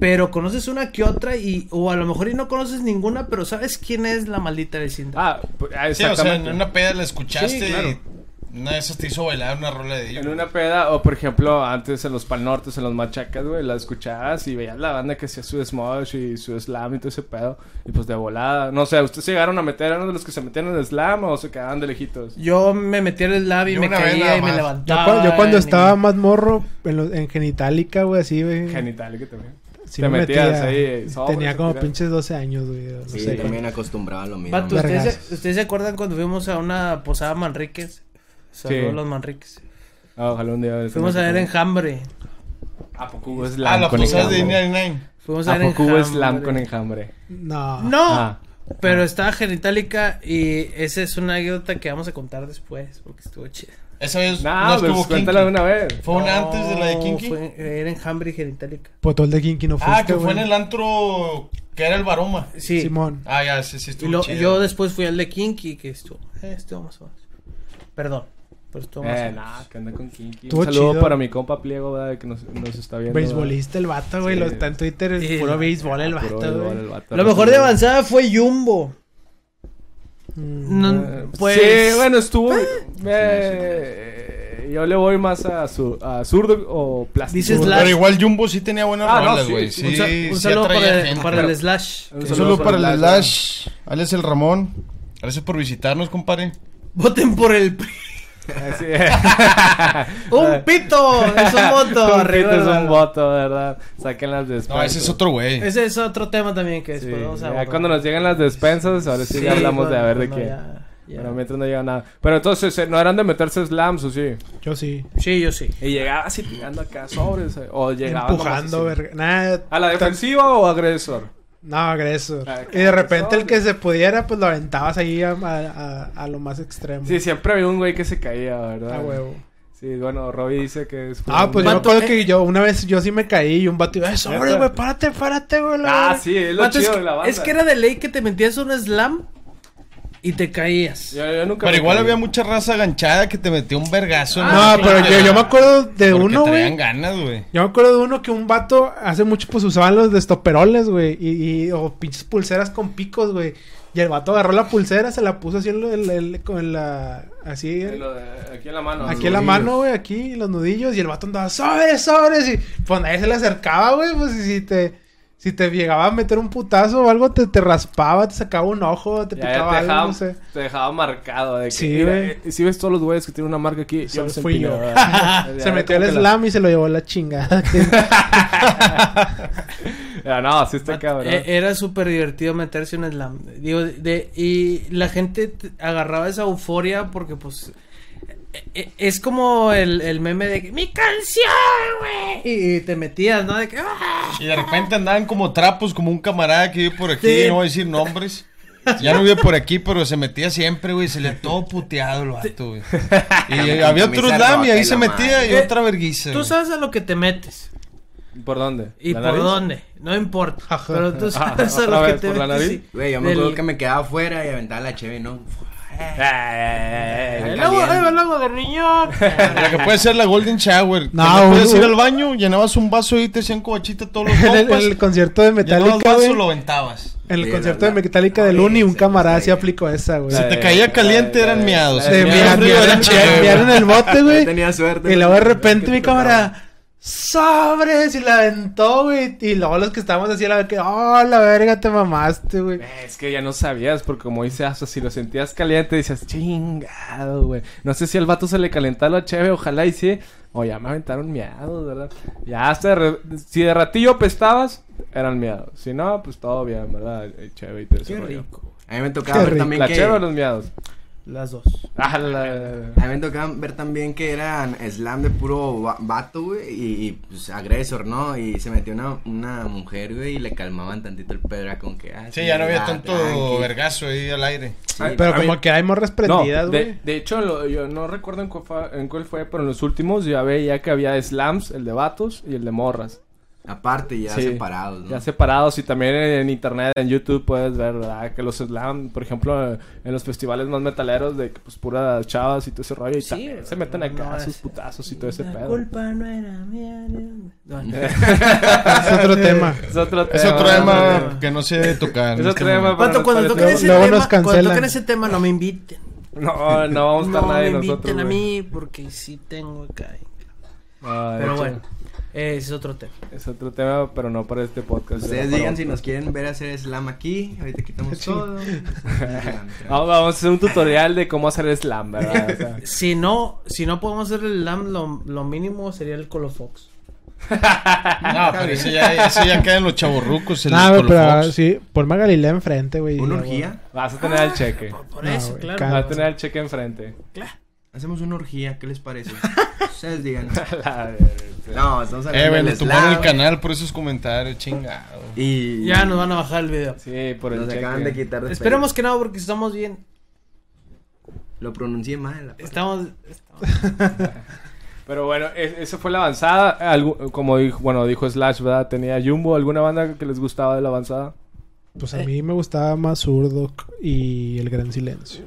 S4: pero conoces una que otra y, o a lo mejor y no conoces ninguna, pero sabes quién es la maldita vecindad.
S2: Ah, pues, ah,
S3: Sí, o sea,
S2: exactamente.
S3: en una peda la escuchaste
S2: Sí, claro.
S3: y Una de esas te hizo bailar una rola de ellos.
S2: En una peda, o por ejemplo, antes en los pal nortes, en los machacas, güey, la escuchabas y veías la banda que hacía su smosh y su slam y todo ese pedo. Y pues de volada. No sé, ¿ustedes se llegaron a meter? ¿Eran de los que se metían en el slam o se quedaban de lejitos?
S4: Yo me metí en el lab y
S3: Yo
S4: me
S3: una vez
S4: caía
S3: nada
S4: y me
S3: más.
S6: Yo,
S4: levantaba.
S6: cua- yo cuando
S4: y-
S6: estaba más morro, en, lo- en genitálica, güey, así, güey.
S2: Genital, que también.
S6: sí
S2: te
S6: me
S2: metías ahí, sobres,
S6: Tenía como
S2: mira.
S6: pinches 12 años, güey. No
S5: Sí,
S6: sé.
S5: yo también acostumbraba a lo mismo.
S4: Vato,
S5: ¿no?
S4: ¿ustedes,
S6: Vergas.
S4: se- ¿ustedes se acuerdan cuando fuimos a una posada Manríquez? Saludos
S2: Sí.
S4: a los Manríquez.
S2: Ah, ojalá un día.
S4: Fuimos a ver enjambre.
S2: ¿A poco hubo
S3: Ah,
S2: slam
S3: la
S2: con
S3: posada de
S2: enjambre?
S3: Nine
S4: Fuimos a
S2: ¿A
S4: ver
S2: poco
S4: enjambre.
S2: hubo slam con enjambre?
S6: No.
S4: No,
S2: Ah.
S4: pero estaba genitálica y esa es una anécdota que vamos a contar después porque estuvo chida.
S3: Esa vez
S2: No,
S3: no
S2: pues
S3: estuvo Kinky.
S2: cuéntala de una vez.
S3: Fue una
S4: No,
S3: antes de la de Kinky.
S4: fue- era enjambre y genitálica.
S6: Potol de Kinky no fuiste,
S3: ah, que fue
S6: güey.
S3: en el antro que era el Baroma.
S4: Sí.
S6: Simón.
S3: Ah, ya, sí, sí,
S4: Y
S3: estuvo
S4: lo-
S3: chido.
S4: yo después fui al de Kinky que estuvo, eh, estuvo más o menos. Perdón, pero estuvo más o
S2: Eh,
S4: menos.
S2: nada, que anda con Kinky.
S6: Estuvo
S2: Un saludo
S6: chido.
S2: para mi compa Pliego, ¿verdad? Que nos, nos está viendo.
S6: Beisbolista el vato, güey.
S2: Sí.
S6: Lo está en Twitter.
S4: Sí.
S6: Puro béisbol el
S2: Ah, puro
S6: vato,
S2: béisbol,
S6: güey.
S2: el vato.
S4: Lo mejor de avanzada fue Jumbo.
S6: Mm.
S4: No, pues
S2: Eh, Sí, bueno, estuvo. eh, yo le voy más a, su, a zurdo o plástico.
S4: Dices
S2: Zurdo.
S4: la-
S3: Pero igual Jumbo sí tenía buenas
S2: Ah, no,
S3: rolas,
S2: sí,
S3: güey.
S2: sí.
S3: Sí,
S4: un, sa- un
S3: sí
S4: saludo
S3: atraía
S4: para, el-
S3: gente.
S4: para el Slash.
S2: Un
S3: Un
S2: saludo
S3: saludo para el
S2: Lash.
S3: Slash, Alex el Ramón. Gracias por visitarnos, compadre.
S4: Voten por el PRI.
S2: Así
S4: Un pito, es un voto.
S2: Un pito
S4: arriba,
S2: es un
S4: hermano.
S2: voto, ¿verdad? Saquen las despensas.
S3: No, ese es otro güey.
S4: Ese es otro tema también que
S2: Sí,
S4: después vamos a
S2: ya
S4: abordar.
S2: cuando nos llegan las despensas, ahora sí,
S4: Sí,
S2: ya hablamos de a ver de
S4: cuando
S2: quién.
S4: ya- ya.
S2: Pero mientras no llega nada. Pero entonces, eh, ¿no eran de meterse slams o sí?
S6: Mm, Yo sí.
S4: Sí, yo sí.
S2: Y llegaba así tirando acá sobres. eh, O llegaba. nomás
S6: Empujando,
S2: así.
S6: verga. Nada.
S2: ¿A la defensiva o agresor?
S6: No, agresor.
S2: Ah,
S6: Y de repente
S2: agresor,
S6: el que
S2: güey.
S6: se pudiera, pues lo aventabas ahí a, a- a- a lo más extremo.
S2: Sí, siempre había un güey que se caía, ¿verdad?
S6: A Ah, huevo.
S2: Sí, bueno, Robbie dice que es.
S6: Ah, pues yo me
S4: Vato,
S6: acuerdo
S4: eh.
S6: que yo una vez yo sí me caí y un vato iba, "Eh, sobre, güey, párate, párate, güey. la
S2: Ah,
S6: verga".
S2: sí, es lo
S4: Vato, es,
S2: chido
S4: que-
S2: de la banda.
S4: es que era de ley que te metías un slam y te caías.
S2: Yo, yo nunca
S3: Pero
S2: me
S3: igual
S2: caí.
S3: había mucha raza ganchada que te metió un vergazo. en
S6: No,
S3: la
S6: pero
S3: cara,
S6: yo, yo me
S3: güey.
S6: acuerdo de
S3: Porque
S6: uno,
S3: traían
S6: güey.
S3: ganas, güey.
S6: Yo me acuerdo de uno que un vato hace mucho pues usaban los destoperoles, güey. Y, y- o pinches pulseras con picos, güey. Y el vato agarró la pulsera, se la puso así en, lo- en la- en la- con la... Así,
S2: Sí, lo de- Aquí en la mano.
S6: Aquí en la mano, güey, aquí, los nudillos, y el vato andaba sobres, sobres, y pues nadie se le acercaba, güey, pues y si te, si te llegaba a meter un putazo o algo, te, te raspaba, te sacaba un ojo, te
S2: Ya, ya
S6: picaba
S2: te,
S6: algo,
S2: dejaba,
S6: no sé.
S2: te dejaba marcado. De que,
S6: Sí,
S2: mira,
S6: güey.
S2: eh, Si ves todos los güeyes que tienen una marca aquí, yo
S6: Solo
S2: los
S6: fui
S2: empino,
S6: yo.
S2: ¿verdad?
S6: se
S2: Ya,
S6: metió
S2: como
S6: el
S2: que la-
S6: slam y se lo llevó la chingada.
S2: Ya, no, así está cabrón.
S4: E- Era súper divertido meterse un slam. Digo, de, y la gente t- agarraba esa euforia porque, pues, e- e- es como el, el meme de que, ¡Mi canción, güey! Y, y te metías, ¿no? De que, "Ah".
S3: Y de repente andaban como trapos, como un camarada que vive por aquí,
S4: Sí.
S3: no voy a decir nombres. Ya no vive por aquí, pero se metía siempre, güey. Se le todo puteado el vato, güey. Y
S5: Con
S3: había
S5: camisa
S3: otro slam y
S5: rota y
S3: ahí se
S5: la
S3: metía y
S6: Eh,
S4: madre.
S3: otra verguisa.
S4: Tú
S3: güey.
S4: sabes a lo que te metes.
S2: ¿Por dónde?
S4: eh. ¿Y
S2: ¿La
S4: por
S2: nariz? Ah,
S4: dónde? No importa.
S6: Ajá.
S4: Pero tú sabes a
S2: otra
S4: lo que
S2: vez,
S4: te
S2: por la
S4: metes,
S2: nariz.
S4: sí.
S5: Güey, yo me
S4: Del-
S5: acuerdo que me quedaba afuera y aventaba la cheve, ¿no?
S2: Eh,
S4: El agua,
S5: caliente.
S4: eh, el agua de riñón.
S3: La que puede ser la Golden Shower.
S6: No,
S3: No,
S6: un-
S3: puedes ir
S6: un-
S3: al baño, llenabas un vaso y te hacían cobachita todos los
S6: en, el,
S2: pues,
S3: compas.
S6: en el concierto de
S3: Llenabas
S6: Metallica,
S3: vaso
S6: güey.
S3: lo aventabas.
S6: En el
S5: Sí,
S6: concierto de
S5: la- la-
S6: Metallica del
S5: la-
S6: Uni, un
S5: se-
S6: camarada
S5: se-
S6: sí aplicó esa, güey.
S2: Sí,
S3: Te caía caliente,
S2: eh,
S3: eran
S2: eh,
S3: miados.
S2: eh,
S6: Se
S3: Te
S2: eh,
S6: me
S3: meaban frío, eran chévere.
S6: enviaron el bote,
S5: Yo
S6: güey.
S5: tenía suerte.
S6: Y luego de repente
S5: Nunca
S6: mi cámara sobres y la aventó, güey. Y luego los que estábamos así, la que, oh, la verga, te mamaste, güey.
S2: Eh, Es que ya no sabías, porque como dice Aso, si lo sentías caliente, dices, chingado, güey. No sé si al vato se le calentaba la cheve, ojalá y sí. O ya me aventaron miados, ¿verdad? Ya hasta de re- si de ratillo pestabas, eran miados. Si no, pues todo bien, ¿verdad? Eh, Cheve y todo ese
S4: Qué
S2: rollo.
S4: rico.
S5: A mí me tocaba
S6: Qué
S5: ver
S6: rico.
S5: también
S2: ¿La
S5: que...
S2: cheve o los miados?
S4: Las dos.
S2: Ah, la-
S5: A mí me tocaba ver también que eran slam de puro va- vato, güey, y, y, pues agresor, ¿no? Y se metió una, una mujer, güey, y le calmaban tantito el pedo, era como que... ah,
S3: Sí, ya no había
S5: ah,
S3: tanto
S5: tranqui.
S3: vergazo ahí al aire.
S5: Sí,
S2: Ay,
S6: Pero
S2: a mí-
S6: como que hay morras
S2: No,
S6: prendidas,
S2: de,
S6: güey.
S2: de hecho, lo- yo no recuerdo en cuál, fa- en cuál fue, pero en los últimos ya veía que había slams, el de vatos y el de morras.
S5: Aparte, ya
S2: Sí,
S5: separados, ¿no?
S2: Ya separados y también en internet, en YouTube puedes ver, ¿verdad? Que los slam, por ejemplo, eh, en los festivales más metaleros de que, pues puras chavas y todo ese rollo y
S4: Sí,
S2: también se
S4: güey,
S2: meten
S4: no,
S2: acá
S4: no,
S2: a sus
S4: es-
S2: putazos y todo ese
S4: La
S2: pedo.
S4: culpa no era mía. no, no.
S6: Es otro tema.
S2: Es otro tema.
S3: Es otro
S4: tema.
S3: tema que no se debe tocar.
S2: Es
S3: en
S2: otro
S3: este
S2: tema.
S3: momento.
S2: para
S4: Pato, cuando
S2: nuestra
S4: toquen
S6: luego-
S4: ese
S6: luego
S4: tema,
S6: nos
S4: cuando
S6: cancelan.
S4: toquen ese tema no me inviten.
S2: No, no vamos a estar
S4: no
S2: nadie
S4: me
S2: nosotros.
S4: inviten a
S2: güey.
S4: mí porque sí tengo acá.
S2: Ah, de
S4: Pero
S2: hecho,
S4: bueno, ese es otro tema.
S2: Es otro tema, pero no para este podcast.
S5: Ustedes
S2: Era
S5: digan
S2: para
S5: si
S2: otro.
S5: nos quieren ver hacer slam aquí. Ahorita quitamos todo.
S2: Ah, vamos a hacer un tutorial de cómo hacer slam, ¿verdad? O sea,
S4: Si no, si no podemos hacer el LAM, lo, lo mínimo sería el Colofox.
S3: No, pero eso ya, eso ya queda en los chavorrucos. el
S6: Nah, güey, pero ah,
S3: Colofox.
S6: sí, ponme a Galilea enfrente, güey.
S5: ¿Una
S6: ya,
S5: orgía?
S2: vas a tener
S4: Ah,
S2: el cheque.
S4: Por
S6: No,
S4: eso,
S6: güey,
S4: claro.
S6: calma.
S2: Vas a Ah, tener el cheque enfrente.
S5: Hacemos una orgía, ¿qué les parece? Ustedes digan.
S2: La verga.
S5: No, estamos hablando
S3: Eh, güey, le
S5: del slam.
S3: tumbaron el canal por esos comentarios, chingado.
S5: Y
S4: Ya nos van a bajar el video.
S2: Sí, por el
S5: nos
S2: cheque.
S5: acaban de quitar de
S4: Esperemos que no, porque estamos bien.
S5: Facebook. Lo pronuncié mal. la-
S4: Estamos.
S2: Pero bueno, es- esa fue la avanzada. Algu- como dijo, bueno, dijo Slash, ¿verdad? Tenía Jumbo, ¿alguna banda que les gustaba de la avanzada?
S6: Pues a mí me gustaba más Zurdo y El Gran Silencio.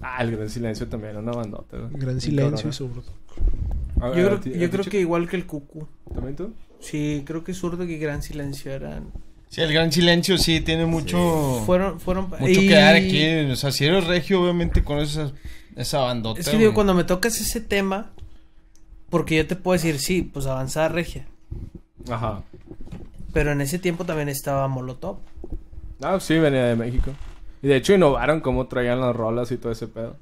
S2: Ah, el Gran Silencio también, una bandota. ¿no?
S6: El Gran
S2: Bien
S6: Silencio
S2: cabrona.
S6: y Zurdo.
S2: A
S4: Yo
S2: ver,
S4: creo,
S2: ¿a ti-
S4: yo
S2: has
S4: creo
S2: dicho-
S4: que igual que el Cucu.
S2: ¿También tú?
S4: Sí, creo que Zurdo y Gran Silencio eran.
S3: Sí, el gran silencio sí tiene mucho,
S4: Fueron. fueron
S3: mucho
S4: y-
S3: que dar aquí. O sea, si eres regio, obviamente con esa, esa bandota.
S4: Es que digo, cuando me tocas ese tema, porque yo te puedo decir, sí, pues avanzada regia.
S2: Ajá.
S4: Pero en ese tiempo también estaba Molotov.
S2: Ah, sí, venía de México. Y de hecho innovaron cómo traían las rolas y todo ese pedo.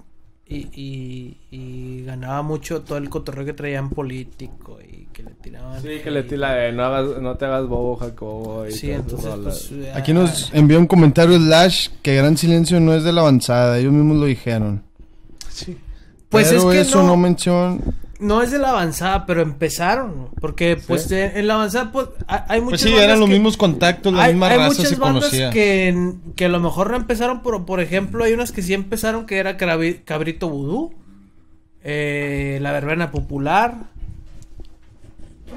S4: Y, y, y ganaba mucho todo el cotorreo que traían político y que le tiraban.
S2: Sí, que le tira de no, hagas- no te hagas bobo, Jacobo. Y todas
S4: Sí,
S2: esas
S4: entonces
S2: rolas.
S4: pues. ah,
S3: Aquí nos envió un comentario Slash que Gran Silencio no es de la avanzada, ellos mismos lo dijeron.
S6: Sí.
S4: Pues
S3: Pero
S4: es que
S3: eso no,
S4: no, no,
S3: mencionó.
S4: es de la avanzada, pero empezaron. ¿no? Porque pues de- en la avanzada pues, ha- hay muchas
S3: Pues sí,
S4: bandas
S3: eran los
S4: que-
S3: mismos contactos, la
S4: Hay,
S3: misma
S4: hay
S3: raza
S4: muchas
S3: se
S4: bandas
S3: conocía.
S4: que, que a lo mejor no empezaron, por, por ejemplo, hay unas que sí empezaron que era Crabi- Cabrito Vudú, eh, La Verbena Popular,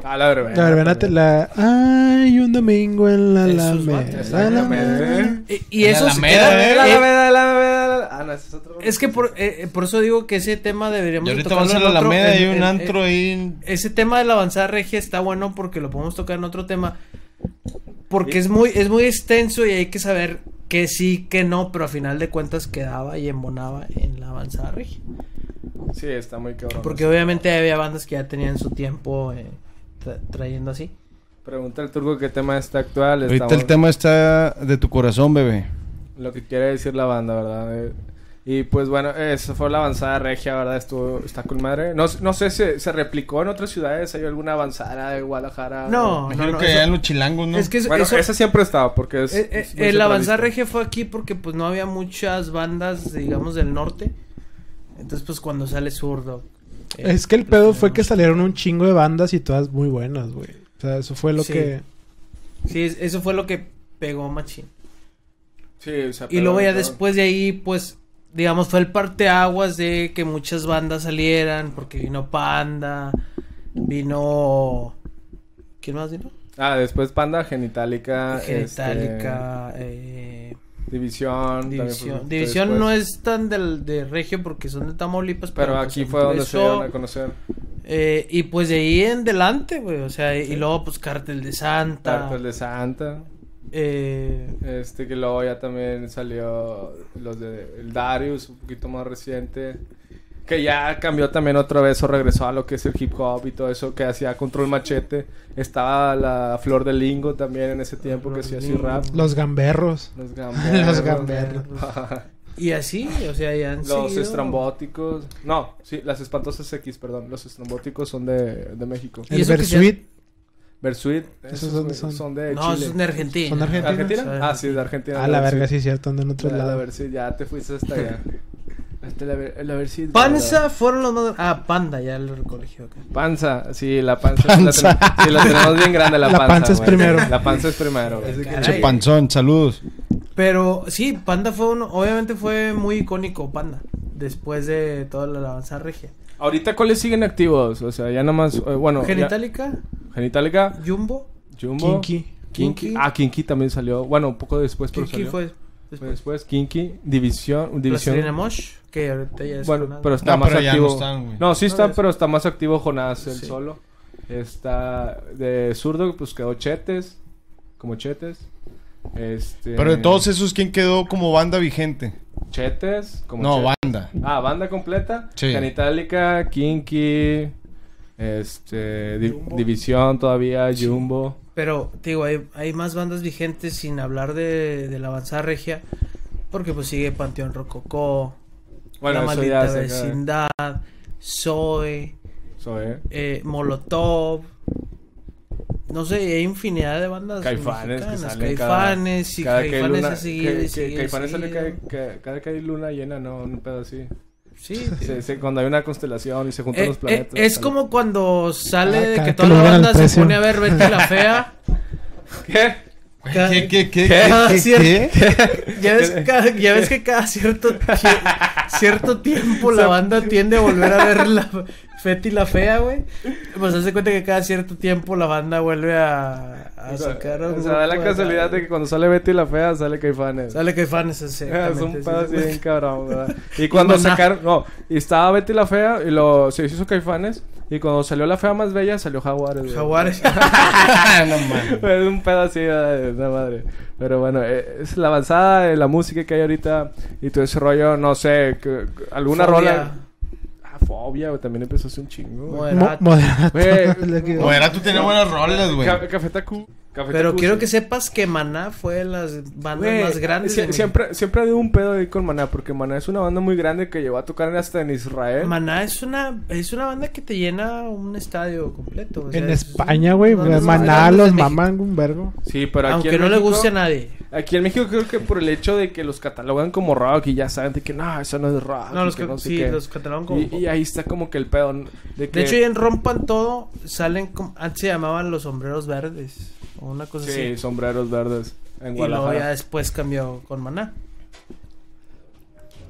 S2: Ah, la verbena.
S6: La verbena te la. Ay, un domingo en la
S4: Esos
S6: Alameda.
S4: vatos,
S2: Exactamente.
S4: y, y esos
S3: Alameda,
S4: eran-
S3: ¿eh?
S2: La
S4: eh,
S2: verbena, la verbena, la- Ah, no, ese es otro.
S4: Es que por, eh, eh, por eso digo que ese tema deberíamos
S3: Y
S4: de
S3: ahorita
S4: tocarlo
S3: vamos a
S4: en
S3: la
S4: otro-
S3: Alameda y hay
S4: en-
S3: un
S4: en-
S3: antro ahí. en-
S4: Ese tema de la avanzada regia está bueno porque lo podemos tocar en otro tema. Porque es muy, es muy extenso y hay que saber que sí, que no, pero a final de cuentas quedaba y embonaba en la avanzada regia.
S2: Sí, está muy cabrón.
S4: Porque obviamente había bandas que ya tenían su tiempo eh, tra- trayendo así.
S2: Pregunta al turco qué tema está actual.
S3: Ahorita
S2: estamos-
S3: el tema está de tu corazón, bebé.
S2: Lo que quiere decir la banda, ¿verdad? Eh, Y pues bueno, esa fue la avanzada regia, ¿verdad? Estuvo, está con madre. No, no sé, ¿se, ¿se replicó en otras ciudades? ¿Hay alguna avanzada de Guadalajara?
S4: No,
S3: Imagino
S4: no, no.
S3: que
S4: eso-
S3: allá en los chilangos, ¿no?
S4: Es que eso-
S2: Bueno,
S4: eso-
S2: esa siempre estaba porque es...
S4: eh, eh,
S2: es muy
S4: el
S2: centralista.
S4: avanzada regia fue aquí porque pues no había muchas bandas, digamos, del norte. Entonces pues cuando sale zurdo. eh,
S6: Es que el
S4: pues,
S6: pedo
S4: tenemos-
S6: fue que salieron un chingo de bandas y todas muy buenas, güey. O sea, eso fue lo
S4: Sí.
S6: que.
S4: Sí, es- eso fue lo que pegó Machín.
S2: Sí,
S6: Ah,
S2: o sea,
S4: Y
S2: pero
S4: luego ya
S2: ahorita-
S4: después de ahí, pues, digamos, fue el parteaguas de que muchas bandas salieran, porque vino Panda, vino... ¿Quién más vino?
S2: Ah, después Panda,
S6: Ah,
S2: Genitalica.
S4: Genitalica, eh,
S2: este, División. también fue
S4: División.
S2: justo
S4: División
S2: después.
S4: no es tan del, de Regio porque son de Tamaulipas,
S2: Pero
S4: pues,
S2: aquí fue donde se
S4: empezó,
S2: dieron a conocer.
S4: eh, y pues de ahí en adelante, güey, o sea, y, y luego pues Cártel de Santa.
S2: Tartas de Santa.
S4: eh,
S2: Este que luego ya también salió los de el Darius, un poquito más reciente. Que ya cambió también otra vez o regresó a lo que es el hip hop y todo eso que hacía Control Machete. Estaba la Flor del Lingo también en ese tiempo que
S4: Flor
S2: hacía
S4: del
S2: así
S4: Lingo.
S2: rap.
S6: Los gamberros.
S2: Los gamberos.
S6: Los gamberos.
S4: y así, o sea, ya han
S2: los
S4: seguido.
S2: estrambóticos. No, sí, las espantosas X, perdón. Los estrambóticos son de, de México.
S4: ¿Y
S6: El
S4: eso que sea-
S6: Versuit.
S2: Versuit,
S6: ¿Esos
S2: esos
S6: dónde
S2: son,
S6: son?
S2: son de
S4: No,
S2: Chile.
S4: son de Argentina.
S6: ¿Son de Argentina?
S2: ¿Argentina? Ah, sí, de Argentina.
S6: Ah, la
S2: Versuit.
S6: verga, sí, es cierto, andan en otros
S2: Pues La, la
S6: lados.
S2: Versuit, ya te fuiste hasta allá. Hasta la, ver- la Versuit,
S4: Panza
S2: ¿verdad?
S4: fueron los más... Ah, Panda, ya lo recogió acá.
S2: Panza, sí, la panza. sí la tenemos- sí, la tenemos bien grande, la
S6: La
S2: panza.
S6: panza es
S2: güey.
S6: primero.
S2: La panza es primero. güey.
S3: Che
S4: Caray.
S3: panzón, saludos.
S4: Pero sí, Panda fue uno... Obviamente fue muy icónico Panda. Después de toda la alabanza regia.
S2: Ahorita, ¿cuáles siguen activos? O sea, ya nomás. eh, bueno, ya-
S4: Genitalica,
S2: Genitalica,
S4: Jumbo,
S2: Jumbo.
S6: Kinky.
S2: Kinky.
S4: Kinky.
S2: Ah, Kinky también salió. Bueno, un poco después, pero
S4: Kiki
S2: salió.
S4: fue después.
S2: Después, Kinky, División.
S4: Plastrina
S2: división
S4: Mosh, que ahorita ya es...
S2: bueno,
S4: una-
S2: pero está
S3: No,
S2: más
S3: pero ya
S2: activo.
S3: no están, güey.
S2: No, sí
S4: No,
S2: está,
S4: ya-
S2: pero está más activo Jonás el
S4: Sí.
S2: solo. Está de zurdo, pues quedó Chetes. Como Chetes. Este,
S3: Pero de todos esos, ¿quién quedó como banda vigente?
S2: Chetes, como
S3: No,
S2: Chetes.
S3: Banda.
S2: Ah, banda completa.
S3: Sí.
S2: Canitálica, Kinky, este, Di- División todavía, Jumbo.
S4: Pero, te digo, hay, hay más bandas vigentes sin hablar de, de la avanzada regia. Porque pues sigue Panteón Rococó,
S2: Bueno,
S4: La
S2: eso ya se
S4: Maldita
S2: acaba.
S4: Vecindad, Zoe,
S2: Eso, eh.
S4: eh, Molotov. No sé, hay infinidad de bandas.
S2: Caifanes, que
S4: mexicanas.
S2: salen cada-
S4: Caifanes, y
S2: cada que hay
S4: Caifanes
S2: luna-
S4: ha seguido y
S2: que- que-
S4: seguido y
S2: Caifanes sale
S4: seguido.
S2: cada, que- cada que hay luna llena, ¿no? Un pedo así.
S4: Sí,
S2: Se- se- cuando hay una constelación y se juntan
S4: Eh,
S2: los
S4: eh,
S2: planetas.
S4: es
S2: sale.
S4: como cuando sale
S6: Ah,
S4: de
S6: cada
S4: que
S6: que
S4: toda
S6: le
S4: la
S6: bajan el
S4: banda se
S6: precio.
S4: pone a ver Betty la Fea.
S2: ¿Qué?
S4: Cada-
S3: ¿Qué, qué, qué?
S4: Cada
S3: ¿Qué,
S4: cier-
S3: qué?
S4: Ya ves, cada- ya ves que cada cierto, tie- cierto tiempo la banda tiende a volver a ver la Feti la Fea, güey. Pues hace cuenta que cada cierto tiempo la banda vuelve a, a
S2: O sea,
S4: sacar
S2: o sea, da la casualidad de que cuando sale Betty la fea, sale Caifanes.
S4: Sale que fans ese.
S2: Es un pedo así bien cabrón, ¿verdad? Y cuando
S4: Maná.
S2: sacaron, no, y estaba Betty la fea y lo se hizo Caifanes. Y cuando salió la fea más bella, salió Jaguares. güey.
S4: Jaguares.
S2: es un pedo así, ¿verdad? Es una madre. Pero bueno, eh, es la avanzada de la música que hay ahorita y todo ese rollo, no sé, que- que- alguna
S4: Fobia,
S2: rola. Ah, fobia, güey, también empezó hace un chingo. güey.
S6: Mo-
S4: moderato.
S6: Moderato.
S2: Güey,
S6: La que-
S3: Moderato tenía buenas rolas, güey.
S2: Ca- Café Tacu- Café
S4: Pero
S2: Tacuce.
S4: quiero que sepas que Maná fue de las bandas
S2: Güey,
S4: más grandes.
S2: sie-
S4: de México.
S2: siempre, siempre ha habido un pedo ahí con Maná, porque Maná es una banda muy grande que llegó a tocar hasta en Israel.
S4: Maná es una, es una banda que te llena un estadio completo. o sea,
S6: En
S4: es-
S6: España, güey.
S4: no, no,
S6: Maná
S4: no, no,
S6: los
S4: en México.
S6: maman un vergo.
S2: sí, pero aquí
S4: Aunque
S2: en
S4: no le
S2: México-
S4: guste a nadie.
S2: Aquí en México creo que por el hecho de que los catalogan como rock y ya saben de que no, eso no es rock.
S4: No,
S2: y
S4: los,
S2: Ah, que
S4: ca-
S2: sé
S4: sí,
S2: qué.
S4: los catalogan como.
S2: Y, y ahí está como que el pedo ¿no? de que...
S4: de hecho, ya en Rompan Todo salen. como- Antes se llamaban los sombreros verdes. O una cosa
S2: Sí,
S4: así.
S2: sombreros verdes en
S4: Y luego ya
S2: Guadalajara.
S4: después cambió con Maná.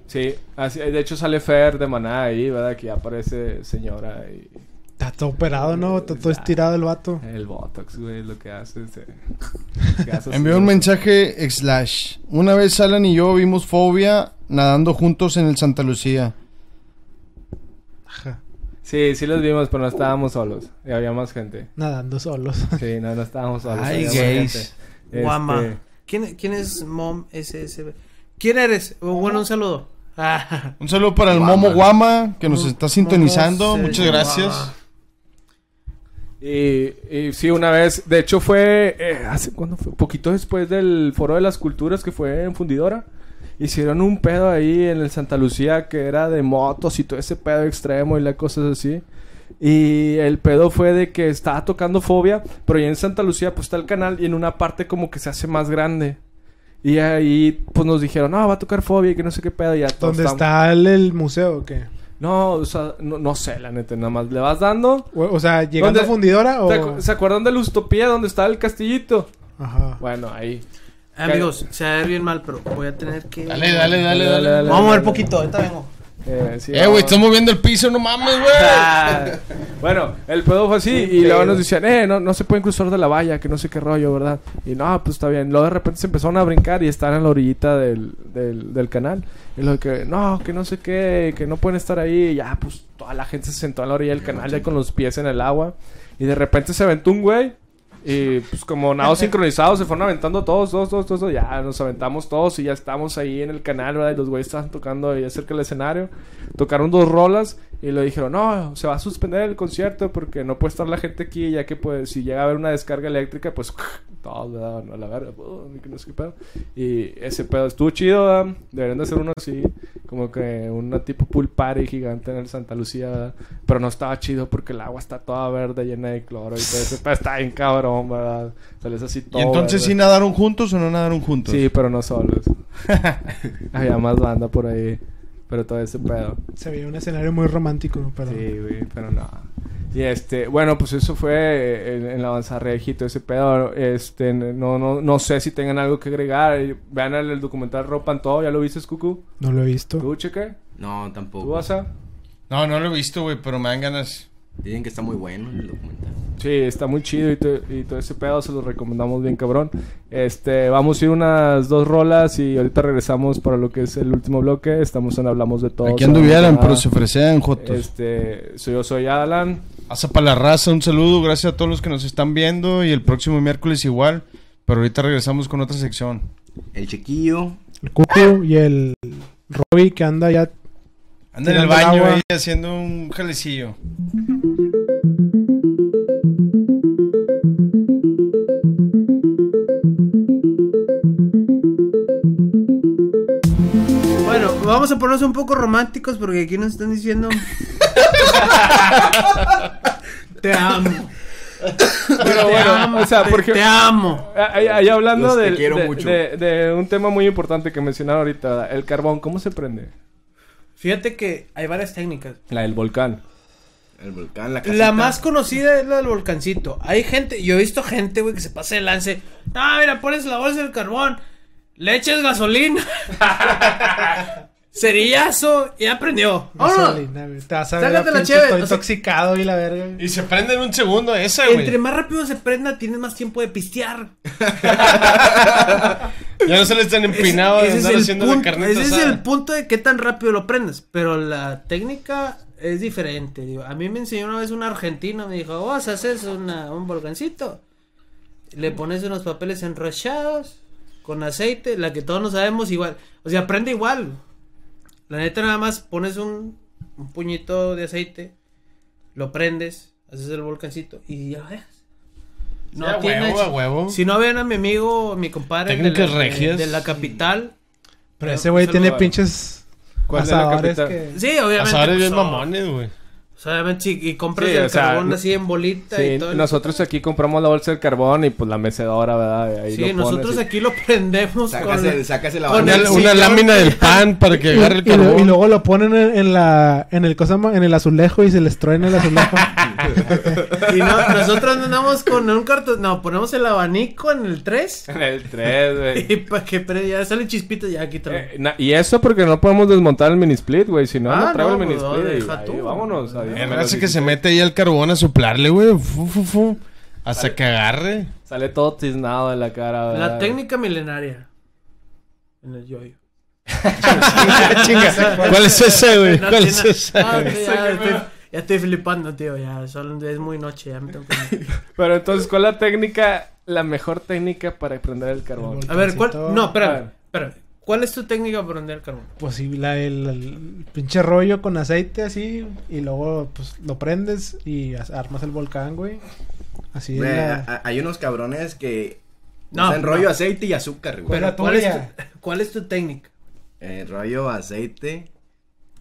S2: Sí, así, de hecho sale Fer de Maná ahí, ¿verdad? Que ya aparece señora y...
S6: Está todo operado, ¿no? Está todo estirado el vato.
S2: El Botox, güey, lo que hace. este, que hace
S3: Envió un mensaje slash. Una vez Alan y yo vimos Fobia nadando juntos en el Santa Lucía.
S2: Sí, sí los vimos, pero no estábamos solos. Y había más gente.
S6: Nadando solos.
S2: Sí, no, no estábamos solos. había
S3: Ay,
S2: más
S3: gays.
S2: gente. Este,
S4: Guama. ¿Quién, ¿Quién es Mom SSB? ¿Quién eres? Oh, Bueno, un saludo. Ah,
S3: Un saludo para el Momo Guama que nos está sintonizando.
S4: Momo
S3: Muchas
S4: se-
S3: gracias.
S4: Guama.
S2: Y, y sí, una vez, de hecho fue, eh, hace cuándo fue, poquito después del Foro de las Culturas que fue en Fundidora, hicieron un pedo ahí en el Santa Lucía que era de motos y todo ese pedo extremo y las cosas así. Y el pedo fue de que estaba tocando fobia, pero ya en Santa Lucía pues está el canal y en una parte como que se hace más grande. Y ahí pues nos dijeron, no, va a tocar fobia y que no sé qué pedo. Y ya todos
S6: ¿Dónde
S2: estábamos-
S6: está el, el museo o qué?
S2: No, o sea, no, no sé, la neta, nada más le vas dando.
S6: O, o sea, llegando
S2: ¿Dónde-
S6: a fundidora
S2: ¿Te acu-
S6: o.
S2: ¿Se acuerdan de la utopía donde estaba el castillito?
S6: Ajá.
S2: Bueno, ahí.
S4: Amigos, se va a ver bien mal, pero voy a tener que.
S3: Dale, dale, dale, dale.
S4: Vamos a mover poquito, ahorita vengo.
S2: Eh, sí,
S3: Eh, güey,
S2: vamos.
S3: estamos viendo el piso, no mames, güey.
S2: Ah. Bueno, el pedo fue así y luego nos decían, eh, no, no se pueden cruzar de la valla, que no sé qué rollo, ¿verdad? Y no, pues está bien. Luego de repente se empezaron a brincar y están en la orillita del, del, del canal. Y lo que, no, que no sé qué, que no pueden estar ahí. Y ya, pues toda la gente se sentó a la orilla del canal ya con los pies en el agua. Y de repente se aventó un güey. Y pues como nado sincronizado se fueron aventando todos, todos, todos, todos, todos. Ya nos aventamos todos y ya estamos ahí en el canal, ¿verdad? Y los güeyes estaban tocando ahí cerca del escenario. Tocaron dos rolas y le dijeron, no, se va a suspender el concierto porque no puede estar la gente aquí, ya que pues si llega a haber una descarga eléctrica, pues todos le daban a la verga, uh, que no sé qué pedo. Y ese pedo estuvo chido, ¿verdad? deberían de hacer uno así, como que una tipo pool party gigante en el Santa Lucía, ¿verdad? pero no estaba chido porque el agua está toda verde, llena de cloro y todo ese pedo está bien cabrón, ¿verdad? Sales así todo.
S3: ¿Y entonces sí
S2: verde.
S3: nadaron juntos o no nadaron juntos?
S2: Sí, pero no solos. Había más banda por ahí, pero todo ese pedo.
S6: Se veía un escenario muy romántico, pero.
S2: Sí, güey, pero no. Y este, bueno, pues eso fue eh, en, en la avanzarregia y todo ese pedo. Este, no, no, no sé si tengan algo que agregar. Y Vean el, el documental Ropan Todo, ¿ya lo viste, Cucu?
S6: No lo he visto.
S2: ¿Tú, Cheque?
S5: No,
S2: ¿Tú,
S5: tampoco.
S2: Baza?
S3: No, no lo he visto, güey, pero me dan ganas.
S5: Dicen que está muy bueno el documental.
S2: Sí, está muy chido y, to- y todo ese pedo se lo recomendamos bien cabrón. Este, vamos a ir unas dos rolas y ahorita regresamos para lo que es el último bloque. Estamos en Hablamos de Todo.
S3: Aquí anduvieran,
S2: Hablamos
S3: pero
S2: de
S3: se ofrecían,
S2: nada.
S3: Jotos.
S2: Este, soy, yo soy Alan.
S3: Hasta para la raza, un saludo, gracias a todos los que nos están viendo y el próximo miércoles igual, pero ahorita regresamos con otra sección.
S5: El chiquillo.
S6: El Cucu y el Robbie que anda ya
S3: Anda en el
S6: Tirando el
S3: baño
S6: agua.
S3: ahí haciendo un jalecillo.
S4: Bueno, vamos a ponernos un poco románticos porque aquí nos están diciendo. te amo.
S2: Pero
S4: te
S2: bueno,
S4: amo.
S2: o sea,
S4: te-
S2: porque-
S4: Te amo.
S2: Ah, Ahí, ahí hablando
S5: Los te
S2: del- de,
S5: quiero mucho.
S2: de- de un tema muy importante que mencionaron ahorita, el carbón, ¿cómo se prende?
S4: Fíjate que hay varias técnicas.
S2: La del volcán.
S5: El volcán, la casita.
S4: La más conocida es la del volcancito. Hay gente, yo he visto gente, güey, que se pasa de lance. Ah, mira, pones la bolsa del carbón, le echas gasolina, cerillazo, y aprendió. ¡Vámonos!
S6: Gasolina, güey. Te vas a ver.
S4: Sácate
S6: a
S4: la
S6: pinche,
S4: cheve,
S6: Estoy
S4: o sea-
S6: intoxicado y la verga. güey.
S3: Y se prende en un segundo esa, güey.
S4: Entre más rápido se prenda, tienes más tiempo de pistear.
S3: Ya no se les tan empinado de
S4: Ese es
S3: andar
S4: el
S3: haciendo la
S4: punto-
S3: carnita
S4: Ese es
S3: asada.
S4: el punto de qué tan rápido lo prendes. Pero la técnica es diferente. digo. A mí me enseñó una vez un argentino, me dijo, vos haces una- un volcancito. Le pones unos papeles enrollados con aceite, la que todos no sabemos igual. O sea, prende igual. La neta nada más pones un, un puñito de aceite, lo prendes, haces el volcancito y ya ves.
S3: Sí, a huevo, a huevo.
S4: Si no vean a mi amigo, mi compadre de la,
S3: Técnicas
S4: de-
S3: regias.
S4: de la capital.
S6: Pero ese güey tiene
S4: Saluda.
S6: pinches.
S2: ¿Cuál de la
S6: asadores
S2: capital?
S4: Sí, obviamente.
S3: Asadores bien
S4: pues,
S3: mamones, güey.
S4: o- obviamente, sí, y compras
S2: Sí, o
S4: el
S2: sea,
S4: carbón
S2: no-
S4: así en bolita
S2: Sí,
S4: y todo. el-
S2: nosotros aquí compramos la bolsa del carbón y pues la mecedora, ¿verdad? Ahí
S4: Sí, nosotros
S2: aquí...
S4: aquí lo prendemos
S5: Sácase,
S4: con.
S5: sácase la
S4: con
S5: banda.
S4: el-
S3: Una,
S4: Sí,
S3: una
S4: yo-
S3: lámina del pan para que
S6: Y,
S3: agarre el
S6: y lo- y
S3: carbón.
S6: luego lo ponen en, en la en el cosa ma- en el azulejo y se les truena el azulejo.
S4: Y no, nosotros no andamos con un cartón. No, ponemos el abanico en el 3.
S2: el 3,
S4: Y para que pre- ya salen chispitas, ya quítalo.
S2: Eh, y eso porque no podemos desmontar el mini split, güey. Si no,
S4: Ah,
S2: no traigo
S4: no,
S2: el mini
S4: pues,
S2: split.
S4: no,
S2: y
S4: deja
S2: ahí,
S4: tú.
S2: vámonos. adiós,
S3: Me
S2: me
S3: parece
S2: los
S3: que se
S2: dices.
S3: mete ahí al carbón a soplarle, güey. Fu, fu, fu. Hasta que agarre.
S2: Sale todo tiznado de la cara, ¿verdad?
S4: la técnica milenaria. En el yoyo.
S3: ¿Cuál es ese, güey?
S4: No
S3: ¿Cuál
S4: tiene-
S3: es ese?
S4: Ah, ok, ya, estoy, ya estoy flipando, tío. Ya son- es muy noche. Ya me tengo que...
S2: Pero entonces, ¿cuál es la técnica, la mejor técnica para prender el carbón?
S4: A ver, ¿cuál?
S6: Volcancito.
S4: No,
S2: A
S4: espérame.
S2: ver.
S4: espérame. ¿Cuál es tu técnica para prender el carbón?
S6: Pues sí, la- el, el pinche rollo con aceite así y luego pues lo prendes y as- armas el volcán, güey. Así es
S5: Güey,
S6: la-
S5: a- a- Hay unos cabrones que.
S4: No,
S5: usan rollo
S4: no.
S5: aceite y azúcar, güey.
S6: Pero- La
S4: ¿Cuál es,
S6: tuya.
S4: tu, cuál es tu técnica?
S5: Eh, rollo aceite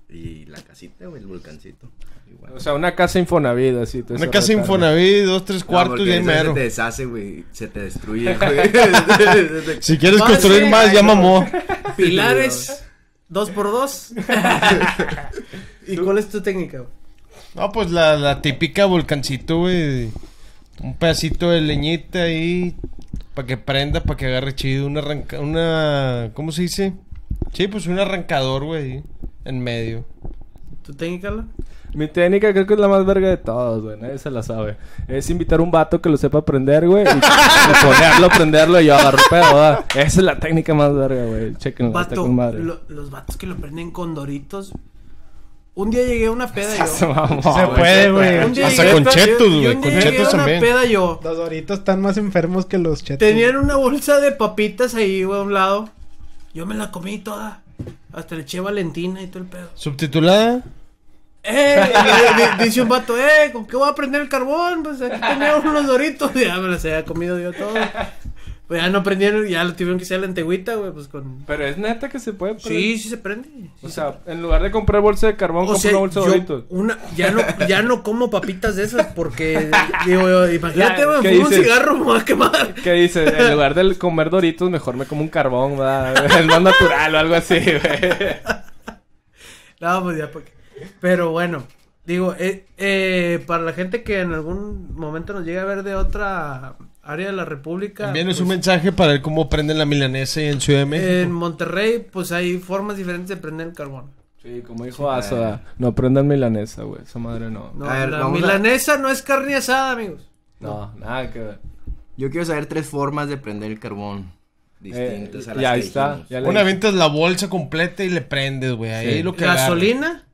S5: y la casita, güey, el volcancito. Igual.
S2: O sea, una casa Infonavit, así. te
S3: Una
S2: hace
S3: casa
S2: retardo.
S3: Infonavit, dos, tres
S5: No,
S3: cuartos y
S5: porque
S3: ahí
S5: esa
S3: mero.
S5: Se te deshace, güey. Se te destruye, güey.
S3: Si quieres
S4: No,
S3: construir
S4: sí,
S3: más,
S4: ay,
S3: ya
S4: no.
S3: mamó.
S4: Pilares, dos por dos. ¿Y cuál es tu técnica? güey?
S3: No, pues la, la típica volcancito, güey. Un pedacito de leñita ahí. Para que prenda, para que agarre chido. Una arranca... Una... ¿Cómo se dice? Sí, pues un arrancador, güey. En medio.
S4: ¿Tu técnica, Alan?
S2: Mi técnica creo que es la más verga de todos, güey. Nadie se la sabe. Es invitar a un vato que lo sepa prender, güey. Y, y ponerlo, prenderlo y yo agarro pedo, ¿verdad? Esa es la técnica más verga, güey. Chequenlo, está
S4: Vato,
S2: con madre.
S4: lo- los vatos que lo prenden con doritos. Un día llegué a una peda
S2: Se
S4: yo.
S2: mamó,
S6: se
S2: Ah, güey.
S6: puede, güey.
S4: Un día
S3: Hasta
S4: llegué-
S3: con chetos,
S4: yo- yo
S3: güey,
S4: un
S3: con
S4: día llegué
S3: chetos
S4: a una
S3: también.
S4: peda yo.
S6: Los doritos están más enfermos que los chetos.
S4: Tenían una bolsa de papitas ahí, güey, a un lado. Yo me la comí toda. Hasta le eché Valentina y todo el pedo.
S3: Subtitulada.
S4: ¡Eh! di- di- Dice un vato, ¡eh! ¿Con qué voy a prender el carbón? Pues aquí tenemos unos doritos. Ya me los había comido yo todo. Pues ya no prendieron, ya lo tuvieron que hacer la antigüita, güey, pues con.
S2: Pero es neta que se puede prender.
S4: Sí, sí se prende.
S2: O sea, en lugar de comprar bolsa de carbón,
S4: O
S2: compra
S4: sea,
S2: una bolsa de
S4: yo
S2: doritos.
S4: una, ya, no, ya no como papitas de esas porque, digo, yo, imagínate,
S2: Ya,
S4: me
S2: ¿qué
S4: fumo un
S2: dices?
S4: cigarro, me voy a quemar.
S2: ¿Qué dices? En lugar de comer doritos, mejor me como un carbón, ¿verdad? Es más natural o algo así, güey.
S4: No, pues ya, porque... Pero bueno, digo, eh, eh, para la gente que en algún momento nos llega a ver de otra área de la República.
S3: Envíanos
S4: pues,
S3: un mensaje para ver cómo prenden la milanesa y en Ciudad de
S4: En
S3: México.
S4: Monterrey, pues hay formas diferentes de prender el carbón.
S2: Sí, como dijo Asa, no prendan milanesa, güey. Esa madre no.
S4: No,
S5: A ver,
S4: la
S5: vamos a-
S4: milanesa no es carne asada, amigos.
S2: No, nada que ver.
S5: Yo quiero saber tres formas de prender el carbón. Distintas
S2: Eh,
S5: a las
S2: ya
S5: que
S2: está.
S5: dijimos.
S2: Ya le
S3: Una
S2: dije.
S3: ventas la bolsa completa y le prendes, güey. Ahí
S2: Sí.
S3: lo que agarre.
S4: Gasolina,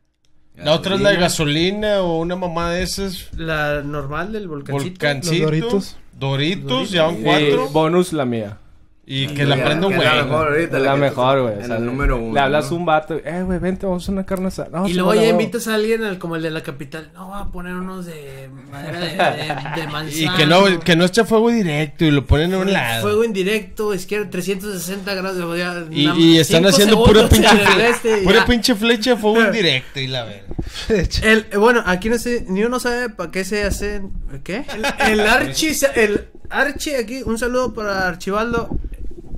S3: La otra es la de gasolina o una mamá de esas.
S4: la normal del volcancito.
S3: Volcancito.
S6: Los
S3: Doritos.
S6: Doritos.
S3: Doritos, ya van
S2: Sí,
S3: cuatro.
S2: bonus la mía.
S3: Y que la prenda un
S5: Que
S3: güey.
S5: es La mejor, ahorita,
S2: la
S5: que-
S2: mejor, güey. o
S5: En
S2: sea,
S5: el número uno.
S2: Le hablas
S5: ¿no?
S2: un vato, eh, güey, vente, vamos a una carne asada. No,
S4: y
S2: Ah, sí,
S4: luego
S2: bueno,
S4: ya
S2: bueno.
S4: invitas a alguien al, como el de la capital. No, va a poner unos de madera de, de- de
S3: Y
S4: manzana.
S3: que no, que no echa fuego directo y lo ponen a un lado.
S4: Fuego indirecto, izquierda 360 grados. o sea,
S3: Y,
S4: una-
S3: y están
S4: cinco
S3: haciendo pura pinche,
S4: segundos en el
S3: fle-
S4: este y
S3: pura
S4: ya.
S3: pinche flecha de fuego indirecto y la verga.
S4: El, eh, bueno, aquí no sé, ni uno sabe para qué se hacen. ¿Qué? El, el Archi, se- el Archi aquí, un saludo para Archibaldo.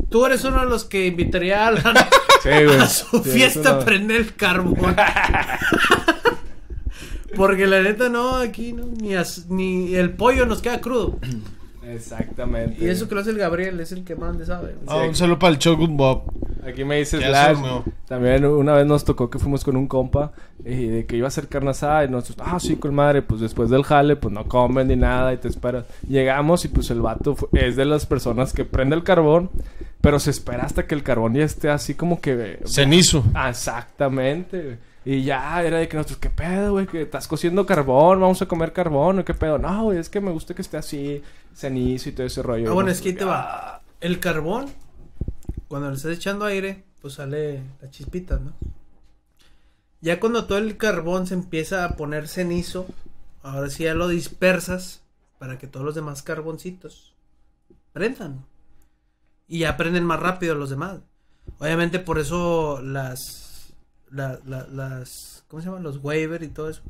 S4: Tú eres uno de los que invitaría a, la-
S2: Sí, güey.
S4: a su
S2: Sí,
S4: fiesta
S2: eso
S4: a
S2: no-
S4: prender el carbón. Porque la neta no, aquí no, ni, as- ni el pollo nos queda crudo.
S2: Exactamente.
S4: Y eso que lo hace el Gabriel, es el que más le sabe.
S2: Oh,
S3: Ah, un saludo para el Shogun Bob.
S2: Aquí me dice
S3: Ya
S2: Slash.
S3: asumió.
S2: También una vez nos tocó que fuimos con un compa y de que iba a hacer carne asada y nosotros, ah, sí, con madre, pues después del jale, pues no comen ni nada y te esperas. Llegamos y pues el vato fu- es de las personas que prende el carbón, pero se espera hasta que el carbón ya esté así como que
S3: Cenizo.
S2: Ah, Exactamente. güey. Y ya era de que nosotros, ¿qué pedo, güey? Que estás cociendo carbón, vamos a comer carbón, ¿o qué pedo? No, güey, es que me gusta que esté así, cenizo y todo ese rollo.
S4: Ah, bueno,
S2: Y
S4: es que ahí te
S2: nosotros,
S4: va. El carbón, cuando le estás echando aire, pues sale las chispitas, ¿no? Ya cuando todo el carbón se empieza a poner cenizo, ahora sí ya lo dispersas para que todos los demás carboncitos prendan. Y ya prenden más rápido los demás. Obviamente por eso las... la- la- las ¿Cómo se llaman? Los waiver y todo eso.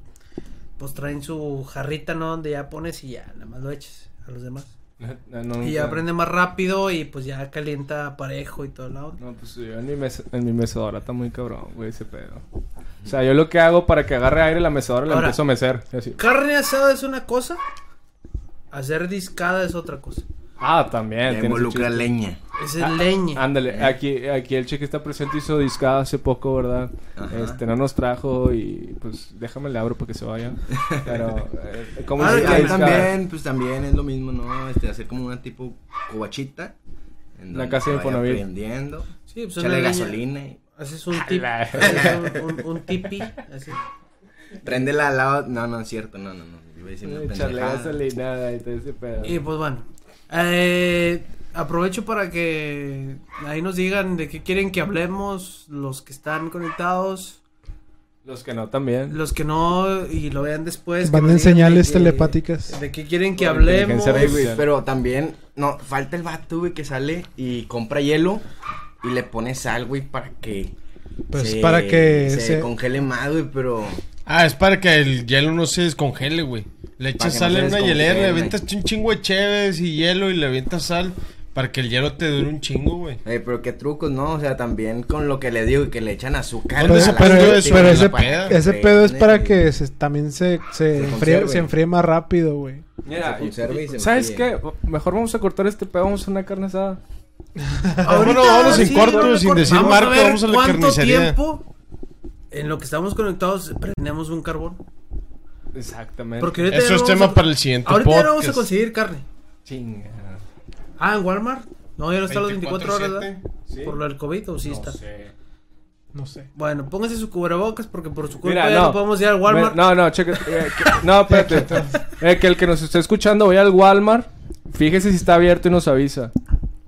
S4: Pues traen su jarrita, ¿no? Donde ya pones y ya, nada más lo eches a los demás.
S2: "Ah, no, no,
S4: Y ya
S2: nunca".
S4: aprende más rápido y pues ya calienta parejo y todo la onda.
S2: No, pues yo en mi, mes- en mi mesadora está muy cabrón, güey, ese pedo. O sea, yo lo que hago para que agarre aire la mesadora la
S4: Ahora.
S2: empiezo a mecer. y así.
S4: Carne asada es una cosa, hacer discada es otra cosa.
S2: Ah, también.
S5: Ya
S2: tiene su
S5: involucra
S2: chiste.
S5: leña.
S4: Ese es
S2: Ah,
S4: leña.
S2: Ándale, aquí, aquí el cheque está presente, hizo discada hace poco, ¿verdad?
S5: Ajá.
S2: Este, no nos trajo y pues déjame le abro para que se vaya. Pero, eh, ¿cómo
S4: Ah,
S2: se
S5: Claro,
S2: dice
S5: que
S2: la
S5: ahí
S2: discada?
S5: también, pues también es lo mismo, ¿no? Este, hacer como una tipo cobachita. en
S2: La
S5: donde
S2: casa de
S5: se vaya
S2: Infonavit.
S5: Prendiendo.
S4: Sí, pues una
S5: Echarle
S4: leña.
S5: gasolina. y
S4: Haces un tipi.
S2: Ala.
S4: haces un, un- un tipi. Así.
S5: Préndela al lado. No, no es cierto, no, no, no. Ah. Iba a decir una
S2: Echarle
S5: pendejada.
S2: eh, gasolina y todo ese pedo.
S4: Y pues bueno. Eh, aprovecho para que ahí nos digan de qué quieren que hablemos los que están conectados,
S2: Los que no también.
S4: los que no y lo vean después. que
S6: Manden
S4: nos digan de
S6: señales
S4: qué-
S6: telepáticas.
S4: De qué quieren que
S2: Por inteligencia
S4: hablemos.
S5: Ey, güey,
S2: artificial.
S5: pero también, no, falta el vato, güey, que sale y compra hielo y le pone sal, güey, para que.
S6: Pues, para que
S5: se,
S6: se-
S5: congele más, güey, pero.
S3: Ah, es para que el hielo no se descongele, güey. Le
S5: Para
S3: echas
S5: que no
S3: sal
S5: se
S3: en una hielera, le
S5: descongele.
S3: avientas un chingo de cheves y hielo y le avientas sal para que el hielo te dure un chingo, güey.
S5: eh, pero qué trucos, ¿no? O sea, también con lo que le digo, que le echan azúcar.
S6: Pero,
S3: ¿Dónde
S5: güey,
S3: se
S5: a la
S6: pero-
S3: aprendió
S5: gente,
S3: eso?
S6: pero
S5: güey,
S6: ese,
S5: para
S6: ese pedo es para
S5: prende, güey.
S6: que se- también se, se,
S5: Se
S6: enfríe,
S5: conserve.
S6: se enfríe más rápido, güey.
S2: Mira,
S5: se conserve y se
S2: ¿sabes qué?
S5: enfríe.
S2: Mejor vamos a cortar este pedo, vamos a una carne asada.
S3: Vámonos, vámonos sin corto,
S4: corto,
S3: sin decir
S4: vamos
S3: marca,
S4: a ver
S3: vamos a la
S4: cuánto
S3: carnicería.
S4: tiempo en lo que estamos conectados prendemos un carbón.
S2: Exactamente.
S4: Porque ahorita ya
S3: Eso
S4: no
S3: es
S4: vamos
S3: tema
S4: a-
S3: para el siguiente
S4: Ahorita ya no vamos a
S3: podcast.
S4: conseguir carne.
S2: Chinga.
S4: Ah, en Walmart. No, ya no está a las 24 horas,
S3: 24/7.
S4: ¿verdad? Por lo del COVID o sí está.
S6: No sé.
S4: Bueno, póngase su cubrebocas porque por su culpa
S2: Mira,
S4: ya
S2: no.
S4: no podemos ir al Walmart.
S2: Me- no, no, cheque. eh, que- no, espérate. Eh, que el que nos esté escuchando vaya al Walmart. Fíjese si está abierto y nos avisa.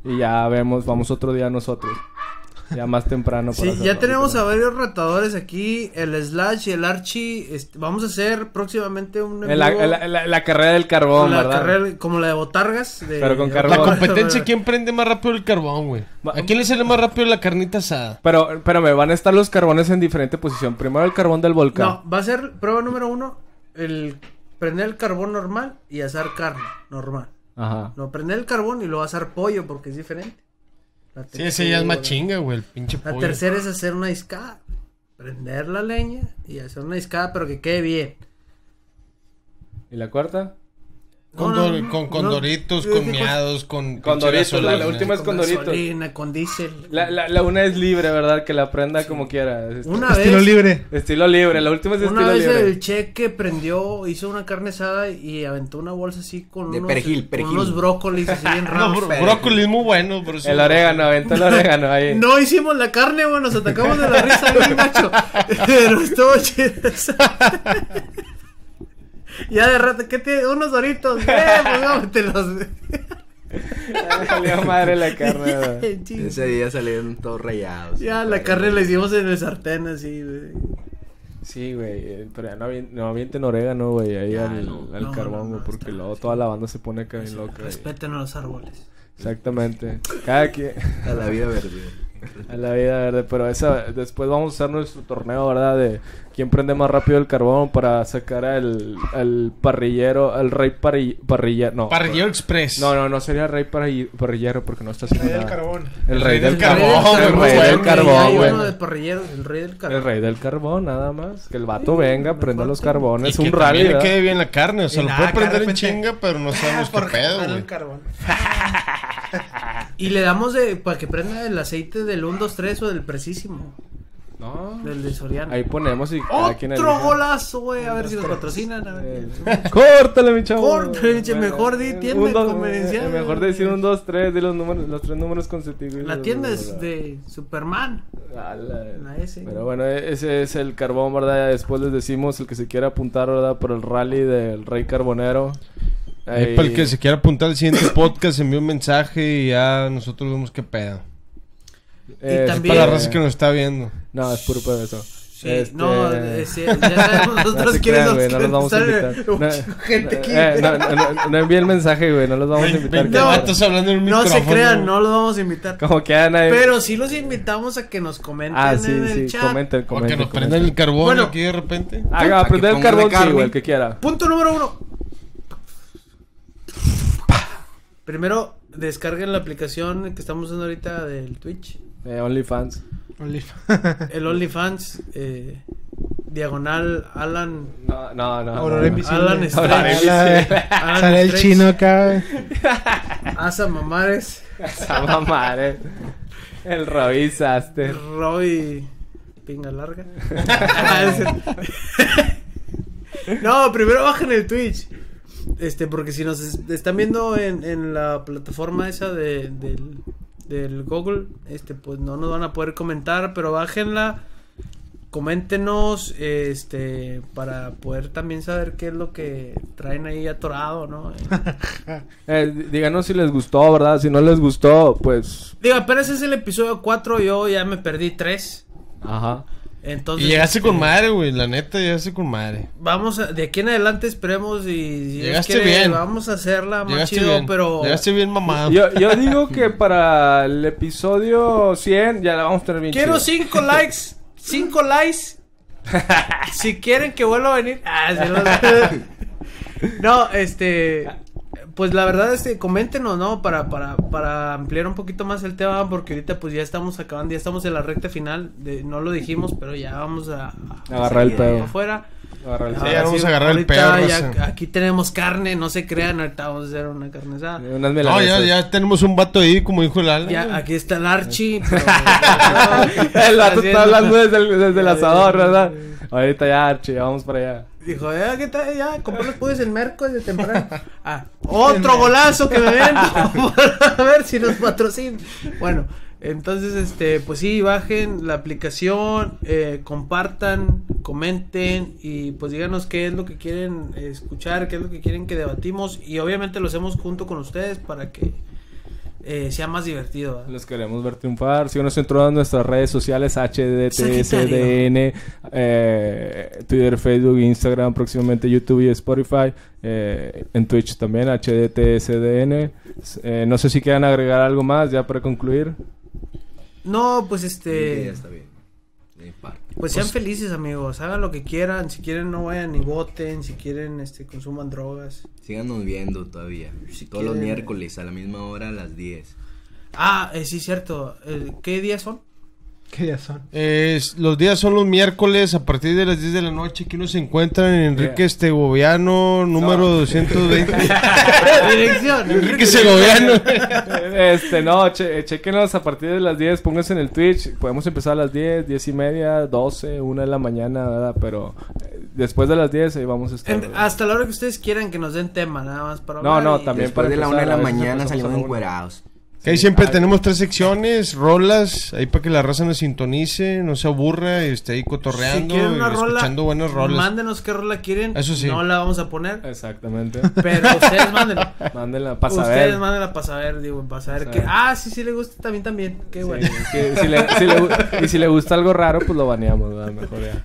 S2: Y ya vemos, vamos otro día nosotros. Ya más temprano. para
S4: Sí, ya
S2: hacerlo.
S4: tenemos a varios retadores aquí, el Slash y el Archie. este, vamos a hacer próximamente un
S2: En la,
S4: en vivo,
S2: en la- en la- en la carrera del carbón,
S4: la
S2: ¿verdad?
S4: carrera, como la de Botargas. de-
S2: Pero con carbón.
S3: La competencia, ¿quién prende más rápido el carbón, güey? ¿A quién le sale más rápido la carnita asada?
S2: Pero, pero me van a estar los carbones en diferente posición. Primero el carbón del volcán.
S4: No, va a ser prueba número uno, el prender el carbón normal y asar carne normal.
S2: Ajá.
S4: No, prender el carbón y luego asar pollo porque es diferente. La
S3: Sí, ese ya es más
S4: tercera-
S3: chinga, güey, el pinche
S4: La
S3: pollo.
S4: tercera es hacer una discada. Prender la leña y hacer una discada pero que quede bien.
S2: ¿Y la cuarta?
S3: Con,
S4: No, no,
S3: dor-
S4: no,
S3: con, con
S4: no.
S3: doritos,
S4: Yo pues,
S3: con
S4: digo,
S3: miados, con...
S2: Con
S3: pinche
S2: Doritos, la- la
S3: gasolina.
S2: última es con Doritos.
S4: gasolina, con diésel.
S2: La, la, la una es libre, ¿verdad? Que la aprenda como quiera. Est-
S4: Una
S6: Estilo
S4: vez,
S6: libre.
S2: Estilo libre. La última es
S4: una
S2: estilo
S4: vez
S2: libre.
S4: el cheque prendió, hizo una carne asada y aventó una bolsa así con,
S5: De
S4: unos,
S5: perejil,
S4: con
S5: perejil.
S4: unos brócolis así bien
S3: No,
S4: raros.
S3: bro- brócoli es muy bueno, pero... sí-
S2: El orégano, aventa el orégano ahí.
S4: No hicimos la carne, bueno, nos atacamos de la risa bien gacho. Pero estuvo chido. eso. ya de rato, ¿qué te? Unos doritos. Eh, pues vámonos, te los.
S2: Salió madre la carne, güey.
S5: Ese día salieron todos rayados.
S4: Ya, la carne la hicimos en el sartén así, güey.
S2: Sí, güey. eh, Pero ya no, avien- no avienten orégano, güey. Ahí
S5: Ya,
S2: al,
S5: no.
S2: al
S4: No, no,
S2: carbón,
S4: no,
S2: güey. porque
S4: está-
S2: luego toda la banda se pone acá bien loca. güey.
S4: Respeten a los árboles.
S2: Exactamente. Cada quien.
S5: A la vida verde.
S2: A la vida verde, pero esa, después vamos a hacer nuestro torneo, ¿verdad? De quién prende más rápido el carbón para sacar al, al parrillero, al rey parrillero. No,
S3: Parrillero Express.
S2: no, no, no sería rey parri- parrillero porque no está haciendo
S6: Ahí del
S2: nada.
S6: carbón.
S2: El rey del
S3: carbón,
S2: El
S3: güey,
S2: rey del
S3: güey.
S2: carbón,
S4: Hay
S2: güey.
S4: uno de parrilleros, el rey del
S2: El
S4: carbón.
S2: rey del carbón, nada más. Que el vato venga, prenda los
S3: Y
S2: carbones.
S3: que
S2: un
S3: también
S2: rally,
S3: le
S2: ¿verdad?
S3: quede bien la carne, o sea,
S6: Y
S3: lo
S6: nada,
S3: puede
S6: que de
S3: prender en
S6: repente-
S3: chinga, pero no sabemos qué
S6: Por
S3: pedo,
S6: jalar
S3: güey.
S6: Ah, el carbón.
S4: Y le damos de, para que prenda el aceite del 1, 2, 3 o del precisísimo.
S2: No.
S4: Del de Soriano.
S2: Ahí ponemos y cada quien Eh,
S4: Otro
S2: elige.
S4: golazo, güey. A ver si nos patrocinan. A ver.
S2: Córtale, mi chavo.
S4: Córtale, mi chavo. Mejor di tienda
S2: Un, dos,
S4: convencial,
S2: eh, Mejor
S4: güey.
S2: decir un, dos, tres de los números, los tres números consecutivos.
S4: La tienda es de Superman. La S.
S2: Pero bueno, e- ese es el carbón, ¿verdad? Después les decimos el que se quiera apuntar, ¿verdad? Por el rally del Rey Carbonero.
S3: Ahí
S2: Ahí-
S3: para el que se quiera apuntar al siguiente podcast, envíe un mensaje y ya nosotros vemos qué pedo.
S2: eh,
S4: Y también-
S3: Para la raza que nos está viendo.
S2: No, es puro pedo eso.
S4: Sí, No, ese- ya
S2: Este, No
S4: nosotros
S2: se
S4: quiénes
S2: crean,
S4: nos
S2: güey, no los vamos a
S4: salen-
S2: invitar. No,
S4: gente
S2: eh,
S4: aquí.
S2: eh, no, no, no, no envíe el mensaje, güey. No los vamos a invitar.
S3: Veinte
S2: cabrón.
S3: vatos hablando en un
S4: No se
S3: micrófono,
S4: crean,
S3: güey.
S4: no los vamos a invitar.
S2: Como que a nadie.
S4: Pero sí los invitamos a que nos comenten
S2: Ah, sí,
S4: en
S2: sí.
S4: el chat.
S2: Comenten, comenten.
S3: O que nos
S2: comenten.
S3: prendan el carbón
S4: Bueno.
S3: aquí de repente.
S2: Ah, Haga,
S5: Para que
S2: prender el
S5: pongan
S2: carbón,
S5: la
S2: sí, güey, el
S5: carne.
S2: que quiera.
S4: Punto número uno. Primero, descarguen la aplicación que estamos usando ahorita del Twitch.
S2: Eh, OnlyFans.
S6: Oliva.
S4: El OnlyFans. eh, diagonal Alan.
S2: No, no, no.
S6: Aurora
S2: no, no.
S6: Invisible.
S4: Alan
S2: Aurora
S4: Estrella.
S2: Invisible.
S4: Alan
S6: Sale el
S4: Estrella,
S6: chino acá.
S4: Asa Mamares.
S2: Esa mamada, eh. El Robbie Saster.
S4: Roy Pinga Larga. Ah, no, primero bajen el Twitch. Este, porque si nos es- están viendo en, en la plataforma esa de, del, del Google, este, pues no nos van a poder comentar, pero bájenla. Coméntenos, este, para poder también saber qué es lo que traen ahí atorado, ¿no?
S2: Eh, dí- díganos si les gustó, ¿verdad? Si no les gustó, pues.
S4: Digo, apenas es el episodio 4, yo ya me perdí 3.
S2: Ajá.
S4: Entonces, eh,
S3: Y llegaste con madre, güey. La neta, llegaste con madre.
S4: Vamos a- de aquí en adelante esperemos y si Dios
S3: Llegaste
S4: quiere,
S3: bien.
S4: vamos a hacerla más
S3: Llegaste
S4: chido,
S3: bien.
S4: pero
S3: Llegaste bien mamado.
S2: Yo, yo digo que para el episodio 100 ya la vamos a tener bien
S4: quiero
S2: chida.
S4: cinco likes, cinco likes. si quieren que vuelva a venir. Ah, sí, no. no, este pues la verdad este coméntenos, ¿no? Para para para ampliar un poquito más el tema porque ahorita pues ya estamos acabando, ya estamos en la recta final, de, no lo dijimos, pero ya vamos a, a-
S2: Agarrar el
S4: a-
S2: pedo.
S4: afuera.
S2: Agarra el
S3: Sí,
S4: Ahora
S3: ya vamos a agarrar el
S4: Ah, ahorita
S3: pedo,
S4: ya
S3: raza.
S4: Aquí tenemos carne, no se crean, ahorita vamos a hacer una carne asada.
S2: cel. Unas
S3: No, Ah, ya,
S2: milanesas.
S3: ya tenemos un vato ahí, como dijo el Alan.
S4: Ya,
S3: güey.
S4: aquí está el Archie.
S2: el vato está hablando desde el, desde el asador, ¿verdad? Ahorita ya, Archie, ya vamos para allá.
S4: Dijo, ya, ¿qué tal? Ya, compré los pudes el miércoles de temprano. Ah, otro golazo que me vendo. a ver si nos patrocinan. Bueno, entonces, este, pues sí, bajen la aplicación, eh, compartan, comenten y pues díganos qué es lo que quieren eh, escuchar, qué es lo que quieren que debatimos y obviamente lo hacemos junto con ustedes para que eh, sea más divertido. ¿verdad?
S2: Los queremos ver triunfar. Síganos en todas nuestras redes sociales: HDTSDN, eh, Twitter, Facebook, Instagram, próximamente YouTube y Spotify. eh, en Twitch también, HDTSDN. Eh, no sé si quieran agregar algo más ya para concluir.
S4: No, pues
S5: Sí, ya
S4: este...
S5: está bien. De mi parte.
S4: Pues sean felices, amigos. Hagan lo que quieran. Si quieren, no vayan ni voten. Si quieren, este, consuman drogas.
S5: Síganos viendo todavía. Todos los
S4: quieren-
S5: miércoles a la misma hora a las 10.
S4: Ah, eh, sí, cierto. Eh, ¿Qué días son?
S6: ¿Qué ya son?
S3: Es- los días son los miércoles a partir de las 10 de la noche. Aquí nos encuentran en Enrique
S2: Yeah.
S3: Segoviano, número 220.
S4: Dirección.
S3: Enrique Segoviano.
S2: Este, no, che, chequenos a partir de las 10, pónganse en el Twitch. Podemos empezar a las 10, 10 y media, 12, 1 de la mañana, ¿verdad? Pero eh, después de las 10 ahí vamos a estar.
S4: En- hasta la hora que ustedes quieran que nos den tema, nada más para
S2: No,
S4: hablar
S2: no,
S4: y-
S2: también
S5: Después
S2: para
S5: de la
S2: empezar,
S5: 1 de
S2: a
S5: la
S2: veces
S5: mañana
S2: empezamos a
S5: salimos
S2: la una.
S5: encuerados.
S2: Sí,
S3: Que ahí siempre
S2: Ah,
S3: tenemos tres secciones, rolas, ahí para que la raza nos sintonice, no se aburra y esté ahí
S4: Si
S3: cotorreando,
S4: quieren una
S3: y
S4: rola,
S3: escuchando buenas rolas.
S4: mándenos qué rola quieren.
S3: Eso sí.
S4: No la vamos a poner.
S2: Exactamente.
S4: Pero ustedes mándenla.
S2: Mándenla Eh. para
S4: Ustedes
S2: saber.
S4: mándenla para saber, digo, para saber
S2: Para
S4: que.
S2: saber.
S4: Ah, sí, sí le gusta también, también. Qué bueno.
S2: Sí, sí, si le- si le gu- y si le gusta algo raro, pues lo baneamos, ¿verdad? Mejor ya.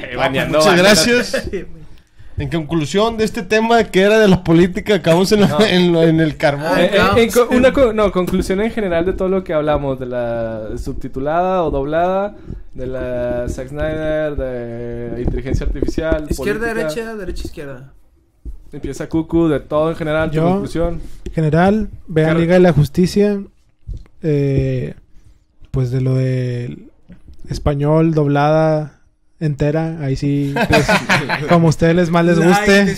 S2: Eh, baneando,
S3: Muchas
S2: baneando.
S3: gracias. En conclusión de este tema que era de la política, acabamos en, la- en lo- en el carbón.
S2: Eh, eh,
S4: Ah,
S2: en co-
S4: sí.
S2: una co- no, conclusión en general de todo lo que hablamos, de la subtitulada o doblada, de la Zack Snyder, de inteligencia artificial.
S4: Izquierda,
S2: política.
S4: derecha, derecha, izquierda.
S2: Empieza Cucu, de todo en general, tu
S6: Yo.
S2: conclusión.
S6: general, vean
S2: Claro.
S6: Liga de la Justicia. eh, pues de lo del español doblada entera, ahí sí, pues, como a ustedes les más les guste,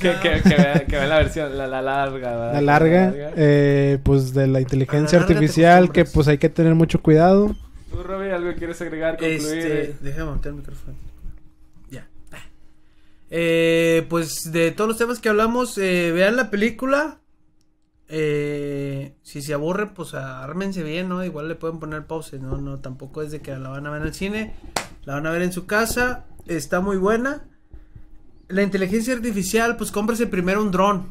S2: Que, que, que vea, que vea la versión, la, la larga. ¿verdad?
S6: la larga, eh, pues de la inteligencia
S4: A la larga te
S6: artificial, que
S4: acostumbras.
S6: pues hay que tener mucho cuidado.
S2: ¿Tú, Robbie, algo que quieres agregar, concluir?
S4: Este,
S2: eh?
S4: déjame montar el micrófono. Ya. Eh, pues de todos los temas que hablamos, eh, vean la película. Eh, si se aburren, pues ármense bien, ¿no? Igual le pueden poner pause, ¿no? No, tampoco es de que la van a ver en el cine. La van a ver en su casa. Está muy buena. La inteligencia artificial, pues cómprese primero un dron.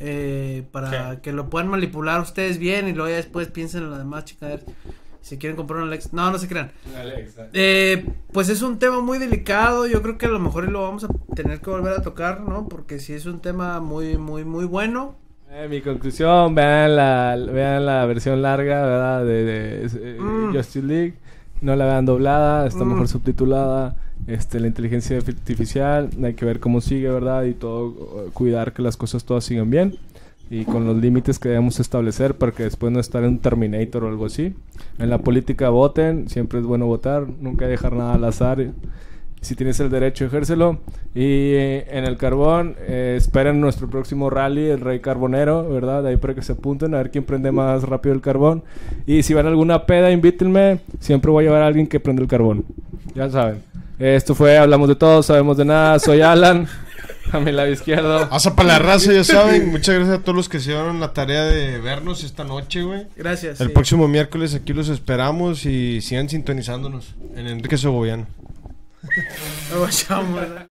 S4: eh, para que lo puedan manipular ustedes bien y luego ya después piensen en lo demás, chicas. Si quieren comprar un Alexa. No, no se crean. Eh, pues es un tema muy delicado. Yo creo que a lo mejor lo vamos a tener que volver a tocar, ¿no? Porque sí es un tema muy, muy, muy bueno.
S2: Eh, mi conclusión, vean la, vean la versión larga, ¿verdad? De, de- es- eh,
S4: Mm.
S2: Justice League. No la vean doblada, está
S4: Mm.
S2: mejor subtitulada. Este, la inteligencia artificial, hay que ver cómo sigue, ¿verdad? Y todo, eh, cuidar que las cosas todas sigan bien. Y con los límites que debemos establecer para que después no estar en un Terminator o algo así. En la política voten, siempre es bueno votar, nunca dejar nada al azar. Si tienes el derecho, ejércelo. Y eh, en el carbón, eh, esperen nuestro próximo rally, el Rey Carbonero, ¿verdad? De ahí para que se apunten a ver quién prende más rápido el carbón. Y si van a alguna peda, invítenme. Siempre voy a llevar a alguien que prende el carbón. Ya saben. Esto fue Hablamos de Todo, Sabemos de Nada. Soy Alan, a mi lado izquierdo.
S3: Hasta para la raza, ya saben. Muchas gracias a todos los que se dieron la tarea de vernos esta noche, güey.
S4: Gracias.
S3: El
S4: sí.
S3: próximo miércoles aquí los esperamos y sigan sintonizándonos en Enrique Segoviano.
S4: Nos vayamos, ¿verdad?